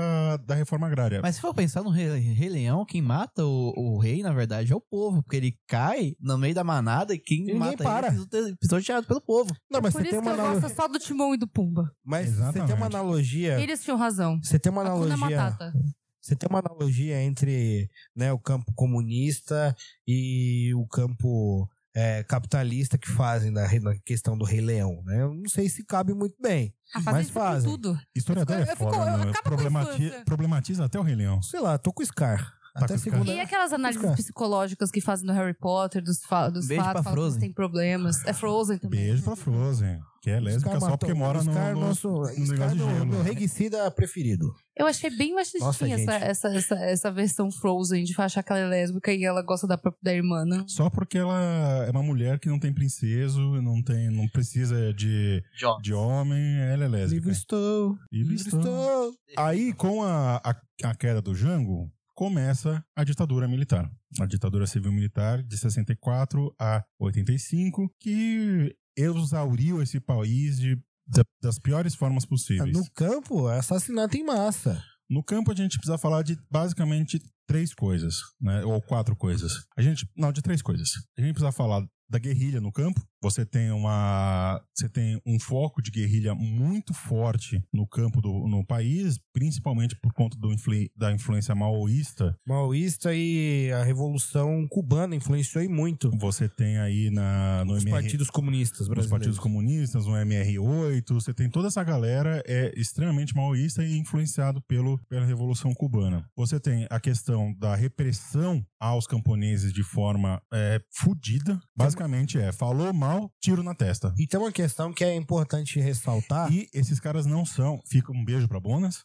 [SPEAKER 1] da reforma agrária.
[SPEAKER 2] Mas se for pensar no Rei, Rei Leão, quem mata o, o rei, na verdade, é o povo. Porque ele cai no meio da manada e quem
[SPEAKER 4] Ninguém
[SPEAKER 2] mata
[SPEAKER 4] para.
[SPEAKER 2] ele é piso- pisoteado pelo povo.
[SPEAKER 4] Não, mas
[SPEAKER 3] Por
[SPEAKER 4] você
[SPEAKER 3] isso
[SPEAKER 4] tem
[SPEAKER 3] que
[SPEAKER 4] uma
[SPEAKER 3] eu
[SPEAKER 4] analogia.
[SPEAKER 3] gosto só do Timão e do Pumba.
[SPEAKER 4] Mas você tem
[SPEAKER 1] Exatamente.
[SPEAKER 4] uma analogia.
[SPEAKER 3] Eles tinham razão.
[SPEAKER 4] Você É. tem uma
[SPEAKER 3] Hakuna
[SPEAKER 4] analogia.
[SPEAKER 3] Matata.
[SPEAKER 4] Você tem uma analogia entre né, o campo comunista e o campo é, capitalista que fazem na, re- na questão do Rei Leão, né? Eu não sei se cabe muito bem.
[SPEAKER 3] Ah, fazem
[SPEAKER 4] Mas
[SPEAKER 3] isso com
[SPEAKER 4] fazem.
[SPEAKER 3] tudo.
[SPEAKER 1] Historiador
[SPEAKER 3] Eu
[SPEAKER 1] é
[SPEAKER 3] fico-
[SPEAKER 1] foda,
[SPEAKER 3] eu
[SPEAKER 1] né?
[SPEAKER 3] acabo com a
[SPEAKER 1] Problemati-
[SPEAKER 3] infância.
[SPEAKER 1] problematiza até o Rei Leão.
[SPEAKER 4] Sei lá, tô com o Scar.
[SPEAKER 1] Tá com
[SPEAKER 4] Até
[SPEAKER 1] o Scar.
[SPEAKER 4] segunda.
[SPEAKER 3] E aquelas análises
[SPEAKER 4] Cara.
[SPEAKER 3] psicológicas que fazem do Harry Potter, dos, fa dos
[SPEAKER 2] Beijo
[SPEAKER 3] fatos,
[SPEAKER 2] pra
[SPEAKER 3] falam que eles
[SPEAKER 2] Frozen.
[SPEAKER 3] têm problemas. É Frozen também.
[SPEAKER 1] Beijo pra Frozen, que é lésbica
[SPEAKER 4] Scar
[SPEAKER 1] só
[SPEAKER 4] matou-
[SPEAKER 1] porque mora
[SPEAKER 4] o
[SPEAKER 1] no,
[SPEAKER 4] Scar,
[SPEAKER 1] no-
[SPEAKER 4] nosso, Scar
[SPEAKER 1] negócio de
[SPEAKER 4] meu-
[SPEAKER 1] gelo. né?
[SPEAKER 4] meu reguicida preferido.
[SPEAKER 3] Eu achei bem
[SPEAKER 4] Nossa,
[SPEAKER 3] machistinha
[SPEAKER 4] gente.
[SPEAKER 3] essa, essa, essa, essa versão Frozen de achar que ela é lésbica e ela gosta da própria da irmã, né?
[SPEAKER 1] Só porque ela é uma mulher que não tem princeso, não, tem, não precisa de,
[SPEAKER 7] John.
[SPEAKER 1] de homem, ela é lésbica.
[SPEAKER 4] Livre estou.
[SPEAKER 1] Livre estou. Aí, com a, a, a queda do Jango, começa a ditadura militar. A ditadura civil-militar de 64 a 85, que exauriu esse país de, da- das piores formas possíveis.
[SPEAKER 4] Tá No campo, é assassinato em massa.
[SPEAKER 1] No campo, a gente precisa falar de basicamente três coisas, né? Ou quatro coisas. A gente. Não, de três coisas. A gente precisa falar da guerrilha no campo. Você tem uma. Você tem um foco de guerrilha muito forte no campo do no país, principalmente por conta do influ- da influência maoísta.
[SPEAKER 4] Maoísta e a Revolução Cubana influenciou e muito
[SPEAKER 1] Você tem aí na, no
[SPEAKER 4] os
[SPEAKER 1] MR
[SPEAKER 4] partidos comunistas
[SPEAKER 1] nos
[SPEAKER 4] brasileiros.
[SPEAKER 1] partidos comunistas, um no MR8, você tem toda essa galera é extremamente maoísta e influenciado pelo, pela Revolução Cubana. Você tem a questão da repressão aos camponeses de forma é, fudida. Basicamente é, falou mal, tiro na testa.
[SPEAKER 4] E tem uma questão que é importante ressaltar.
[SPEAKER 1] E esses caras não são, fica um beijo pra Bonas,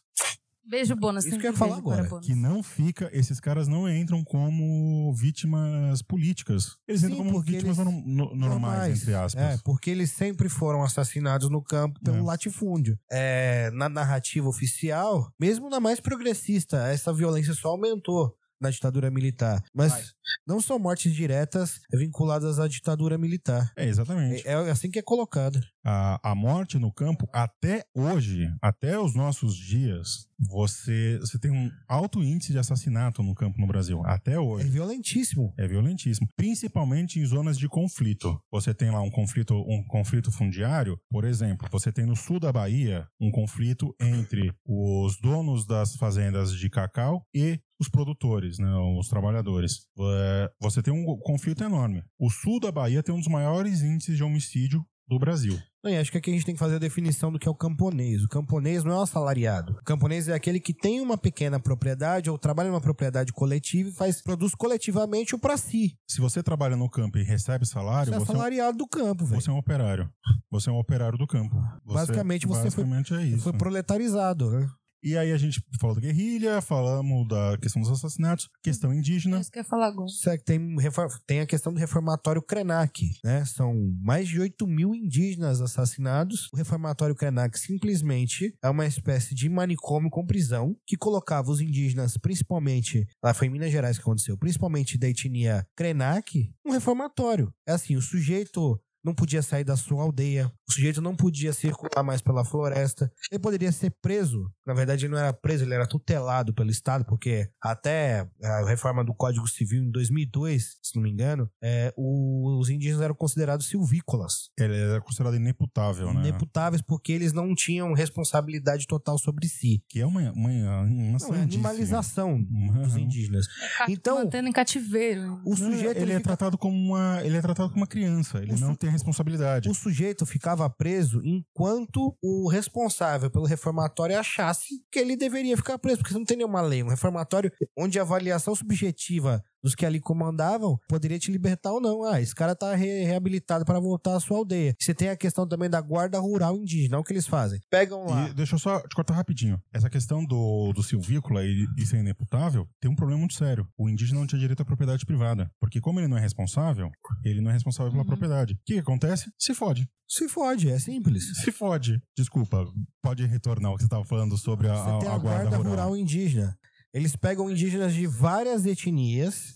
[SPEAKER 3] Beijo, Bonas.
[SPEAKER 4] Isso que
[SPEAKER 3] sempre
[SPEAKER 4] eu ia falar
[SPEAKER 3] beijo para
[SPEAKER 4] agora,
[SPEAKER 3] Bonas.
[SPEAKER 1] que não fica, esses caras não entram como vítimas políticas. Eles
[SPEAKER 4] Sim,
[SPEAKER 1] entram como
[SPEAKER 4] porque
[SPEAKER 1] vítimas
[SPEAKER 4] eles-
[SPEAKER 1] no- no- normais, entre
[SPEAKER 4] É,
[SPEAKER 1] aspas.
[SPEAKER 4] porque eles sempre foram assassinados no campo pelo
[SPEAKER 1] É.
[SPEAKER 4] latifúndio. É, na narrativa oficial, mesmo na mais progressista, essa violência só aumentou na ditadura militar. Mas
[SPEAKER 7] Vai.
[SPEAKER 4] não são mortes diretas vinculadas à ditadura militar.
[SPEAKER 1] É, exatamente.
[SPEAKER 4] É, é assim que é colocado.
[SPEAKER 1] a, a morte no campo até hoje, até os nossos dias, você, você tem um alto índice de assassinato no campo no Brasil. Até
[SPEAKER 4] É
[SPEAKER 1] hoje.
[SPEAKER 4] violentíssimo.
[SPEAKER 1] É violentíssimo, principalmente em zonas de conflito. Você tem lá um conflito, um conflito fundiário, por exemplo, você tem no sul da Bahia um conflito entre os donos das fazendas de cacau e os produtores, né, os trabalhadores. Eh, Você tem um conflito enorme. O sul da Bahia tem um dos maiores índices de homicídio do Brasil.
[SPEAKER 4] Não, e acho que aqui a gente tem que fazer a definição do que é o camponês. O camponês não é o assalariado. O camponês é aquele que tem uma pequena propriedade ou trabalha numa propriedade coletiva e faz, produz coletivamente o pra si.
[SPEAKER 1] Se você trabalha no campo e recebe salário,
[SPEAKER 4] Você é
[SPEAKER 1] você, é um-
[SPEAKER 4] assalariado do campo,
[SPEAKER 1] você é um,
[SPEAKER 4] velho.
[SPEAKER 1] operário. Você é um operário do campo. Você-
[SPEAKER 4] Basicamente, você foi-
[SPEAKER 1] basicamente é isso.
[SPEAKER 4] Foi proletarizado, né?
[SPEAKER 1] E aí a gente falou da guerrilha, falamos da questão dos assassinatos,
[SPEAKER 4] Hum.
[SPEAKER 1] questão indígena.
[SPEAKER 3] É Isso que eu ia falar agora.
[SPEAKER 4] Só é que Tem, refor- tem a questão do reformatório Krenak, né? São mais de 8 mil indígenas assassinados. O reformatório Krenak simplesmente é uma espécie de manicômio com prisão que colocava os indígenas, principalmente, lá foi em Minas Gerais que aconteceu, principalmente da etnia Krenak, um reformatório. É assim, o sujeito não podia sair da sua aldeia, o sujeito não podia circular mais pela floresta, ele poderia ser preso. Na verdade, ele não era preso, ele era tutelado pelo Estado, porque até é, a reforma do Código Civil em 2002, se não me engano, é, o- os indígenas eram considerados silvícolas,
[SPEAKER 1] Ele era considerado inimputável, é né?
[SPEAKER 4] deputáveis, porque eles não tinham responsabilidade total sobre si.
[SPEAKER 1] Que é uma, uma, uma
[SPEAKER 4] Não, é
[SPEAKER 1] sandice.
[SPEAKER 4] animalização
[SPEAKER 1] Uhum.
[SPEAKER 4] dos indígenas. Então-
[SPEAKER 3] Mantendo em cativeiro.
[SPEAKER 4] O
[SPEAKER 1] Não,
[SPEAKER 4] sujeito,
[SPEAKER 1] ele,
[SPEAKER 4] ele
[SPEAKER 1] é
[SPEAKER 4] fica-
[SPEAKER 1] tratado como uma, ele é tratado como uma criança, ele
[SPEAKER 4] O
[SPEAKER 1] não
[SPEAKER 4] su-
[SPEAKER 1] tem responsabilidade.
[SPEAKER 4] o sujeito ficava ficava preso enquanto o responsável pelo reformatório achasse que ele deveria ficar preso, porque não tem nenhuma lei. Um reformatório onde a avaliação subjetiva dos que ali comandavam poderia te libertar ou não. Ah, esse cara tá re- reabilitado para voltar à sua aldeia. Você tem a questão também da guarda rural indígena, o que eles fazem? Pegam lá.
[SPEAKER 1] E deixa eu só te cortar rapidinho. Essa questão do, do silvícola e, e ser inimputável tem um problema muito sério. O indígena não tinha direito à propriedade privada. Porque como ele não é responsável, ele não é responsável pela
[SPEAKER 3] Uhum.
[SPEAKER 1] propriedade. O que, que acontece? Se fode.
[SPEAKER 4] Se fode, é simples.
[SPEAKER 1] Se fode. Desculpa, pode retornar o que você estava falando sobre a,
[SPEAKER 4] Você tem
[SPEAKER 1] a,
[SPEAKER 4] a,
[SPEAKER 1] a guarda, rural.
[SPEAKER 4] indígena. Eles pegam indígenas de várias etnias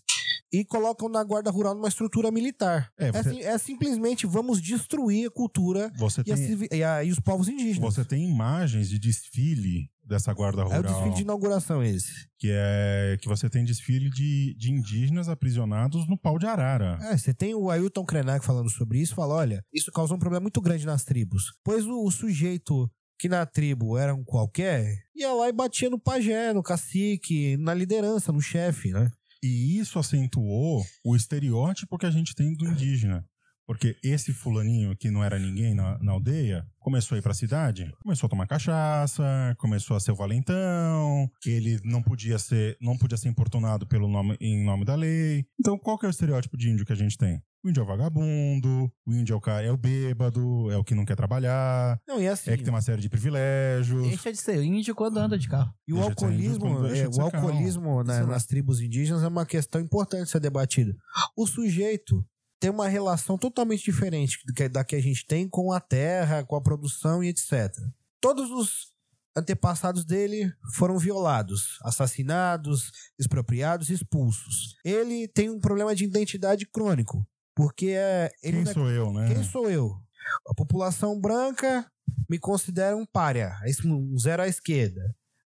[SPEAKER 4] e colocam na guarda rural numa estrutura militar.
[SPEAKER 1] É,
[SPEAKER 4] É,
[SPEAKER 1] você-
[SPEAKER 4] sim- é simplesmente vamos destruir a cultura
[SPEAKER 1] Você
[SPEAKER 4] e, assim
[SPEAKER 1] tem,
[SPEAKER 4] a civi- e a- e os povos indígenas.
[SPEAKER 1] você tem imagens de desfile dessa guarda
[SPEAKER 4] É o
[SPEAKER 1] rural.
[SPEAKER 4] desfile de inauguração esse.
[SPEAKER 1] Que é que você tem desfile de, de indígenas aprisionados no pau de arara.
[SPEAKER 4] É, você tem o Ailton Krenak falando sobre isso, fala, olha, isso causou um problema muito grande nas tribos. Pois o, o sujeito que na tribo era um qualquer, ia lá e batia no pajé, no cacique, na liderança, no chefe, né?
[SPEAKER 1] E isso acentuou o estereótipo que a gente tem do indígena. Porque esse fulaninho que não era ninguém na, na aldeia, começou a ir pra cidade, começou a tomar cachaça, começou a ser o valentão, ele não podia ser, não podia ser importunado pelo nome, em nome da lei. Então, qual que é o estereótipo de índio que a gente tem? O índio é o vagabundo, o índio é o cara, é o bêbado, é o que não quer trabalhar,
[SPEAKER 4] Não, e assim...
[SPEAKER 1] é que tem uma série de privilégios.
[SPEAKER 2] Deixa de ser índio quando anda de carro.
[SPEAKER 4] E o
[SPEAKER 1] Deixa de ser índio
[SPEAKER 4] alcoolismo,
[SPEAKER 1] quando deixa
[SPEAKER 4] é,
[SPEAKER 1] de
[SPEAKER 4] o
[SPEAKER 1] ser
[SPEAKER 4] alcoolismo na-
[SPEAKER 2] Isso não.
[SPEAKER 4] nas tribos indígenas é uma questão importante de ser debatida. O sujeito tem uma relação totalmente diferente do que- da que a gente tem com a terra, com a produção e etc. Todos os antepassados dele foram violados, assassinados, expropriados, expulsos. Ele tem um problema de identidade crônico, porque é, ele
[SPEAKER 1] Quem
[SPEAKER 4] não é
[SPEAKER 1] sou eu, né?
[SPEAKER 4] quem sou eu? A população branca me considera um párea, esse- um zero à esquerda,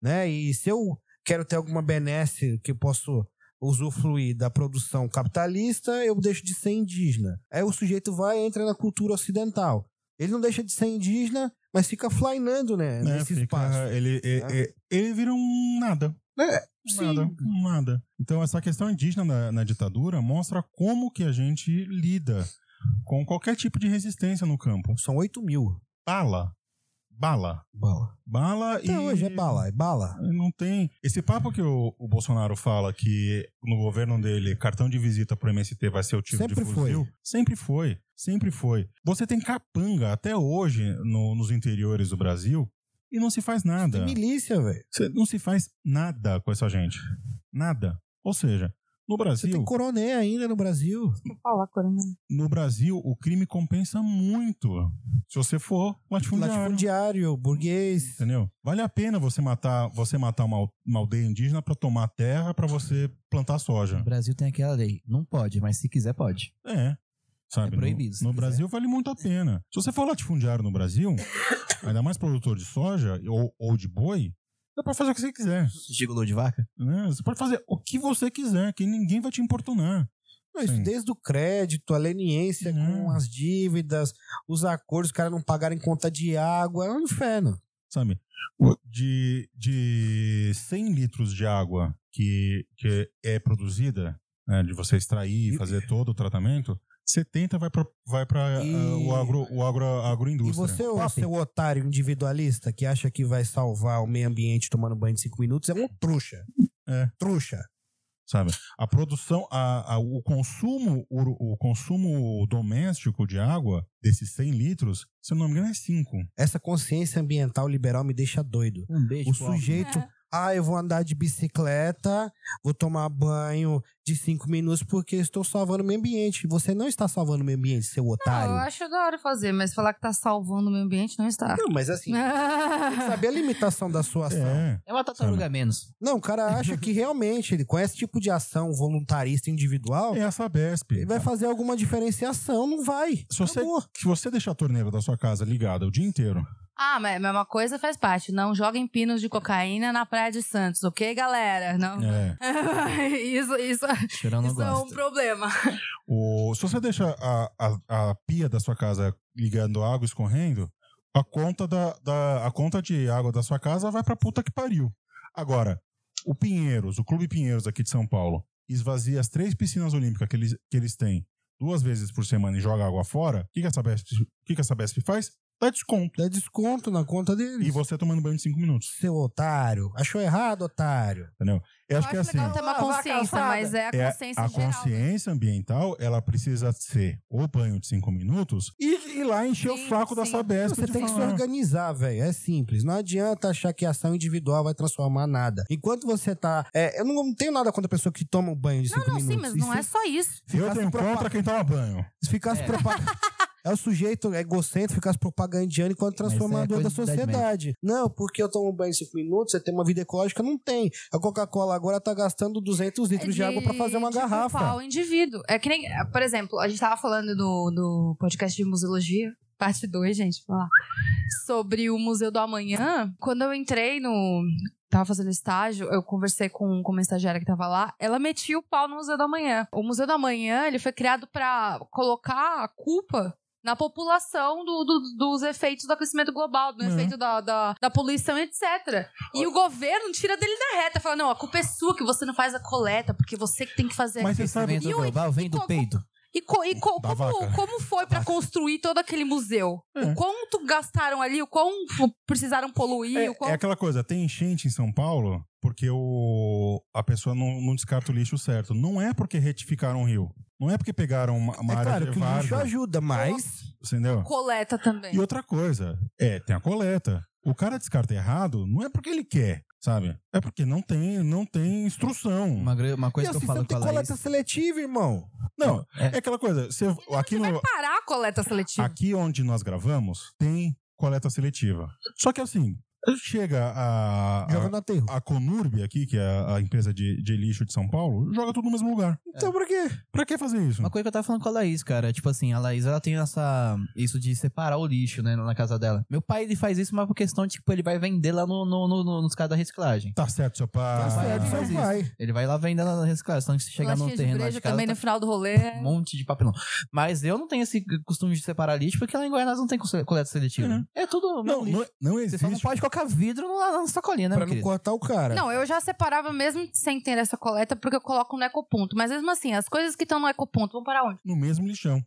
[SPEAKER 4] né? E se eu quero ter alguma benesse que eu posso usufruir da produção capitalista, eu deixo de ser indígena. Aí o sujeito vai e entra na cultura ocidental. Ele não deixa de ser indígena, mas fica flainando, né,
[SPEAKER 1] Né,
[SPEAKER 4] nesse
[SPEAKER 1] fica-
[SPEAKER 4] espaço.
[SPEAKER 1] Ele, é-
[SPEAKER 4] né? É,
[SPEAKER 1] é- ele vira um nada. Um Nada, nada. Então, essa questão indígena na, na ditadura mostra como que a gente lida com qualquer tipo de resistência no campo.
[SPEAKER 4] São 8 mil
[SPEAKER 1] Bala. Bala.
[SPEAKER 4] bala.
[SPEAKER 1] Bala e.
[SPEAKER 4] Até hoje é bala, é bala.
[SPEAKER 1] Não tem. Esse papo que o, o Bolsonaro fala que no governo dele, cartão de visita pro MST vai ser o tiro
[SPEAKER 4] Sempre
[SPEAKER 1] de
[SPEAKER 4] foi.
[SPEAKER 1] fuzil. Sempre foi. Sempre foi. Você tem capanga até hoje no- nos interiores do Brasil e não se faz nada.
[SPEAKER 4] Tem milícia, velho.
[SPEAKER 1] Cê não se faz nada com essa gente. Nada. Ou seja, no
[SPEAKER 4] Você
[SPEAKER 1] Brasil,
[SPEAKER 4] tem coroné ainda no Brasil.
[SPEAKER 3] Vou falar, coronel.
[SPEAKER 1] no Brasil, o crime compensa muito. Se você for um latifundiário.
[SPEAKER 4] Latifundiário, burguês.
[SPEAKER 1] Entendeu? Vale a pena você matar, você matar uma, al- uma aldeia indígena pra tomar terra pra você plantar
[SPEAKER 2] O
[SPEAKER 1] soja.
[SPEAKER 2] Brasil tem aquela lei. Não pode, mas se quiser, pode.
[SPEAKER 1] É. Sabe?
[SPEAKER 2] É proibido, se
[SPEAKER 1] No, no
[SPEAKER 2] quiser.
[SPEAKER 1] Brasil vale muito a pena. Se você for latifundiário no Brasil, ainda mais produtor de soja ou, ou de boi, dá pra fazer o que você quiser.
[SPEAKER 2] Gigolô de vaca?
[SPEAKER 1] né? Você pode fazer o que você quiser, que ninguém vai te importunar.
[SPEAKER 4] Não, Ah, isso
[SPEAKER 1] Sim. Uhum.
[SPEAKER 4] desde o crédito, a leniência
[SPEAKER 1] Não.
[SPEAKER 4] com as dívidas, os acordos, os caras não pagarem conta de água, é um inferno.
[SPEAKER 1] sabe? O- De, de 100 litros de água que, que é produzida, né, de você extrair, fazer todo o tratamento, 70 vai para vai pra,
[SPEAKER 4] E-
[SPEAKER 1] ah, o, agro, o agro,
[SPEAKER 4] E
[SPEAKER 1] agroindústria.
[SPEAKER 4] você, o
[SPEAKER 2] Top.
[SPEAKER 4] seu otário individualista que acha que vai salvar o meio ambiente tomando banho de cinco minutos, é um trouxa.
[SPEAKER 1] É.
[SPEAKER 4] Trouxa.
[SPEAKER 1] Sabe? A produção, a, a- o, consumo, ur- o, consumo doméstico de água desses 100 litros, se eu não me engano, é 5.
[SPEAKER 4] Essa consciência ambiental liberal me deixa doido.
[SPEAKER 2] Um beijo.
[SPEAKER 4] O
[SPEAKER 2] pro Alckmin.
[SPEAKER 4] sujeito, ah, eu vou andar de bicicleta, vou tomar banho de cinco minutos porque estou salvando o meio ambiente. Você não está salvando o meio ambiente, seu
[SPEAKER 3] Ah,
[SPEAKER 4] otário.
[SPEAKER 3] eu acho da hora fazer, mas falar que tá salvando o meio ambiente não está.
[SPEAKER 4] Não, mas assim, tem que saber a limitação da sua ação.
[SPEAKER 1] É.
[SPEAKER 2] É uma tartaruga a menos.
[SPEAKER 4] Não, o cara acha que realmente ele com esse tipo de ação voluntarista individual,
[SPEAKER 1] É a Sabesp.
[SPEAKER 4] ele vai fazer alguma diferenciação, não vai.
[SPEAKER 1] Se você,
[SPEAKER 4] Acabou.
[SPEAKER 1] se você deixar a torneira da sua casa ligada o dia inteiro,
[SPEAKER 3] Ah, mas mas uma coisa faz parte. Não joguem pinos de cocaína na Praia de Santos, ok, galera? Não.
[SPEAKER 1] é,
[SPEAKER 3] isso isso,
[SPEAKER 2] Cheirão não
[SPEAKER 3] isso é um
[SPEAKER 2] gosta.
[SPEAKER 3] problema.
[SPEAKER 1] O- se você deixa a, a, a pia da sua casa ligando água escorrendo, a conta, da, da- a conta de água da sua casa vai pra puta que pariu. Agora, o Pinheiros, o Clube Pinheiros aqui de São Paulo, esvazia as três piscinas olímpicas que eles, que eles têm duas vezes por semana e joga água fora, o que, que, essa Besp, o que, que essa Besp faz? Dá desconto.
[SPEAKER 4] Dá desconto na conta deles.
[SPEAKER 1] E você tomando banho de cinco minutos.
[SPEAKER 4] Seu otário. Achou errado, otário.
[SPEAKER 1] Eu acho que é
[SPEAKER 3] acho
[SPEAKER 1] assim.
[SPEAKER 3] legal ter uma
[SPEAKER 4] Ah, vaca
[SPEAKER 3] consciência,
[SPEAKER 4] assada.
[SPEAKER 3] mas é a
[SPEAKER 1] É,
[SPEAKER 3] consciência
[SPEAKER 1] a
[SPEAKER 3] geral.
[SPEAKER 1] consciência ambiental, ela precisa ser o banho de cinco minutos e ir lá encher
[SPEAKER 3] Sim,
[SPEAKER 1] o saco da
[SPEAKER 3] sim.
[SPEAKER 1] Sabesp.
[SPEAKER 4] Você
[SPEAKER 1] de
[SPEAKER 4] tem que se
[SPEAKER 1] falar.
[SPEAKER 4] organizar, velho. É simples. Não adianta achar que ação individual vai transformar nada. Enquanto você tá. é, eu não tenho nada contra a pessoa que toma um banho de
[SPEAKER 3] Não,
[SPEAKER 4] cinco
[SPEAKER 3] não,
[SPEAKER 4] minutos.
[SPEAKER 3] sim, mas
[SPEAKER 4] E
[SPEAKER 3] não
[SPEAKER 4] se
[SPEAKER 3] é só isso.
[SPEAKER 1] Eu
[SPEAKER 4] ficasse
[SPEAKER 1] tenho
[SPEAKER 4] propa-
[SPEAKER 1] contra quem toma banho.
[SPEAKER 4] Se ficasse
[SPEAKER 2] É.
[SPEAKER 4] propagando. É o sujeito egocêntrico, ficasse propagandeando enquanto
[SPEAKER 2] Mas isso é
[SPEAKER 4] transformador da
[SPEAKER 2] coisa de idade
[SPEAKER 4] sociedade. Não, porque eu tomo banho em cinco minutos, você tem uma vida ecológica? Não tem. A Coca-Cola agora tá gastando 200 litros de, água pra fazer uma
[SPEAKER 3] de
[SPEAKER 4] garrafa.
[SPEAKER 3] culpar o indivíduo. É que nem, por exemplo, a gente tava falando do, do podcast de museologia, parte 2, gente, vamos lá, sobre o Museu do Amanhã. Quando eu entrei no. Tava fazendo estágio, eu conversei com, com uma estagiária que tava lá, ela metia o pau no Museu do Amanhã. O Museu do Amanhã, ele foi criado pra colocar a culpa na população do- do- dos efeitos do aquecimento global, do
[SPEAKER 1] Uhum.
[SPEAKER 3] efeito da, da, da poluição, etc. E o governo tira dele da reta, fala: não, a culpa é sua que você não faz a coleta, porque você que tem que fazer.
[SPEAKER 1] Mas é-
[SPEAKER 3] aquilo."
[SPEAKER 1] você sabe.
[SPEAKER 2] Aquecimento global vem do
[SPEAKER 3] como-
[SPEAKER 2] peito.
[SPEAKER 3] E, co- e co-
[SPEAKER 1] Da
[SPEAKER 3] como,
[SPEAKER 1] vaca.
[SPEAKER 3] como foi pra construir todo aquele museu?
[SPEAKER 1] É.
[SPEAKER 3] O quanto gastaram ali, o quão f- precisaram poluir, o quão.
[SPEAKER 1] É, é aquela coisa, tem enchente em São Paulo porque o, a pessoa não, não descarta o lixo certo. Não é porque retificaram o rio. Não é porque pegaram uma, uma
[SPEAKER 4] É
[SPEAKER 1] área
[SPEAKER 4] claro que o lixo
[SPEAKER 1] de
[SPEAKER 4] ajuda, mas.
[SPEAKER 1] entendeu?
[SPEAKER 3] Coleta também.
[SPEAKER 1] E outra coisa, é, tem a coleta. O cara descarta errado, não é porque ele quer, sabe? É porque não tem, não tem instrução.
[SPEAKER 2] Uma, gra- uma
[SPEAKER 4] E
[SPEAKER 2] coisa que eu
[SPEAKER 4] assim, você não
[SPEAKER 2] falo com
[SPEAKER 4] tem
[SPEAKER 2] a Laís.
[SPEAKER 4] coleta seletiva, irmão.
[SPEAKER 1] Não,
[SPEAKER 2] É.
[SPEAKER 1] é, aquela coisa, você, aqui, no,
[SPEAKER 3] Parar a coleta seletiva.
[SPEAKER 1] aqui onde nós gravamos, tem coleta seletiva. Só que assim, chega a, a,
[SPEAKER 4] Joga no aterro.
[SPEAKER 1] a Conurb aqui, que é a, a empresa de, de lixo de São Paulo, joga tudo no mesmo lugar.
[SPEAKER 4] Então pra quê?
[SPEAKER 1] Pra que fazer isso?
[SPEAKER 2] Uma coisa que eu tava falando com a Laís, cara. Tipo assim, a Laís, ela tem essa... Isso de separar o lixo, né? Na casa dela. Meu pai, ele faz isso, mas por questão de, tipo, ele vai vender lá no, no, no- no- nos caras da reciclagem.
[SPEAKER 1] Tá certo, seu pai.
[SPEAKER 4] Tá certo,
[SPEAKER 2] não faz
[SPEAKER 4] seu
[SPEAKER 2] isso.
[SPEAKER 4] pai.
[SPEAKER 2] Ele vai lá vender lá na reciclagem. Então, se chegar no
[SPEAKER 3] Latinha de
[SPEAKER 2] terreno lá
[SPEAKER 3] breja
[SPEAKER 2] de casa,
[SPEAKER 3] também
[SPEAKER 2] tá
[SPEAKER 3] no final do rolê.
[SPEAKER 2] um monte de papelão. Mas eu não tenho esse costume de separar lixo, porque lá em Goiás não tem cose- coleta seletiva.
[SPEAKER 1] Uhum.
[SPEAKER 2] É tudo...
[SPEAKER 1] Não, não, não
[SPEAKER 2] Você só não
[SPEAKER 1] existe.
[SPEAKER 2] pode colocar vidro na, na sacolinha, né,
[SPEAKER 4] Pra
[SPEAKER 2] meu
[SPEAKER 4] não
[SPEAKER 2] querido?
[SPEAKER 4] cortar o cara.
[SPEAKER 3] Não, eu já separava mesmo sem ter essa coleta, porque eu coloco no ecoponto. Mas mesmo assim, as coisas que estão no ecoponto vão para onde?
[SPEAKER 1] No mesmo lixão.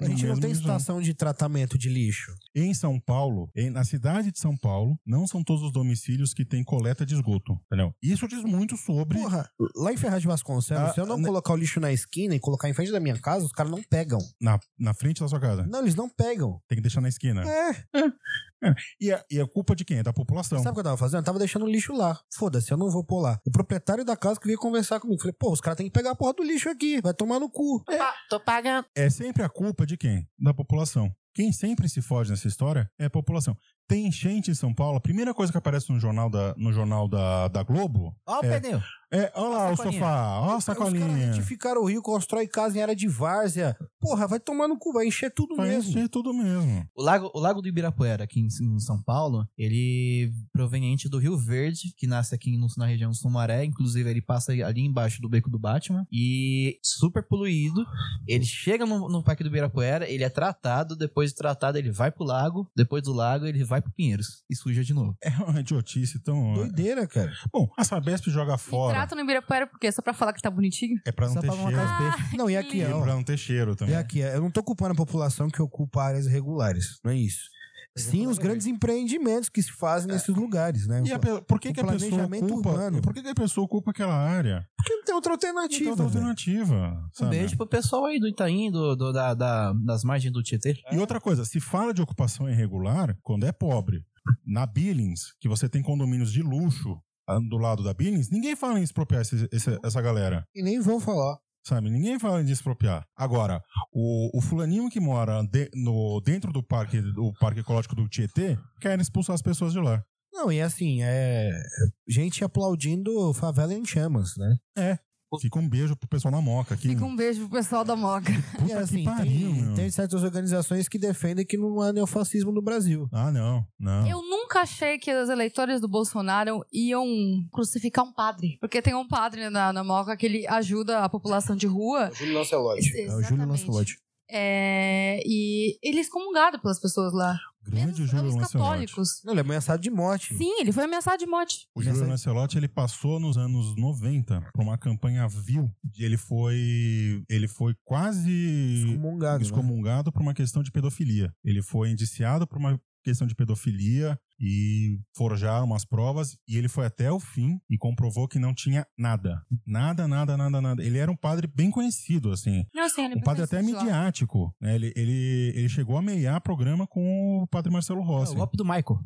[SPEAKER 4] a gente não
[SPEAKER 1] Mesmo
[SPEAKER 4] tem
[SPEAKER 1] lixão.
[SPEAKER 4] estação de tratamento de lixo.
[SPEAKER 1] Em São Paulo, em- na cidade de São Paulo, não são todos os domicílios que têm coleta de esgoto. Entendeu? Isso diz muito sobre.
[SPEAKER 4] Porra, lá em Ferraz de Vasconcelos,
[SPEAKER 1] Ah,
[SPEAKER 4] se eu não
[SPEAKER 1] né-
[SPEAKER 4] colocar o lixo na esquina e colocar em frente da minha casa, os caras não pegam.
[SPEAKER 1] Na, na frente da sua casa.
[SPEAKER 4] Não, eles não pegam.
[SPEAKER 1] Tem que deixar na esquina.
[SPEAKER 4] É.
[SPEAKER 1] E a, e a culpa de quem? É da população.
[SPEAKER 4] Sabe o que eu tava fazendo? Eu tava deixando o lixo lá. Foda-se, eu não vou pôr lá. O proprietário da casa que veio conversar comigo. Falei, pô, os caras têm que pegar a porra do lixo aqui. Vai tomar no cu.
[SPEAKER 6] Pa- Tô pagando.
[SPEAKER 1] É sempre a culpa de quem? Da população. Quem sempre se foge nessa história é a população. Tem enchente em São Paulo, a primeira coisa que aparece no jornal da, no jornal da, da Globo
[SPEAKER 2] Ó o
[SPEAKER 1] É.
[SPEAKER 2] pneu.
[SPEAKER 1] é: olha lá
[SPEAKER 2] A
[SPEAKER 1] o
[SPEAKER 2] sacolinha.
[SPEAKER 1] sofá, olha a
[SPEAKER 4] Os
[SPEAKER 1] sacolinha.
[SPEAKER 4] caras retificaram o rio, constrói casa em área de várzea. Porra, vai tomar no cu, vai encher tudo
[SPEAKER 1] Vai
[SPEAKER 4] mesmo.
[SPEAKER 1] encher tudo mesmo.
[SPEAKER 2] O lago, o lago do Ibirapuera, aqui em, em São Paulo, ele é proveniente do Rio Verde, que nasce aqui no- na região do Sumaré. Inclusive, ele passa ali embaixo do beco do Batman. E super poluído. Ele chega no, no Parque do Ibirapuera, ele é tratado. Depois de tratado, ele vai pro lago. Depois do lago, ele vai pro Pinheiros. E suja de novo.
[SPEAKER 1] É uma idiotice tão.
[SPEAKER 4] Doideira, cara.
[SPEAKER 1] Bom, a Sabesp joga
[SPEAKER 3] Me
[SPEAKER 1] fora.
[SPEAKER 3] tratam no Ibirapuera por quê? Só pra falar que tá bonitinho?
[SPEAKER 1] É pra não
[SPEAKER 2] Só
[SPEAKER 1] ter
[SPEAKER 2] pra
[SPEAKER 1] cheiro.
[SPEAKER 2] matar os peixes.
[SPEAKER 4] Não, e aqui,
[SPEAKER 1] E
[SPEAKER 4] ó.
[SPEAKER 1] pra não ter cheiro
[SPEAKER 4] É
[SPEAKER 1] também.
[SPEAKER 4] aqui, eu não tô culpando a população que ocupa áreas irregulares, não é isso.
[SPEAKER 2] Mas é
[SPEAKER 4] Sim, os
[SPEAKER 2] totalmente.
[SPEAKER 4] grandes empreendimentos que se fazem nesses lugares, né?
[SPEAKER 1] E a pe- por que,
[SPEAKER 4] o
[SPEAKER 1] que a pessoa
[SPEAKER 4] planejamento
[SPEAKER 1] culpa?
[SPEAKER 4] urbano.
[SPEAKER 1] Por que, que a pessoa culpa aquela área?
[SPEAKER 4] Porque não tem outra
[SPEAKER 1] Não tem
[SPEAKER 4] alternativa. né?
[SPEAKER 1] outra
[SPEAKER 4] velho.
[SPEAKER 1] alternativa.
[SPEAKER 2] Um
[SPEAKER 1] sabe?
[SPEAKER 2] beijo pro pessoal aí do Itaim, do, do- da, da- das margens do Tietê.
[SPEAKER 1] E outra coisa, se fala de ocupação irregular quando é pobre. Na Billings, que você tem condomínios de luxo ah, do lado da Billings, ninguém fala em expropriar esse- esse- essa galera.
[SPEAKER 4] E nem vão falar.
[SPEAKER 1] Sabe? Ninguém fala em expropriar. Agora, o, o fulaninho que mora de- no, dentro do parque, do parque ecológico do Tietê quer expulsar as pessoas de lá.
[SPEAKER 4] Não, e assim, é. Gente aplaudindo favela em chamas, né?
[SPEAKER 1] Fica um beijo pro pessoal na moca aqui.
[SPEAKER 3] Fica um tá beijo pro pessoal da Moca.
[SPEAKER 1] Puta
[SPEAKER 4] e assim,
[SPEAKER 1] que pariu,
[SPEAKER 4] tem,
[SPEAKER 1] meu.
[SPEAKER 4] tem certas organizações que defendem que não há neofascismo no Brasil.
[SPEAKER 1] Ah, não, não.
[SPEAKER 3] Eu nunca achei que os eleitores do Bolsonaro iam crucificar um padre. Porque tem um padre na, na Moca que ele ajuda a população de rua.
[SPEAKER 4] Júlio Lancelotti. É o Júlio
[SPEAKER 3] Exatamente.
[SPEAKER 4] Lancelotti.
[SPEAKER 3] É, e ele é excomungado pelas pessoas lá.
[SPEAKER 1] Grande
[SPEAKER 3] mesmo os-
[SPEAKER 1] Júlio
[SPEAKER 3] os
[SPEAKER 1] Lancelotti.
[SPEAKER 3] católicos.
[SPEAKER 4] Não, ele é ameaçado de morte.
[SPEAKER 3] Sim, ele foi ameaçado de morte.
[SPEAKER 1] O Júlio
[SPEAKER 4] Essa-
[SPEAKER 1] Lancelotti, ele passou nos anos 90 por uma campanha vil. E ele foi, ele foi quase
[SPEAKER 4] Excomungado. né?
[SPEAKER 1] excomungado por uma questão de pedofilia. Ele foi indiciado por uma questão de pedofilia e forjaram umas provas e ele foi até o fim e comprovou que não tinha nada. Nada, nada, nada, nada. Ele era um padre bem conhecido, assim.
[SPEAKER 3] Não, assim, ele
[SPEAKER 1] Um padre até
[SPEAKER 3] precisa de lá.
[SPEAKER 1] midiático. né? Ele, ele, ele chegou a meiar programa com o padre Marcelo
[SPEAKER 2] É
[SPEAKER 1] Rossi.
[SPEAKER 2] o golpe do Michael.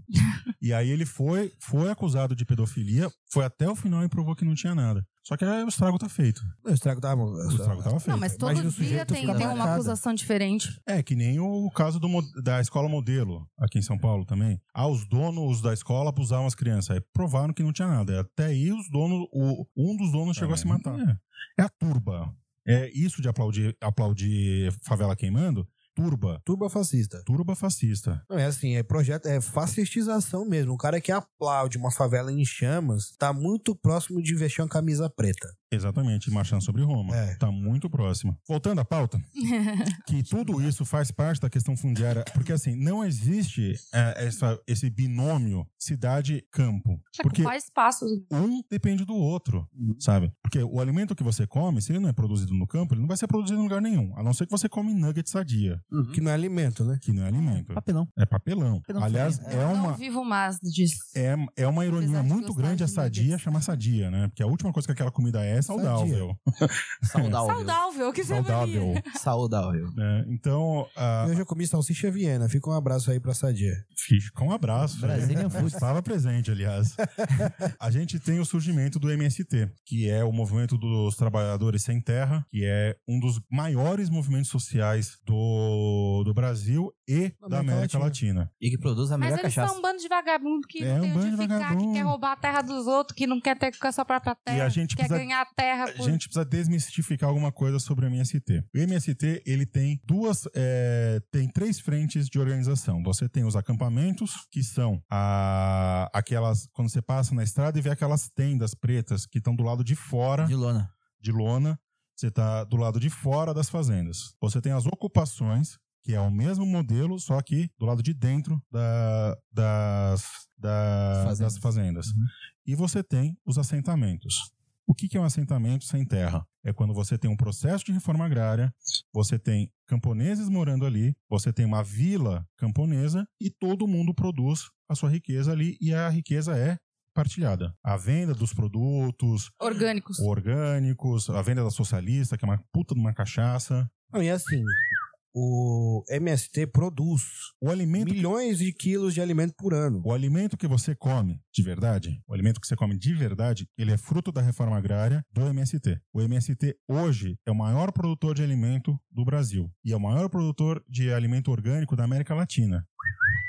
[SPEAKER 1] E aí ele foi, foi acusado de pedofilia, foi até o final e provou que não tinha nada. Só que aí o estrago tá feito.
[SPEAKER 4] O estrago tava.
[SPEAKER 1] O estrago tava feito.
[SPEAKER 3] Não, mas todo
[SPEAKER 4] Imagina o
[SPEAKER 3] dia
[SPEAKER 4] sujeito
[SPEAKER 3] tem,
[SPEAKER 4] ficar
[SPEAKER 3] tem uma
[SPEAKER 4] marcado.
[SPEAKER 3] acusação diferente.
[SPEAKER 1] É, que nem o caso do mo- da escola modelo aqui em São Paulo também. Ah, os donos da escola abusavam as crianças. Aí provaram que não tinha nada. Até aí os donos, o- um dos donos chegou a se matar. É, é a turba. É isso de aplaudir, aplaudir favela queimando? Turba.
[SPEAKER 4] Turba fascista.
[SPEAKER 1] Turba fascista.
[SPEAKER 4] Não, é assim, é projeto, é fascistização mesmo. Um cara que aplaude uma favela em chamas tá muito próximo de vestir uma camisa preta.
[SPEAKER 1] Exatamente, marchando sobre Roma.
[SPEAKER 4] É.
[SPEAKER 1] Tá muito próximo. Voltando à pauta, que tudo isso faz parte da questão fundiária, porque assim, não existe é, essa- esse binômio cidade-campo.
[SPEAKER 3] É
[SPEAKER 1] Porque
[SPEAKER 3] ocupar espaço.
[SPEAKER 1] um depende do outro, sabe? Porque o alimento que você come, se ele não é produzido no campo, ele não vai ser produzido em lugar nenhum. A não ser que você come nuggets sadia,
[SPEAKER 2] Uhum.
[SPEAKER 4] Que não é alimento, né?
[SPEAKER 1] que não é alimento.
[SPEAKER 2] Papelão.
[SPEAKER 1] É papelão.
[SPEAKER 2] Papelão
[SPEAKER 1] Aliás,
[SPEAKER 2] farinha.
[SPEAKER 1] é
[SPEAKER 3] Não
[SPEAKER 1] uma,
[SPEAKER 3] vivo mais disso.
[SPEAKER 1] é, é uma
[SPEAKER 3] Apesar
[SPEAKER 1] ironia
[SPEAKER 3] de
[SPEAKER 1] muito
[SPEAKER 3] gostar
[SPEAKER 1] grande a
[SPEAKER 3] de
[SPEAKER 1] sadia
[SPEAKER 3] nuggets.
[SPEAKER 1] chamar sadia, né? Porque a última coisa que aquela comida é é saudável.
[SPEAKER 2] Saudável.
[SPEAKER 3] Saudável, que saudável.
[SPEAKER 1] Saudável.
[SPEAKER 2] Saudável.
[SPEAKER 1] né? Então, ah,
[SPEAKER 4] Hoje eu comi salsicha Viena. Fica um abraço aí pra Sadia.
[SPEAKER 1] fica um abraço.
[SPEAKER 2] Brasília Foods.
[SPEAKER 1] Estava presente, aliás. a gente tem o surgimento do MST, que é o movimento dos trabalhadores sem terra, que é um dos maiores movimentos sociais do, do Brasil e
[SPEAKER 4] América
[SPEAKER 1] da América Latina.
[SPEAKER 2] E que produz a
[SPEAKER 3] Mas
[SPEAKER 2] melhor
[SPEAKER 3] eles são
[SPEAKER 2] cachaça.
[SPEAKER 3] um bando de vagabundo que
[SPEAKER 1] É,
[SPEAKER 3] não tem
[SPEAKER 1] um bando de
[SPEAKER 3] onde ficar, que
[SPEAKER 1] vagabundo.
[SPEAKER 3] quer roubar a terra dos outros, que não quer ter com a sua própria terra,
[SPEAKER 1] E a gente
[SPEAKER 3] quer
[SPEAKER 1] precisa-
[SPEAKER 3] ganhar a terra.
[SPEAKER 1] A
[SPEAKER 3] por-
[SPEAKER 1] gente precisa desmistificar alguma coisa sobre o MST. O MST, ele tem duas, é, tem três frentes de organização. Você tem os acampamentos, que são a- aquelas, quando você passa na estrada e vê aquelas tendas pretas que estão do lado de fora
[SPEAKER 2] De lona.
[SPEAKER 1] de lona, você está do lado de fora das fazendas. Você tem as ocupações, que é o mesmo modelo, só que do lado de dentro da- das, da-
[SPEAKER 2] Fazendas.
[SPEAKER 1] das fazendas. E você tem os assentamentos. O que que é um assentamento sem terra? É quando você tem um processo de reforma agrária, você tem camponeses morando ali, você tem uma vila camponesa e todo mundo produz a sua riqueza ali e a riqueza é partilhada. A venda dos produtos,
[SPEAKER 3] Orgânicos.
[SPEAKER 1] orgânicos, a venda da socialista, que é uma puta de uma cachaça.
[SPEAKER 4] Não, e assim, o MST produz
[SPEAKER 1] O alimento,
[SPEAKER 4] milhões de quilos de alimento por ano.
[SPEAKER 1] o alimento que você come de verdade, o alimento que você come de verdade, ele é fruto da reforma agrária do MST. O MST hoje é o maior produtor de alimento do Brasil e é o maior produtor de alimento orgânico da América Latina.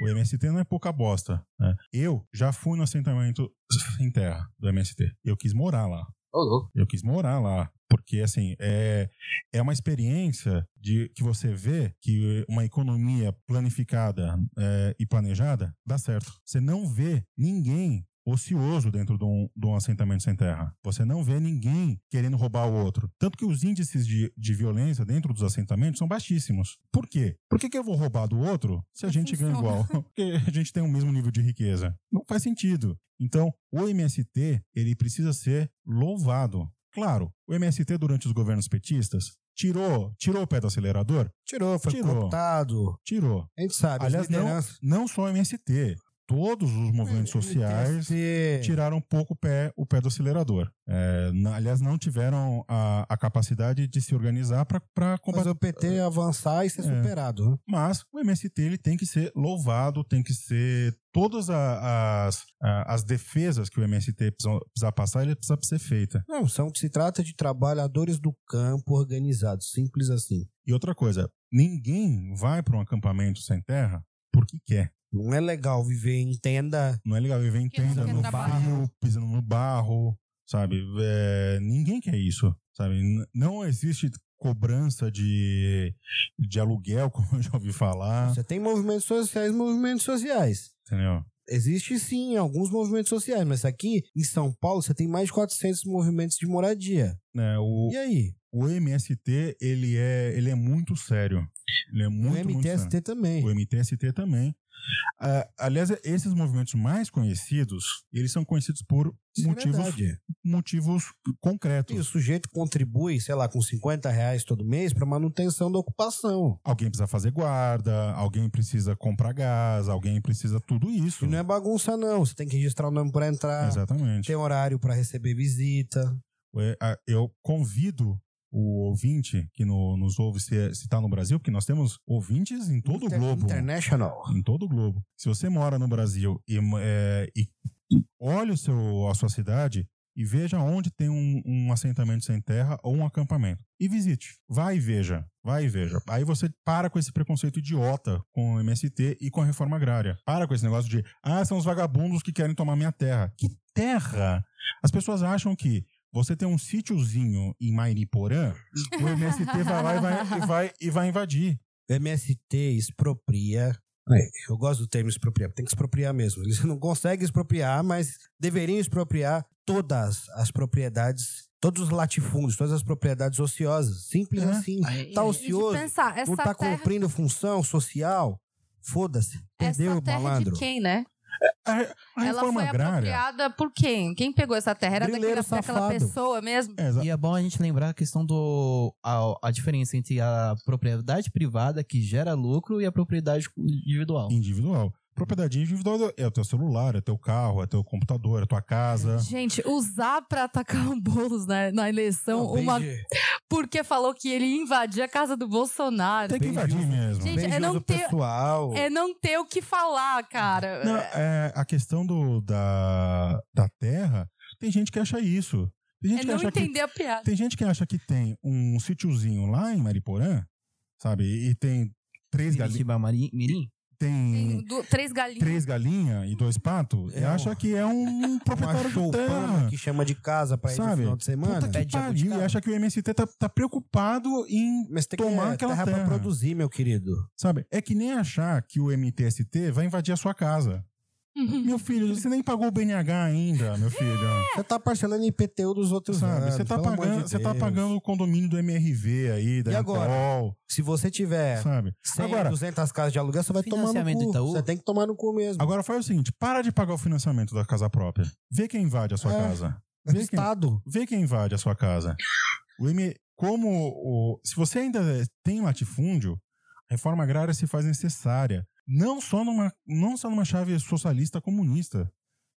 [SPEAKER 1] O MST não é pouca bosta. né? Eu já fui no assentamento sem terra do MST. Eu quis morar lá.
[SPEAKER 2] Ô, louco.
[SPEAKER 1] Eu quis morar lá. Porque, assim, é, é uma experiência de que você vê que uma economia planificada é, e planejada dá certo. Você não vê ninguém ocioso dentro de um, de um assentamento sem terra. Você não vê ninguém querendo roubar o outro. Tanto que os índices de, de violência dentro dos assentamentos são baixíssimos. Por quê? Por que, que eu vou roubar do outro se a gente ganha
[SPEAKER 3] Funciona.
[SPEAKER 1] igual? Porque a gente tem o mesmo nível de riqueza. Não faz sentido. Então, o MST, ele precisa ser louvado. Claro, o MST durante os governos petistas tirou, tirou o pé do acelerador?
[SPEAKER 4] Tirou, foi
[SPEAKER 1] Tirou.
[SPEAKER 4] cortado.
[SPEAKER 1] Tirou.
[SPEAKER 4] A gente sabe. as
[SPEAKER 1] Aliás, não,
[SPEAKER 4] lideranças-
[SPEAKER 1] não só o MST, todos os movimentos
[SPEAKER 4] É,
[SPEAKER 1] sociais
[SPEAKER 4] MST.
[SPEAKER 1] tiraram um pouco o pé, o pé do acelerador. É, na- aliás, não tiveram a, a capacidade de se organizar para combater.
[SPEAKER 4] Fazer o PT avançar e ser
[SPEAKER 1] É.
[SPEAKER 4] superado. né?
[SPEAKER 1] Mas o MST ele tem que ser louvado, tem que ser. Todas a- as, a- as defesas que o MST precisa, precisa passar, ele precisa ser feita.
[SPEAKER 4] Não, são, se trata de trabalhadores do campo organizados, simples assim.
[SPEAKER 1] E outra coisa, ninguém vai para um acampamento sem terra porque quer.
[SPEAKER 4] Não é legal viver em tenda.
[SPEAKER 1] Não é legal viver em
[SPEAKER 3] Porque não
[SPEAKER 1] tenda,
[SPEAKER 3] quer
[SPEAKER 1] no
[SPEAKER 3] trabalhar.
[SPEAKER 1] barro, pisando no barro, sabe? É, ninguém quer isso, sabe? N- Não existe cobrança de, de aluguel, como eu já ouvi falar,
[SPEAKER 4] Você tem movimentos sociais, movimentos sociais.
[SPEAKER 1] entendeu?
[SPEAKER 4] Existe sim alguns movimentos sociais, mas aqui em São Paulo você tem mais de 400 movimentos de moradia.
[SPEAKER 1] Né, o,
[SPEAKER 4] E aí?
[SPEAKER 1] o MST, ele é, ele é muito sério. Ele é muito,
[SPEAKER 4] o
[SPEAKER 1] muito sério.
[SPEAKER 4] né? MTST também.
[SPEAKER 1] O MTST também. Ah, aliás, esses movimentos mais conhecidos, eles são conhecidos por
[SPEAKER 4] Isso é
[SPEAKER 1] motivos,
[SPEAKER 4] verdade.
[SPEAKER 1] motivos concretos.
[SPEAKER 4] E o sujeito contribui, sei lá, com 50 reais todo mês para manutenção da ocupação.
[SPEAKER 1] Alguém precisa fazer guarda, alguém precisa comprar gás, alguém precisa tudo isso.
[SPEAKER 4] E não é bagunça, não. Você tem que registrar o nome para entrar,
[SPEAKER 1] Exatamente.
[SPEAKER 4] tem horário para receber visita.
[SPEAKER 1] É, a- Eu convido o ouvinte que no- nos ouve se está no Brasil, porque nós temos ouvintes em todo
[SPEAKER 4] Inter-
[SPEAKER 1] o globo.
[SPEAKER 4] International.
[SPEAKER 1] Em todo o globo. Se você mora no Brasil e, é, e olha o seu, a sua cidade e veja onde tem um, um assentamento sem terra ou um acampamento. E visite. Vai e veja. Vai e veja. Aí você para com esse preconceito idiota com o MST e com a reforma agrária. Para com esse negócio de, ah, são os vagabundos que querem tomar minha terra. Que terra? As pessoas acham que você tem um sítiozinho em Mairiporã, o MST vai lá e vai, e vai, e vai invadir.
[SPEAKER 4] MST expropria. É, Eu gosto do termo expropriar, tem que expropriar mesmo. Eles não conseguem expropriar, mas deveriam expropriar todas as propriedades, todos os latifúndios, todas as propriedades ociosas. Simples
[SPEAKER 1] É.
[SPEAKER 4] assim.
[SPEAKER 2] Aí-
[SPEAKER 4] Tá
[SPEAKER 3] E
[SPEAKER 4] ocioso,
[SPEAKER 3] de pensar, Uhum. essa
[SPEAKER 4] não tá
[SPEAKER 3] terra,
[SPEAKER 4] cumprindo função social. Foda-se.
[SPEAKER 3] essa
[SPEAKER 4] Perdeu o
[SPEAKER 3] terra
[SPEAKER 4] malandro.
[SPEAKER 3] de quem, né?
[SPEAKER 1] A, a
[SPEAKER 3] Ela
[SPEAKER 1] reforma
[SPEAKER 3] foi
[SPEAKER 1] agrária.
[SPEAKER 3] apropriada por quem? Quem pegou essa terra? Era
[SPEAKER 4] Grileiro
[SPEAKER 3] daquela, daquela
[SPEAKER 4] safado.
[SPEAKER 3] pessoa mesmo?
[SPEAKER 1] É, exa-
[SPEAKER 2] E é bom a gente lembrar a questão do. A, a diferença entre a propriedade privada que gera lucro e a propriedade individual.
[SPEAKER 1] individual. Propriedade individual é o teu celular, é teu carro, é teu computador, é tua casa.
[SPEAKER 3] Gente, usar pra atacar o Boulos na, na eleição, Então, uma...
[SPEAKER 4] Beijo-
[SPEAKER 3] porque falou que ele invadia a casa do Bolsonaro.
[SPEAKER 1] Tem que invadir
[SPEAKER 4] Beijo.
[SPEAKER 1] mesmo.
[SPEAKER 3] É. Gente, é
[SPEAKER 4] beijo
[SPEAKER 3] não
[SPEAKER 4] do
[SPEAKER 3] ter-
[SPEAKER 4] pessoal.
[SPEAKER 3] É não ter o que falar, cara.
[SPEAKER 1] Não, é, a questão do, da, da terra, tem gente que acha isso. Tem gente,
[SPEAKER 3] É
[SPEAKER 1] que
[SPEAKER 3] não
[SPEAKER 1] acha que,
[SPEAKER 3] entender a piada.
[SPEAKER 1] tem gente que acha que tem um sítiozinho lá em Mariporã, sabe? E tem três galinhas.
[SPEAKER 2] Curitiba Mari- Mirim?
[SPEAKER 3] Tem um
[SPEAKER 1] Tem
[SPEAKER 3] du- três galinhas.
[SPEAKER 1] três galinhas e dois patos e
[SPEAKER 4] É um-
[SPEAKER 1] acha que é um proprietário de
[SPEAKER 4] Uma
[SPEAKER 1] terra.
[SPEAKER 4] choupana que chama de casa pra ir no
[SPEAKER 1] Sabe?
[SPEAKER 4] final de semana.
[SPEAKER 1] Puta que
[SPEAKER 2] Pede
[SPEAKER 1] pariu,
[SPEAKER 2] jabuticaba.
[SPEAKER 1] e acha que o MST tá, tá preocupado em
[SPEAKER 4] Mas tem
[SPEAKER 1] tomar é
[SPEAKER 4] que ter
[SPEAKER 1] aquela
[SPEAKER 4] terra pra
[SPEAKER 1] terra.
[SPEAKER 4] produzir, meu querido.
[SPEAKER 1] Sabe? É que nem achar que o MTST vai invadir a sua casa. Meu filho, você nem pagou o BNH ainda, meu filho.
[SPEAKER 3] É.
[SPEAKER 4] Você tá parcelando IPTU dos outros
[SPEAKER 1] Sabe?
[SPEAKER 4] anos,
[SPEAKER 1] Você tá,
[SPEAKER 4] pelo amor
[SPEAKER 1] pagando,
[SPEAKER 4] de
[SPEAKER 1] você tá
[SPEAKER 4] Deus.
[SPEAKER 1] pagando o condomínio do MRV aí, da
[SPEAKER 4] E agora? É.
[SPEAKER 1] Interol,
[SPEAKER 4] Se você tiver
[SPEAKER 1] sabe?
[SPEAKER 4] 100,
[SPEAKER 1] Agora-
[SPEAKER 4] 200 casas de aluguel, você vai tomar no
[SPEAKER 2] Financiamento
[SPEAKER 4] cu.
[SPEAKER 2] Itaú.
[SPEAKER 4] Você tem que tomar no cu mesmo.
[SPEAKER 1] Agora faz o seguinte, para de pagar o financiamento da casa própria. Vê quem invade a sua
[SPEAKER 4] É.
[SPEAKER 1] casa.
[SPEAKER 4] É do
[SPEAKER 1] Vê quem,
[SPEAKER 4] Estado.
[SPEAKER 1] vê quem invade a sua casa. O M, como o, se você ainda tem latifúndio, a reforma agrária se faz necessária. Não só numa, não só numa chave socialista comunista.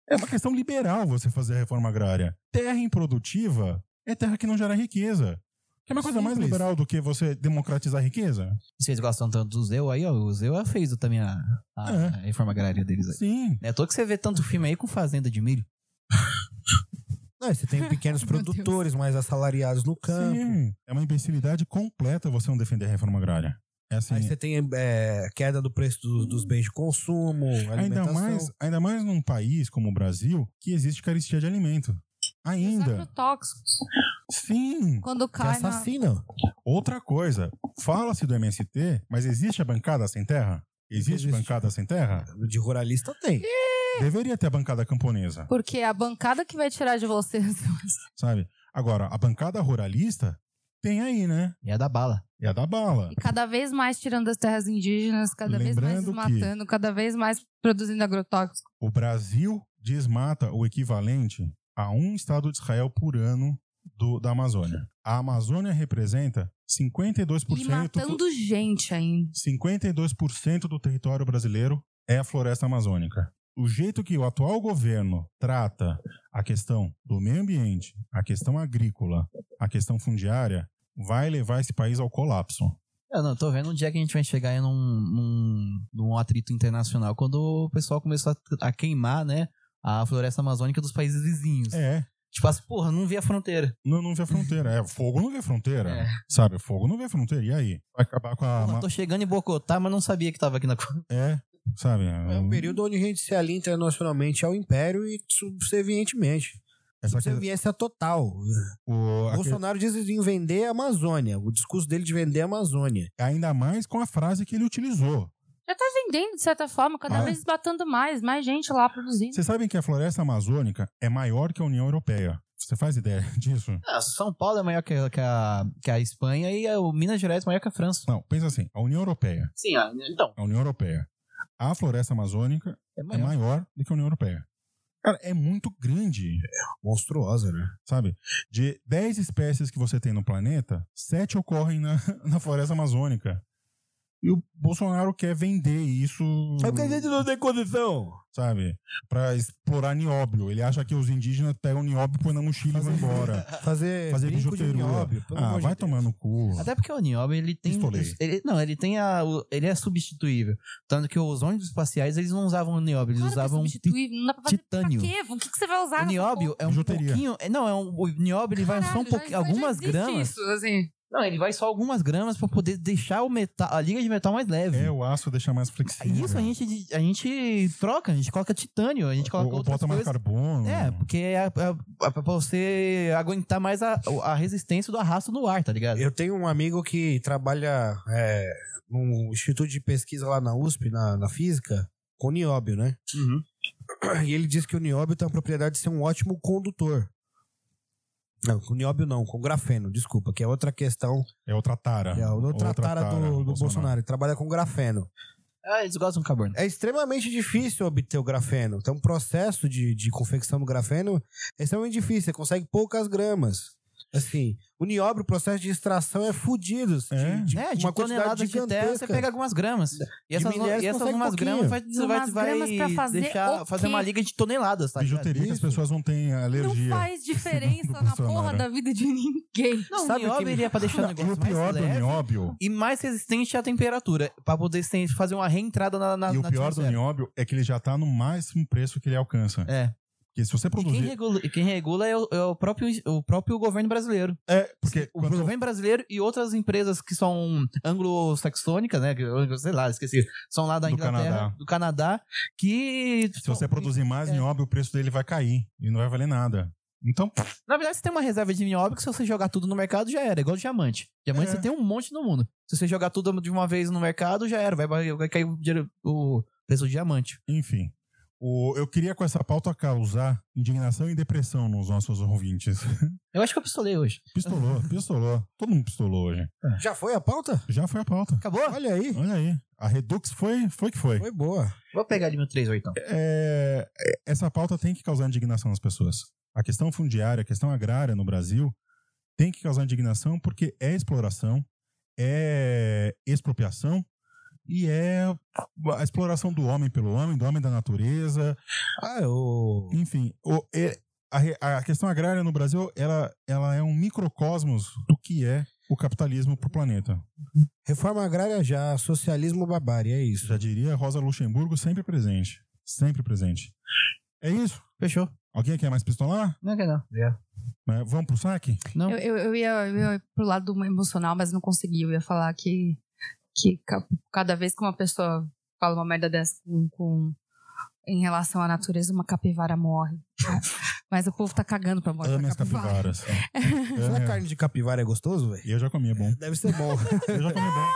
[SPEAKER 1] É uma questão liberal você fazer a reforma agrária. Terra improdutiva é terra que não gera riqueza. Que é uma coisa mais
[SPEAKER 2] Simples.
[SPEAKER 1] liberal do que você democratizar a riqueza?
[SPEAKER 2] Vocês gostam tanto do Zeu aí, ó. O Zeu é fez também a, a,
[SPEAKER 1] É.
[SPEAKER 2] a reforma agrária deles aí.
[SPEAKER 1] Sim.
[SPEAKER 2] É à toa que você vê tanto filme aí com fazenda de milho.
[SPEAKER 4] Não, você tem pequenos
[SPEAKER 3] Meu Deus.
[SPEAKER 4] produtores mais assalariados no campo.
[SPEAKER 1] Sim. É uma imbecilidade completa você não defender a reforma agrária. É assim,
[SPEAKER 4] Aí você tem é, queda do preço do- dos bens de consumo,
[SPEAKER 1] Ainda
[SPEAKER 4] alimentação.
[SPEAKER 1] mais, ainda mais num país como o Brasil, que existe carestia de alimento.
[SPEAKER 3] Os
[SPEAKER 1] Ainda.
[SPEAKER 3] agrotóxicos.
[SPEAKER 1] Sim.
[SPEAKER 3] Quando
[SPEAKER 4] Que
[SPEAKER 3] cai na...
[SPEAKER 4] assassina.
[SPEAKER 1] Outra coisa, fala-se do MST, mas existe a bancada sem terra? Existe,
[SPEAKER 4] Existe.
[SPEAKER 1] bancada sem terra?
[SPEAKER 4] De ruralista tem.
[SPEAKER 1] Deveria ter a bancada camponesa,
[SPEAKER 3] Porque é a bancada que vai tirar de vocês.
[SPEAKER 1] sabe? Agora, a bancada ruralista tem aí, né?
[SPEAKER 2] E é da bala.
[SPEAKER 1] É a da bala.
[SPEAKER 3] E cada vez mais tirando as terras indígenas, cada vez mais
[SPEAKER 1] Lembrando que-
[SPEAKER 3] desmatando, cada vez mais produzindo agrotóxico.
[SPEAKER 1] O Brasil desmata o equivalente a um Estado de Israel por ano do- da Amazônia. A Amazônia representa 52%
[SPEAKER 3] E
[SPEAKER 1] do-
[SPEAKER 3] matando gente ainda.
[SPEAKER 1] 52% do território brasileiro é a floresta amazônica. O jeito que o atual governo trata a questão do meio ambiente, a questão agrícola, a questão fundiária, vai levar esse país ao colapso.
[SPEAKER 2] Eu não, tô vendo um dia que a gente vai chegar aí num, num, num atrito internacional, quando o pessoal começou a, a queimar, né, a floresta amazônica dos países vizinhos.
[SPEAKER 1] É,
[SPEAKER 2] Tipo assim, porra, não vê a fronteira.
[SPEAKER 1] não, não vê fronteira. É, fogo não vê fronteira.
[SPEAKER 2] É.
[SPEAKER 1] Sabe, fogo não vê fronteira. E aí? Vai acabar com a.
[SPEAKER 2] Porra,
[SPEAKER 1] ma-
[SPEAKER 2] tô chegando em Bogotá, mas não sabia que tava aqui na... co-
[SPEAKER 1] É, sabe?
[SPEAKER 4] É um período onde a gente se alia internacionalmente ao império e subservientemente.
[SPEAKER 1] Essa É, que,
[SPEAKER 4] Subserviência total.
[SPEAKER 1] o, aque-
[SPEAKER 4] Bolsonaro diz em vender a Amazônia. O discurso dele de vender a Amazônia.
[SPEAKER 1] ainda mais com a frase que ele utilizou.
[SPEAKER 3] Já tá vendendo, de certa forma, cada
[SPEAKER 1] Ah.
[SPEAKER 3] vez batendo mais, mais gente lá produzindo.
[SPEAKER 1] Vocês sabem que a floresta amazônica é maior que a União Europeia. Você faz ideia disso?
[SPEAKER 2] Ah, São Paulo é maior que, a- que a, que a Espanha e a- o Minas Gerais é maior que a França.
[SPEAKER 1] Não, pensa assim, a União Europeia.
[SPEAKER 2] Sim, ah, então.
[SPEAKER 1] A União Europeia. a floresta amazônica
[SPEAKER 2] É
[SPEAKER 1] é maior do que a União Europeia. Cara, é muito grande,
[SPEAKER 4] Monstruosa, né?
[SPEAKER 1] sabe? De 10 espécies que você tem no planeta, 7 ocorrem na, na floresta amazônica. E o Bolsonaro quer vender isso,
[SPEAKER 4] não tem condição.
[SPEAKER 1] sabe? Pra explorar nióbio. Ele acha que os indígenas pegam nióbio, põem na mochila e vão embora.
[SPEAKER 4] Fazer,
[SPEAKER 1] Fazer
[SPEAKER 4] brinco é, de
[SPEAKER 1] bijuteria.
[SPEAKER 4] nióbio, pelo
[SPEAKER 1] Ah,
[SPEAKER 4] amor de
[SPEAKER 1] vai
[SPEAKER 4] Deus.
[SPEAKER 1] tomar no cu.
[SPEAKER 2] Até porque o Niobe, ele tem.
[SPEAKER 1] Pistolei.
[SPEAKER 2] ele- não, ele tem a. o- Ele é substituível. Tanto que os ônibus espaciais, eles não usavam o Niobe, eles
[SPEAKER 3] Claro que é
[SPEAKER 2] usavam. ti-
[SPEAKER 3] substituir, não dá pra fazer
[SPEAKER 2] titânio.
[SPEAKER 3] Pra quê? O que, que você vai usar?
[SPEAKER 2] O
[SPEAKER 3] nessa
[SPEAKER 2] Nióbio é um
[SPEAKER 1] Bijuteria.
[SPEAKER 2] pouquinho. é, Não, é um, o Nióbio ele vai
[SPEAKER 3] porra?
[SPEAKER 2] só um
[SPEAKER 3] Caralho, já-
[SPEAKER 2] pouquinho.
[SPEAKER 3] já
[SPEAKER 2] Algumas
[SPEAKER 3] existe
[SPEAKER 2] gramas.
[SPEAKER 3] Isso, assim.
[SPEAKER 2] Não, ele vai só algumas gramas pra poder deixar o metal, a liga de metal mais leve.
[SPEAKER 1] É o aço deixar mais flexível.
[SPEAKER 2] Isso a gente, a gente troca, a gente coloca titânio, a gente coloca
[SPEAKER 1] Ou
[SPEAKER 2] outras
[SPEAKER 1] bota mais
[SPEAKER 2] coisas.
[SPEAKER 1] carbono.
[SPEAKER 2] É, porque é, é- é pra você aguentar mais a, a resistência do arrasto no ar,
[SPEAKER 1] É.
[SPEAKER 2] tá ligado?
[SPEAKER 4] Eu tenho um amigo que trabalha é, num instituto de pesquisa lá na USP, na, na física, com nióbio, né? E ele diz que o nióbio tem a propriedade de ser um ótimo condutor. Não, com nióbio não, com grafeno, desculpa, que é outra questão.
[SPEAKER 1] É outra tara.
[SPEAKER 4] É a outra tara do, do Bolsonaro. Ele trabalha com grafeno.
[SPEAKER 2] Ah, eles gostam do carbono.
[SPEAKER 4] É extremamente difícil obter o grafeno. Tem um processo de, de confecção do grafeno é extremamente difícil. Você consegue poucas gramas. Assim, o nióbio, o processo de extração é fudido. de-
[SPEAKER 1] É.
[SPEAKER 4] de
[SPEAKER 2] É, de
[SPEAKER 4] uma quantidade
[SPEAKER 2] toneladas de terra, você
[SPEAKER 4] gigantesca.
[SPEAKER 2] pega algumas gramas. E essas, e
[SPEAKER 4] milhares,
[SPEAKER 2] essas
[SPEAKER 4] consegue
[SPEAKER 2] algumas
[SPEAKER 4] pouquinho.
[SPEAKER 2] gramas vai, vai,
[SPEAKER 3] Algumas gramas pra
[SPEAKER 2] vai
[SPEAKER 3] fazer
[SPEAKER 2] deixar,
[SPEAKER 3] o
[SPEAKER 2] fazer uma
[SPEAKER 3] quê?
[SPEAKER 2] liga de toneladas, tá ligado?
[SPEAKER 1] Bijuteria que as
[SPEAKER 4] Isso.
[SPEAKER 1] pessoas não têm alergia.
[SPEAKER 3] Não faz diferença na porra
[SPEAKER 1] Bolsonaro.
[SPEAKER 3] da vida de ninguém.
[SPEAKER 2] Não,
[SPEAKER 4] Sabe
[SPEAKER 2] o
[SPEAKER 4] o que
[SPEAKER 2] nióbio
[SPEAKER 4] me-
[SPEAKER 2] ele é pra deixar o
[SPEAKER 1] Não, e
[SPEAKER 2] negócio
[SPEAKER 1] o pior
[SPEAKER 2] mais
[SPEAKER 1] do
[SPEAKER 2] leve
[SPEAKER 1] nióbio,
[SPEAKER 2] e mais resistente à temperatura, pra poder sem- fazer uma reentrada na, na
[SPEAKER 1] e o
[SPEAKER 2] na
[SPEAKER 1] pior do
[SPEAKER 2] atmosfera.
[SPEAKER 1] nióbio é que ele já tá no máximo preço que ele alcança.
[SPEAKER 2] É.
[SPEAKER 1] Porque se você
[SPEAKER 2] E quem
[SPEAKER 1] produzir.
[SPEAKER 2] regula, e quem regula é, o, é o próprio, o próprio governo brasileiro.
[SPEAKER 1] É, porque
[SPEAKER 2] O
[SPEAKER 1] quando-
[SPEAKER 2] governo brasileiro e outras empresas que são anglo-saxônicas, né? que eu- Sei lá, esqueci. São lá da
[SPEAKER 1] Do
[SPEAKER 2] Inglaterra,
[SPEAKER 1] Canadá.
[SPEAKER 2] do Canadá, que.
[SPEAKER 1] se você produzir mais
[SPEAKER 2] é.
[SPEAKER 1] nióbio, o preço dele vai cair e não vai valer nada. Então,
[SPEAKER 2] Na verdade, você tem uma reserva de nióbio que se você jogar tudo no mercado, já era. Igual diamante. Diamante
[SPEAKER 1] É.
[SPEAKER 2] você tem um monte no mundo. Se você jogar tudo de uma vez no mercado, já era. Vai, vai, vai cair o, dinheiro- o preço do diamante.
[SPEAKER 1] enfim. O- eu queria com essa pauta causar indignação e depressão nos nossos ouvintes.
[SPEAKER 2] Eu acho que eu pistolei hoje.
[SPEAKER 1] Pistolou, pistolou. Todo mundo pistolou hoje.
[SPEAKER 4] Já foi a pauta?
[SPEAKER 1] Já foi a pauta.
[SPEAKER 2] Acabou?
[SPEAKER 4] Olha aí.
[SPEAKER 1] Olha aí. A Redux foi, foi que foi.
[SPEAKER 4] Foi boa.
[SPEAKER 2] Vou pegar ali meu 3 então.
[SPEAKER 1] é, essa pauta tem que causar indignação nas pessoas. A questão fundiária, a questão agrária no Brasil tem que causar indignação porque é exploração, é expropriação e é a exploração do homem pelo homem, do homem da natureza.
[SPEAKER 4] Ah, eu...
[SPEAKER 1] Enfim, o- é- a, re- a questão agrária no Brasil ela, ela é um microcosmos do que é o capitalismo para o planeta.
[SPEAKER 4] Reforma agrária já, socialismo barbárie, é isso.
[SPEAKER 1] Já diria Rosa Luxemburgo, sempre presente. Sempre presente. É isso.
[SPEAKER 2] Fechou.
[SPEAKER 1] Alguém quer mais pistolar?
[SPEAKER 2] Não é que não.
[SPEAKER 1] Né? Vamos pro saque?
[SPEAKER 2] Não.
[SPEAKER 3] Eu, eu, eu ia, eu ia pro lado emocional, mas não consegui. Eu ia falar que, que ca- cada vez que uma pessoa fala uma merda dessa com, com- em relação à natureza, uma capivara morre. mas o povo tá cagando pra morte
[SPEAKER 1] Ame
[SPEAKER 3] da
[SPEAKER 1] as
[SPEAKER 3] capivara.
[SPEAKER 1] capivaras.
[SPEAKER 4] Será que
[SPEAKER 1] Ame-
[SPEAKER 4] carne de capivara é gostoso, velho?
[SPEAKER 1] Eu já comi, é bom.
[SPEAKER 4] Deve ser bom.
[SPEAKER 1] Eu já comi, é bom.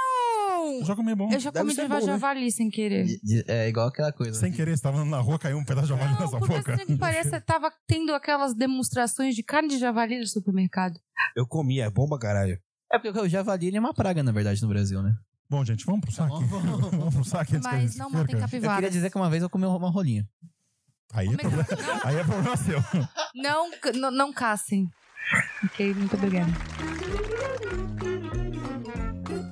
[SPEAKER 1] Eu já comi, é bom.
[SPEAKER 3] Eu já
[SPEAKER 4] Deve
[SPEAKER 3] comi
[SPEAKER 4] ser
[SPEAKER 3] de
[SPEAKER 4] bom, né?
[SPEAKER 3] javali sem querer.
[SPEAKER 2] De- de- É igual aquela coisa.
[SPEAKER 1] Sem querer, você tava andando na rua, caiu um pedaço de javali na
[SPEAKER 3] Não,
[SPEAKER 1] sua
[SPEAKER 3] por
[SPEAKER 1] boca.
[SPEAKER 3] assim que pareça, tava tendo aquelas demonstrações de carne de javali no supermercado.
[SPEAKER 4] Eu comi, é bom pra caralho.
[SPEAKER 2] É porque o javali ele é uma praga, na verdade, no Brasil, né?
[SPEAKER 1] Bom, gente, vamos pro
[SPEAKER 2] Tá
[SPEAKER 1] saque?
[SPEAKER 2] bom, vamos.
[SPEAKER 1] Vamos pro saque antes que a gente
[SPEAKER 3] Mas
[SPEAKER 1] se
[SPEAKER 3] não matem
[SPEAKER 1] perca?
[SPEAKER 2] Eu queria
[SPEAKER 3] capivara.
[SPEAKER 2] dizer que uma vez eu comi uma rolinha.
[SPEAKER 1] Aí é, problema, aí é problema seu.
[SPEAKER 3] Não, ca- não, não caçem. Ok, muito obrigada.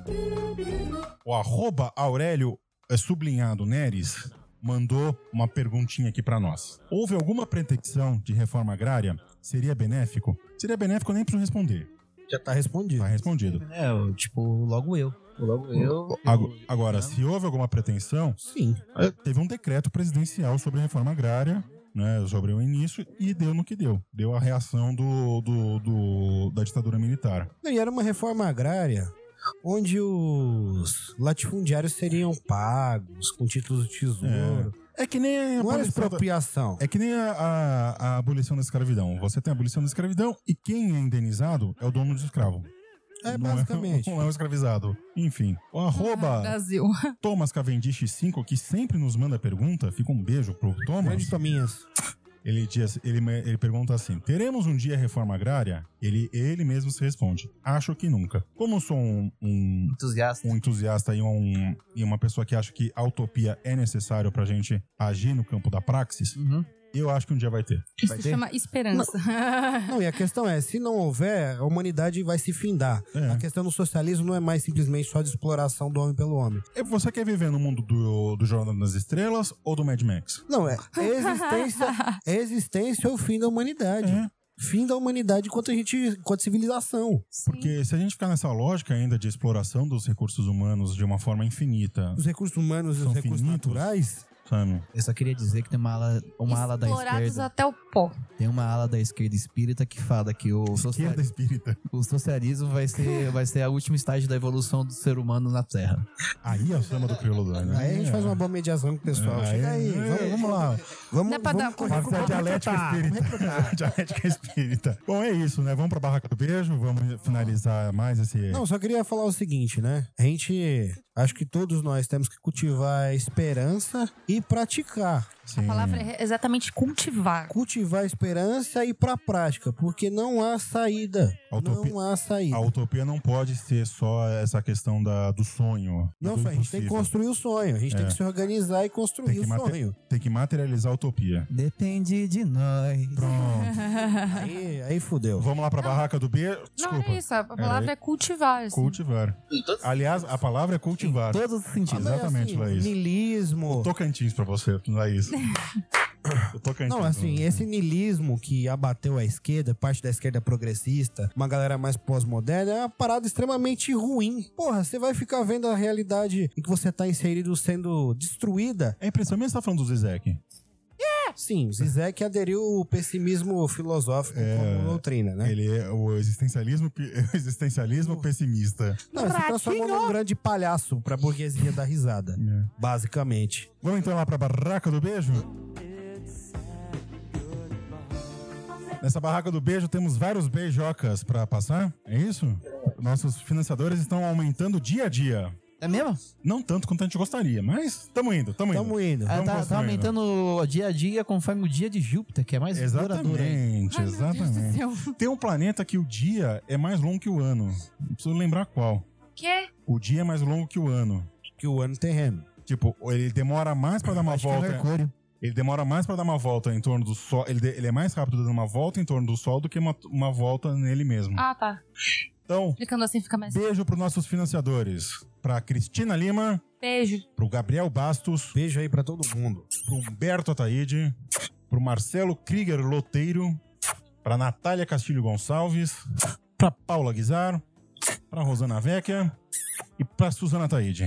[SPEAKER 1] O arroba Aurélio é, sublinhado Neres mandou uma perguntinha aqui pra nós. Houve alguma pretensão de reforma agrária? Seria benéfico? Seria benéfico, eu nem preciso responder.
[SPEAKER 4] Já tá respondido.
[SPEAKER 1] Tá respondido.
[SPEAKER 2] É, eu, tipo, logo eu. Logo eu.
[SPEAKER 1] Ago- Agora, se houve alguma pretensão,
[SPEAKER 4] Sim.
[SPEAKER 1] É, Teve um decreto presidencial sobre a reforma agrária, né, sobre o início, e deu no que deu. Deu a reação do, do- do- da ditadura militar.
[SPEAKER 4] E era uma reforma agrária onde os latifundiários seriam pagos com títulos de tesouro.
[SPEAKER 1] É que nem a
[SPEAKER 4] Não era
[SPEAKER 1] abolição da-
[SPEAKER 4] expropriação.
[SPEAKER 1] é que nem a, a- a abolição da escravidão. Você tem a abolição da escravidão e quem é indenizado é o dono do escravo.
[SPEAKER 4] É,
[SPEAKER 1] Não
[SPEAKER 4] basicamente.
[SPEAKER 1] não é o escravizado. Enfim, o arroba
[SPEAKER 3] Ah. Brasil.
[SPEAKER 4] É
[SPEAKER 1] Thomas Cavendish 5, que sempre nos manda pergunta, fica um beijo pro Thomas.
[SPEAKER 4] Grande Tominhas.
[SPEAKER 1] Ele, diz, assim, ele, ele pergunta assim: teremos um dia reforma agrária? Ele, ele mesmo se responde: acho que nunca. Como sou um, um,
[SPEAKER 2] Entusiasta.
[SPEAKER 1] um entusiasta e, um, e uma pessoa que acha que a utopia é necessário pra gente agir no campo da praxis,
[SPEAKER 2] Uhum.
[SPEAKER 1] eu acho que um dia vai ter.
[SPEAKER 3] Isso
[SPEAKER 2] Vai
[SPEAKER 3] se
[SPEAKER 2] ter?
[SPEAKER 3] chama esperança.
[SPEAKER 4] Não, e a questão é, se não houver, a humanidade vai se findar.
[SPEAKER 1] É.
[SPEAKER 4] A questão do socialismo não é mais simplesmente só de exploração do homem pelo homem.
[SPEAKER 1] E É, Você quer viver no mundo do, do Jornal das Estrelas ou do Mad Max?
[SPEAKER 4] Não, é existência, existência é o fim da humanidade.
[SPEAKER 1] É,
[SPEAKER 4] Fim da humanidade enquanto a gente, enquanto civilização.
[SPEAKER 3] Sim.
[SPEAKER 1] porque se a gente ficar nessa lógica ainda de exploração dos recursos humanos de uma forma infinita,
[SPEAKER 4] Os recursos humanos e
[SPEAKER 1] São
[SPEAKER 4] os recursos
[SPEAKER 1] finitos.
[SPEAKER 4] naturais,
[SPEAKER 1] sabe?
[SPEAKER 2] Eu só queria dizer que tem uma ala, é uma ala da
[SPEAKER 3] Explorados
[SPEAKER 2] esquerda.
[SPEAKER 3] até o pó.
[SPEAKER 2] Tem uma ala da esquerda espírita que fala que o, social,
[SPEAKER 1] Esquerda espírita.
[SPEAKER 2] o socialismo vai ser, vai ser a última estágio da evolução do ser humano na Terra.
[SPEAKER 1] Aí é o samba do crioulo doido, né?
[SPEAKER 4] aí a gente faz uma boa mediação com o pessoal.
[SPEAKER 1] Aí,
[SPEAKER 4] Chega É. aí,
[SPEAKER 1] é,
[SPEAKER 4] vamos, vamos lá. Vamos,
[SPEAKER 3] Dá é pra dar uma
[SPEAKER 4] vamos
[SPEAKER 1] Vamos a dialética espírita. dialética espírita. Bom, é isso, né? Vamos pra barraca do beijo, vamos finalizar mais esse.
[SPEAKER 4] Não, só queria falar o seguinte, né? A gente, acho que todos nós temos que cultivar a esperança e praticar.
[SPEAKER 1] Sim.
[SPEAKER 3] A palavra é exatamente cultivar.
[SPEAKER 4] Cultivar a esperança e ir pra prática, porque não há saída.
[SPEAKER 1] A utopia-
[SPEAKER 4] Não há saída.
[SPEAKER 1] A utopia não pode ser só essa questão da, do sonho.
[SPEAKER 4] Não,
[SPEAKER 1] do
[SPEAKER 4] só, a gente tem que
[SPEAKER 1] impossível.
[SPEAKER 4] construir o sonho. A gente tem que se organizar e
[SPEAKER 1] Tem
[SPEAKER 4] construir
[SPEAKER 1] que
[SPEAKER 4] o
[SPEAKER 1] mate-
[SPEAKER 4] sonho.
[SPEAKER 1] Tem que materializar a utopia.
[SPEAKER 2] Depende de nós.
[SPEAKER 1] Pronto.
[SPEAKER 4] Aí, aí fudeu.
[SPEAKER 1] Vamos lá pra barraca do beijo. Desculpa.
[SPEAKER 3] Não, é isso. A palavra é cultivar. assim.
[SPEAKER 1] Cultivar. Aliás, a palavra é cultivar.
[SPEAKER 2] Todos os sentidos.
[SPEAKER 1] Exato. exatamente,
[SPEAKER 4] Mas, é assim,
[SPEAKER 1] Laís.
[SPEAKER 4] Nilismo.
[SPEAKER 1] Tocantins pra você, não é isso. O Tocantins. né?
[SPEAKER 4] Não, assim, esse nilismo que abateu a esquerda, parte da esquerda progressista, uma galera mais pós-moderna, é uma parada extremamente ruim. Porra, você vai ficar vendo a realidade em que você tá inserido sendo destruída. É,
[SPEAKER 1] É impressão minha que você tá falando do Zizek.
[SPEAKER 4] Sim, o Zizek aderiu o pessimismo filosófico como doutrina, né?
[SPEAKER 1] Ele é o existencialismo, pi- existencialismo pessimista.
[SPEAKER 4] Não, ele se transformou num um grande palhaço pra burguesia da risada,
[SPEAKER 1] É.
[SPEAKER 4] basicamente.
[SPEAKER 1] Vamos então lá pra barraca do beijo? Nessa barraca do beijo temos vários beijocas pra passar, é isso? Nossos financiadores estão aumentando dia a dia.
[SPEAKER 2] É mesmo?
[SPEAKER 1] Não tanto quanto a gente gostaria, mas tamo indo, tamo indo.
[SPEAKER 4] Tamo indo.
[SPEAKER 2] Ah, tá,
[SPEAKER 1] construindo.
[SPEAKER 2] tá aumentando o dia a dia conforme o dia de Júpiter, que é mais duradouro
[SPEAKER 1] Exatamente,
[SPEAKER 2] ainda.
[SPEAKER 3] Ai, meu Deus do
[SPEAKER 1] exatamente.
[SPEAKER 3] céu.
[SPEAKER 1] Tem um planeta que o dia é mais longo que o ano. Não preciso lembrar qual.
[SPEAKER 3] Quê?
[SPEAKER 1] O dia é mais longo que o ano.
[SPEAKER 4] Que o ano tem remo.
[SPEAKER 1] Tipo, ele demora mais pra dar uma
[SPEAKER 2] Acho que é
[SPEAKER 1] volta.
[SPEAKER 2] Mercúrio.
[SPEAKER 1] Ele demora mais pra dar uma volta em torno do Sol. Ele, de- ele é mais rápido dando uma volta em torno do Sol do que uma, uma volta nele mesmo.
[SPEAKER 3] Ah, tá.
[SPEAKER 1] Então,
[SPEAKER 3] Explicando assim fica mais.
[SPEAKER 1] beijo pros nossos financiadores. Pra Cristina Lima,
[SPEAKER 3] Beijo.
[SPEAKER 1] pro Gabriel Bastos,
[SPEAKER 4] Beijo aí pra todo mundo.
[SPEAKER 1] pro Humberto Ataíde, pro Marcelo Krieger Loteiro, pra Natália Castilho Gonçalves, pra Paula Guizar, pra Rosana Vecchia e pra Suzana Ataíde.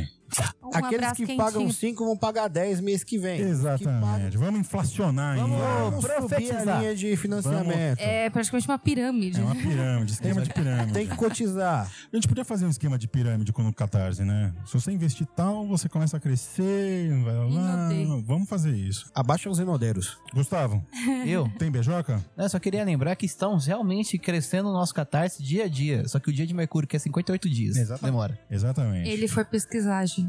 [SPEAKER 3] Um
[SPEAKER 4] Aqueles
[SPEAKER 3] abraço
[SPEAKER 4] que
[SPEAKER 3] quentinho.
[SPEAKER 4] pagam 5 vão pagar 10 mês que vem.
[SPEAKER 1] Exatamente. Vamos inflacionar
[SPEAKER 2] Vamos
[SPEAKER 1] ainda.
[SPEAKER 4] Vamos subir
[SPEAKER 2] Profetizar.
[SPEAKER 4] a linha de financiamento.
[SPEAKER 3] É praticamente uma pirâmide.
[SPEAKER 1] É uma pirâmide, esquema de pirâmide.
[SPEAKER 4] Tem que cotizar.
[SPEAKER 1] A gente podia fazer um esquema de pirâmide com o Catarse, né? Se você investir tal, você começa a crescer, vai lá.
[SPEAKER 3] odeio.
[SPEAKER 1] Vamos fazer isso.
[SPEAKER 4] Abaixa os enodeiros.
[SPEAKER 1] Gustavo,
[SPEAKER 2] Eu?
[SPEAKER 1] tem beijoca?
[SPEAKER 2] Eu só queria lembrar que estamos realmente crescendo o nosso catarse dia a dia. Só que o dia de Mercúrio, que é 58 dias,
[SPEAKER 1] Exatamente.
[SPEAKER 2] demora.
[SPEAKER 1] Exatamente.
[SPEAKER 3] Ele foi pesquisar, gente.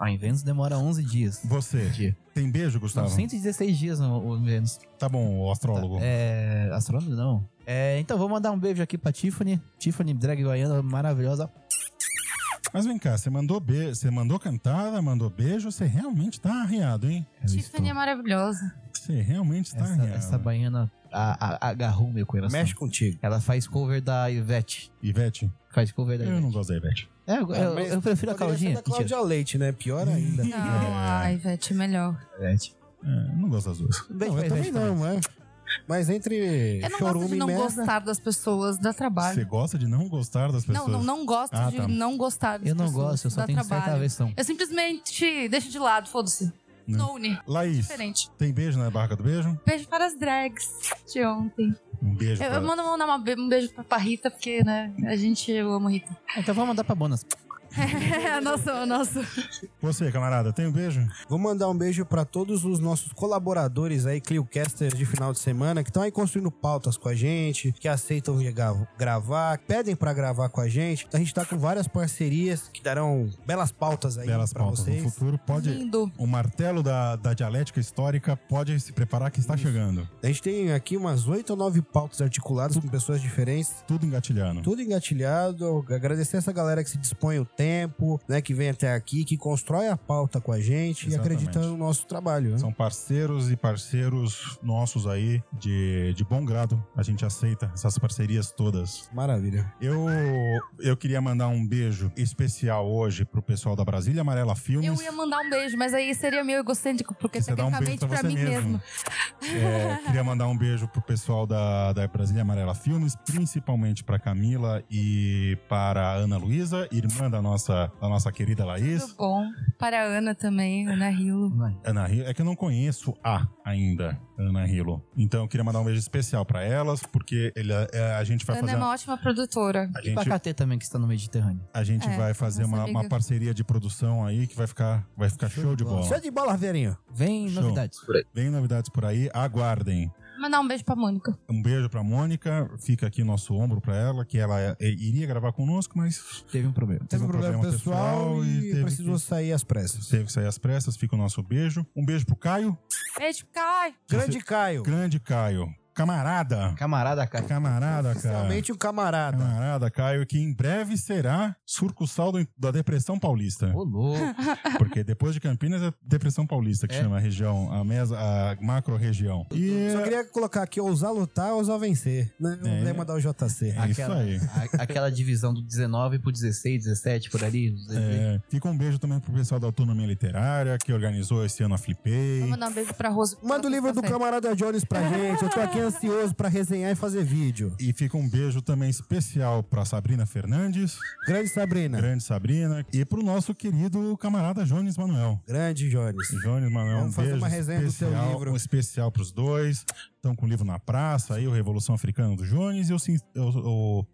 [SPEAKER 2] Ah, em Vênus demora 11 dias.
[SPEAKER 1] Você,
[SPEAKER 2] Dia.
[SPEAKER 1] tem beijo,
[SPEAKER 2] São
[SPEAKER 4] Tá
[SPEAKER 1] Gustavo?
[SPEAKER 2] 116 dias no, o Vênus.
[SPEAKER 1] Tá bom, o astrólogo.
[SPEAKER 2] É. Astrônomo não. É, então vou mandar um beijo aqui pra Tiffany. Tiffany, drag goiana maravilhosa.
[SPEAKER 1] Mas vem cá, você mandou, be... você mandou cantada, mandou beijo, você realmente tá arriado, hein?
[SPEAKER 2] Eu
[SPEAKER 3] Tiffany é
[SPEAKER 2] estou-
[SPEAKER 3] maravilhosa.
[SPEAKER 1] Você realmente tá
[SPEAKER 2] essa,
[SPEAKER 1] arriado.
[SPEAKER 2] essa baiana a- a- agarrou meu coração.
[SPEAKER 4] Mexe contigo.
[SPEAKER 2] Ela faz cover da Ivete.
[SPEAKER 1] Ivete?
[SPEAKER 2] Faz cover da
[SPEAKER 1] Eu
[SPEAKER 2] Ivete.
[SPEAKER 1] não gosto da Ivete.
[SPEAKER 2] É, eu, eu-
[SPEAKER 4] Ah, mas
[SPEAKER 2] eu prefiro a
[SPEAKER 4] Poderia ser
[SPEAKER 2] Claudinha.
[SPEAKER 4] da Cláudia Leite, né? Pior ainda.
[SPEAKER 3] Não, ai, Ivete, melhor.
[SPEAKER 2] Mentira. Ivete.
[SPEAKER 1] É, não gosto das duas.
[SPEAKER 2] Um beijo
[SPEAKER 4] não,
[SPEAKER 2] pra
[SPEAKER 4] eu
[SPEAKER 2] Ivete
[SPEAKER 4] também não, né? Mas entre
[SPEAKER 3] Eu não gosto
[SPEAKER 4] chorume
[SPEAKER 3] de
[SPEAKER 4] e
[SPEAKER 3] não
[SPEAKER 4] merda...
[SPEAKER 3] gostar das pessoas, dá trabalho.
[SPEAKER 1] Você gosta de não gostar das pessoas?
[SPEAKER 3] Não, não, não gosto
[SPEAKER 1] Ah,
[SPEAKER 3] de
[SPEAKER 1] tá.
[SPEAKER 3] não gostar das
[SPEAKER 2] Eu não
[SPEAKER 3] pessoas,
[SPEAKER 2] gosto, eu só
[SPEAKER 3] dá
[SPEAKER 2] tenho certa
[SPEAKER 3] trabalho.
[SPEAKER 2] aversão.
[SPEAKER 3] Eu simplesmente deixo de lado, foda-se.
[SPEAKER 1] Né?
[SPEAKER 3] Não une.
[SPEAKER 1] Laís,
[SPEAKER 3] Diferente.
[SPEAKER 1] tem beijo na barca do beijo?
[SPEAKER 3] Beijo para as drags de ontem.
[SPEAKER 1] Um beijo.
[SPEAKER 3] Eu,
[SPEAKER 1] pra-
[SPEAKER 3] eu mando mandar uma be- um beijo pra, pra Rita, porque, né, a gente eu amo Rita.
[SPEAKER 2] Então vamos mandar pra Bonas.
[SPEAKER 3] É, nossa, nossa.
[SPEAKER 1] Você, camarada, tem um beijo?
[SPEAKER 4] Vou mandar um beijo pra todos os nossos colaboradores aí, Cliocasters de final de semana, que estão aí construindo pautas com a gente, que aceitam vir gra- gravar, pedem pra gravar com a gente. Então a gente tá com várias parcerias que darão belas pautas Tá aí
[SPEAKER 1] Belas
[SPEAKER 4] pra
[SPEAKER 1] pautas
[SPEAKER 4] vocês.
[SPEAKER 1] no futuro. Pode.
[SPEAKER 3] Lindo.
[SPEAKER 1] O martelo da, da dialética histórica pode se preparar que está chegando.
[SPEAKER 4] A gente tem aqui umas oito ou nove pautas articuladas com pessoas diferentes.
[SPEAKER 1] Tudo engatilhando.
[SPEAKER 4] Tudo engatilhado. Agradecer essa galera que se dispõe o tempo, né? Que vem até aqui, que constrói a pauta com a gente
[SPEAKER 1] Exatamente.
[SPEAKER 4] e acredita no nosso trabalho. Né?
[SPEAKER 1] São parceiros e parceiros nossos aí, de, de bom grado. A gente aceita essas parcerias todas.
[SPEAKER 4] Maravilha.
[SPEAKER 1] Eu, eu queria mandar um beijo especial hoje pro pessoal da Brasília Amarela Filmes.
[SPEAKER 3] Eu ia mandar um beijo, mas aí seria meio egocêntrico, porque
[SPEAKER 1] Você dá um beijo
[SPEAKER 3] tecnicamente
[SPEAKER 1] pra
[SPEAKER 3] pra,
[SPEAKER 1] você
[SPEAKER 3] mim
[SPEAKER 1] mesmo.
[SPEAKER 3] mesmo.
[SPEAKER 1] É, queria mandar um beijo pro pessoal da, da Brasília Amarela Filmes, principalmente pra Camila e para a Ana Luísa, irmã da nossa, da nossa querida
[SPEAKER 3] Muito
[SPEAKER 1] Laís.
[SPEAKER 3] bom. Para a Ana também, Ana Rilo.
[SPEAKER 2] Vai.
[SPEAKER 1] Ana Hilo, é que eu não conheço a ainda, Ana Hilo. Então eu queria mandar um beijo especial pra elas, porque ele- é, a gente vai
[SPEAKER 3] Ana é
[SPEAKER 1] fazer.
[SPEAKER 3] uma ótima produtora.
[SPEAKER 1] A
[SPEAKER 2] E
[SPEAKER 1] gente,
[SPEAKER 2] pra KT também, que está no Mediterrâneo.
[SPEAKER 1] a gente
[SPEAKER 3] É,
[SPEAKER 1] vai fazer
[SPEAKER 3] nossa
[SPEAKER 1] uma, uma
[SPEAKER 3] amiga.
[SPEAKER 1] parceria de produção aí que vai ficar, vai ficar show, de bola.
[SPEAKER 4] Só de bola, Raveirinho.
[SPEAKER 2] Vem
[SPEAKER 1] Show.
[SPEAKER 2] novidades.
[SPEAKER 1] Vem novidades por aí, aguardem.
[SPEAKER 3] Mandar um beijo pra Mônica.
[SPEAKER 1] Um beijo pra Mônica, fica aqui nosso ombro pra ela, que ela é, iria gravar conosco, mas
[SPEAKER 2] Teve um problema.
[SPEAKER 1] Teve
[SPEAKER 4] Teve
[SPEAKER 1] um
[SPEAKER 4] um problema
[SPEAKER 1] problema
[SPEAKER 4] pessoal,
[SPEAKER 1] pessoal e
[SPEAKER 4] e
[SPEAKER 1] teve
[SPEAKER 4] precisou sair às pressas.
[SPEAKER 1] teve que sair às pressas, fica o nosso beijo. Um beijo pro Caio,
[SPEAKER 3] Beijo, Kai.
[SPEAKER 4] Grande Caio.
[SPEAKER 1] grande Caio, camarada,
[SPEAKER 2] Camarada, cara.
[SPEAKER 1] camarada, cara.
[SPEAKER 4] Realmente um camarada.
[SPEAKER 1] Camarada Caio, que em breve será surcursal do- da Depressão Paulista.
[SPEAKER 2] Ô, louco.
[SPEAKER 1] Porque depois de Campinas é Depressão Paulista, que
[SPEAKER 2] É.
[SPEAKER 1] chama a região, a, mesa, a macro região. E
[SPEAKER 4] Só queria colocar aqui, ousar lutar, é ousar vencer. Né? O
[SPEAKER 1] É.
[SPEAKER 4] lema da UJC.
[SPEAKER 1] É isso aí.
[SPEAKER 2] a- aquela divisão do 19 pro 16, 17, por ali.
[SPEAKER 1] é, fica um beijo também pro pessoal da Autonomia Literária, que organizou esse ano a Flipei.
[SPEAKER 3] Vou mandar um beijo pra Rosa.
[SPEAKER 4] Manda o livro do camarada Jones pra gente. Eu tô aqui ansioso pra resenhar e fazer vídeo.
[SPEAKER 1] E fica um beijo também especial pra Sabrina Fernandes,
[SPEAKER 4] Grande Sabrina.
[SPEAKER 1] grande Sabrina, e pro nosso querido camarada Jones Manuel.
[SPEAKER 4] Grande Jones.
[SPEAKER 1] Jones Manuel,
[SPEAKER 4] Vamos
[SPEAKER 1] um
[SPEAKER 4] fazer
[SPEAKER 1] beijo
[SPEAKER 4] uma resenha do teu
[SPEAKER 1] especial,
[SPEAKER 4] livro.
[SPEAKER 1] um especial pros dois. Estão com o livro na praça, aí o Revolução Africana do Jones e o, Sin- o- o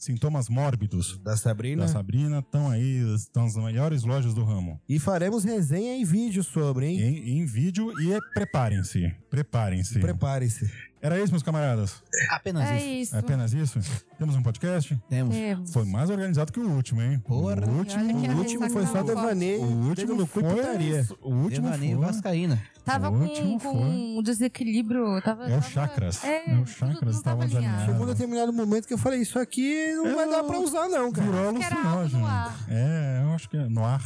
[SPEAKER 1] Sintomas Mórbidos
[SPEAKER 4] Da Sabrina.
[SPEAKER 1] da Sabrina. Estão aí, estão nas melhores lojas do ramo.
[SPEAKER 4] E faremos resenha e vídeo sobre,
[SPEAKER 1] E
[SPEAKER 4] hein?
[SPEAKER 1] Em, em vídeo e é- preparem-se, preparem-se.
[SPEAKER 4] Prepare-se.
[SPEAKER 1] Era isso, meus camaradas?
[SPEAKER 2] Apenas
[SPEAKER 3] É
[SPEAKER 2] isso.
[SPEAKER 3] isso.
[SPEAKER 1] É apenas isso? Temos um podcast?
[SPEAKER 2] Temos.
[SPEAKER 3] Temos.
[SPEAKER 1] Foi mais organizado que o último, hein?
[SPEAKER 2] Porra.
[SPEAKER 1] O
[SPEAKER 3] E olha
[SPEAKER 1] último,
[SPEAKER 3] É que
[SPEAKER 4] O
[SPEAKER 3] a tá
[SPEAKER 4] último
[SPEAKER 3] ressaca
[SPEAKER 4] foi só
[SPEAKER 3] não pode.
[SPEAKER 4] devaneio.
[SPEAKER 1] o
[SPEAKER 4] dedo
[SPEAKER 1] último
[SPEAKER 4] no cu e
[SPEAKER 1] um foi...
[SPEAKER 4] putaria.
[SPEAKER 1] O último
[SPEAKER 2] Devaneio
[SPEAKER 1] foi...
[SPEAKER 2] Vascaína.
[SPEAKER 3] Tava
[SPEAKER 1] O
[SPEAKER 3] com,
[SPEAKER 1] último
[SPEAKER 3] com
[SPEAKER 1] foi.
[SPEAKER 3] um desequilíbrio. Tava,
[SPEAKER 1] É o
[SPEAKER 3] tava-
[SPEAKER 1] chakras.
[SPEAKER 3] É,
[SPEAKER 1] É o chakras,
[SPEAKER 3] tudo não tava
[SPEAKER 1] tava desalinhado.
[SPEAKER 3] alinhado.
[SPEAKER 4] Chegou um determinado momento que eu falei, isso aqui não
[SPEAKER 1] Eu-
[SPEAKER 4] vai dar pra usar não, cara.
[SPEAKER 1] Virou um
[SPEAKER 3] que era algo
[SPEAKER 1] alucinógeno.
[SPEAKER 3] no ar.
[SPEAKER 1] É, eu acho que é no ar.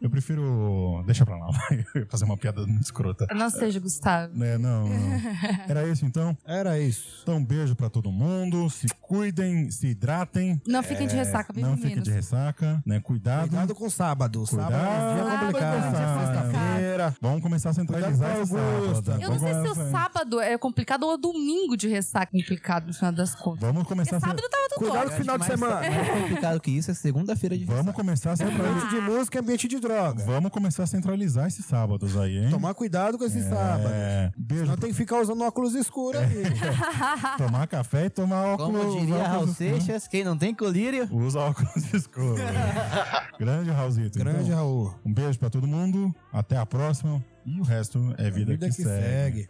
[SPEAKER 1] Eu prefiro. Deixa pra lá, vai. Eu ia fazer uma piada muito escrota.
[SPEAKER 3] Não seja, Gustavo.
[SPEAKER 1] Né, não, não. Era isso então.
[SPEAKER 4] Era isso.
[SPEAKER 1] Então, um beijo pra todo mundo. Se cuidem, se hidratem.
[SPEAKER 3] Não fiquem de ressaca, bem
[SPEAKER 1] É, Não
[SPEAKER 3] menos.
[SPEAKER 1] fiquem de ressaca, né? Cuidado.
[SPEAKER 4] Cuidado com sábado. Sábado é um dia
[SPEAKER 1] Cuidado.
[SPEAKER 4] complicado.
[SPEAKER 1] Sábado,
[SPEAKER 4] Sexta-feira.
[SPEAKER 1] Vamos começar a centralizar
[SPEAKER 4] Cuidado
[SPEAKER 1] esse
[SPEAKER 4] com Augusta.
[SPEAKER 1] sábado.
[SPEAKER 3] Eu não sei se o
[SPEAKER 1] Vamos-
[SPEAKER 3] sábado é complicado ou o domingo de ressaca é complicado, no final das contas.
[SPEAKER 1] Vamos começar
[SPEAKER 3] Porque é
[SPEAKER 1] a
[SPEAKER 3] sábado tava tudo
[SPEAKER 4] Cuidado com o
[SPEAKER 3] ótimo.
[SPEAKER 4] final de
[SPEAKER 2] Mais-
[SPEAKER 4] semana.
[SPEAKER 2] Mais complicado que isso é segunda-feira de
[SPEAKER 1] Vamos começar a centralizar.
[SPEAKER 4] Ambiente de música, ambiente de droga.
[SPEAKER 1] Vamos começar a centralizar esses sábados aí, hein?
[SPEAKER 4] Tomar cuidado com esse sábado.
[SPEAKER 1] É, beijo.
[SPEAKER 4] Não tem que ficar usando óculos escuros aí.
[SPEAKER 1] Tomar café e tomar óculos.
[SPEAKER 2] Como diria
[SPEAKER 1] óculos
[SPEAKER 2] Raul
[SPEAKER 1] escuros.
[SPEAKER 2] Seixas, quem não tem colírio.
[SPEAKER 1] Usa óculos escuros. Grande Raulzito.
[SPEAKER 4] Grande
[SPEAKER 1] então,
[SPEAKER 4] Raul.
[SPEAKER 1] Um beijo pra todo mundo. Até a próxima. E o resto é vida,
[SPEAKER 4] Vida
[SPEAKER 1] que, segue.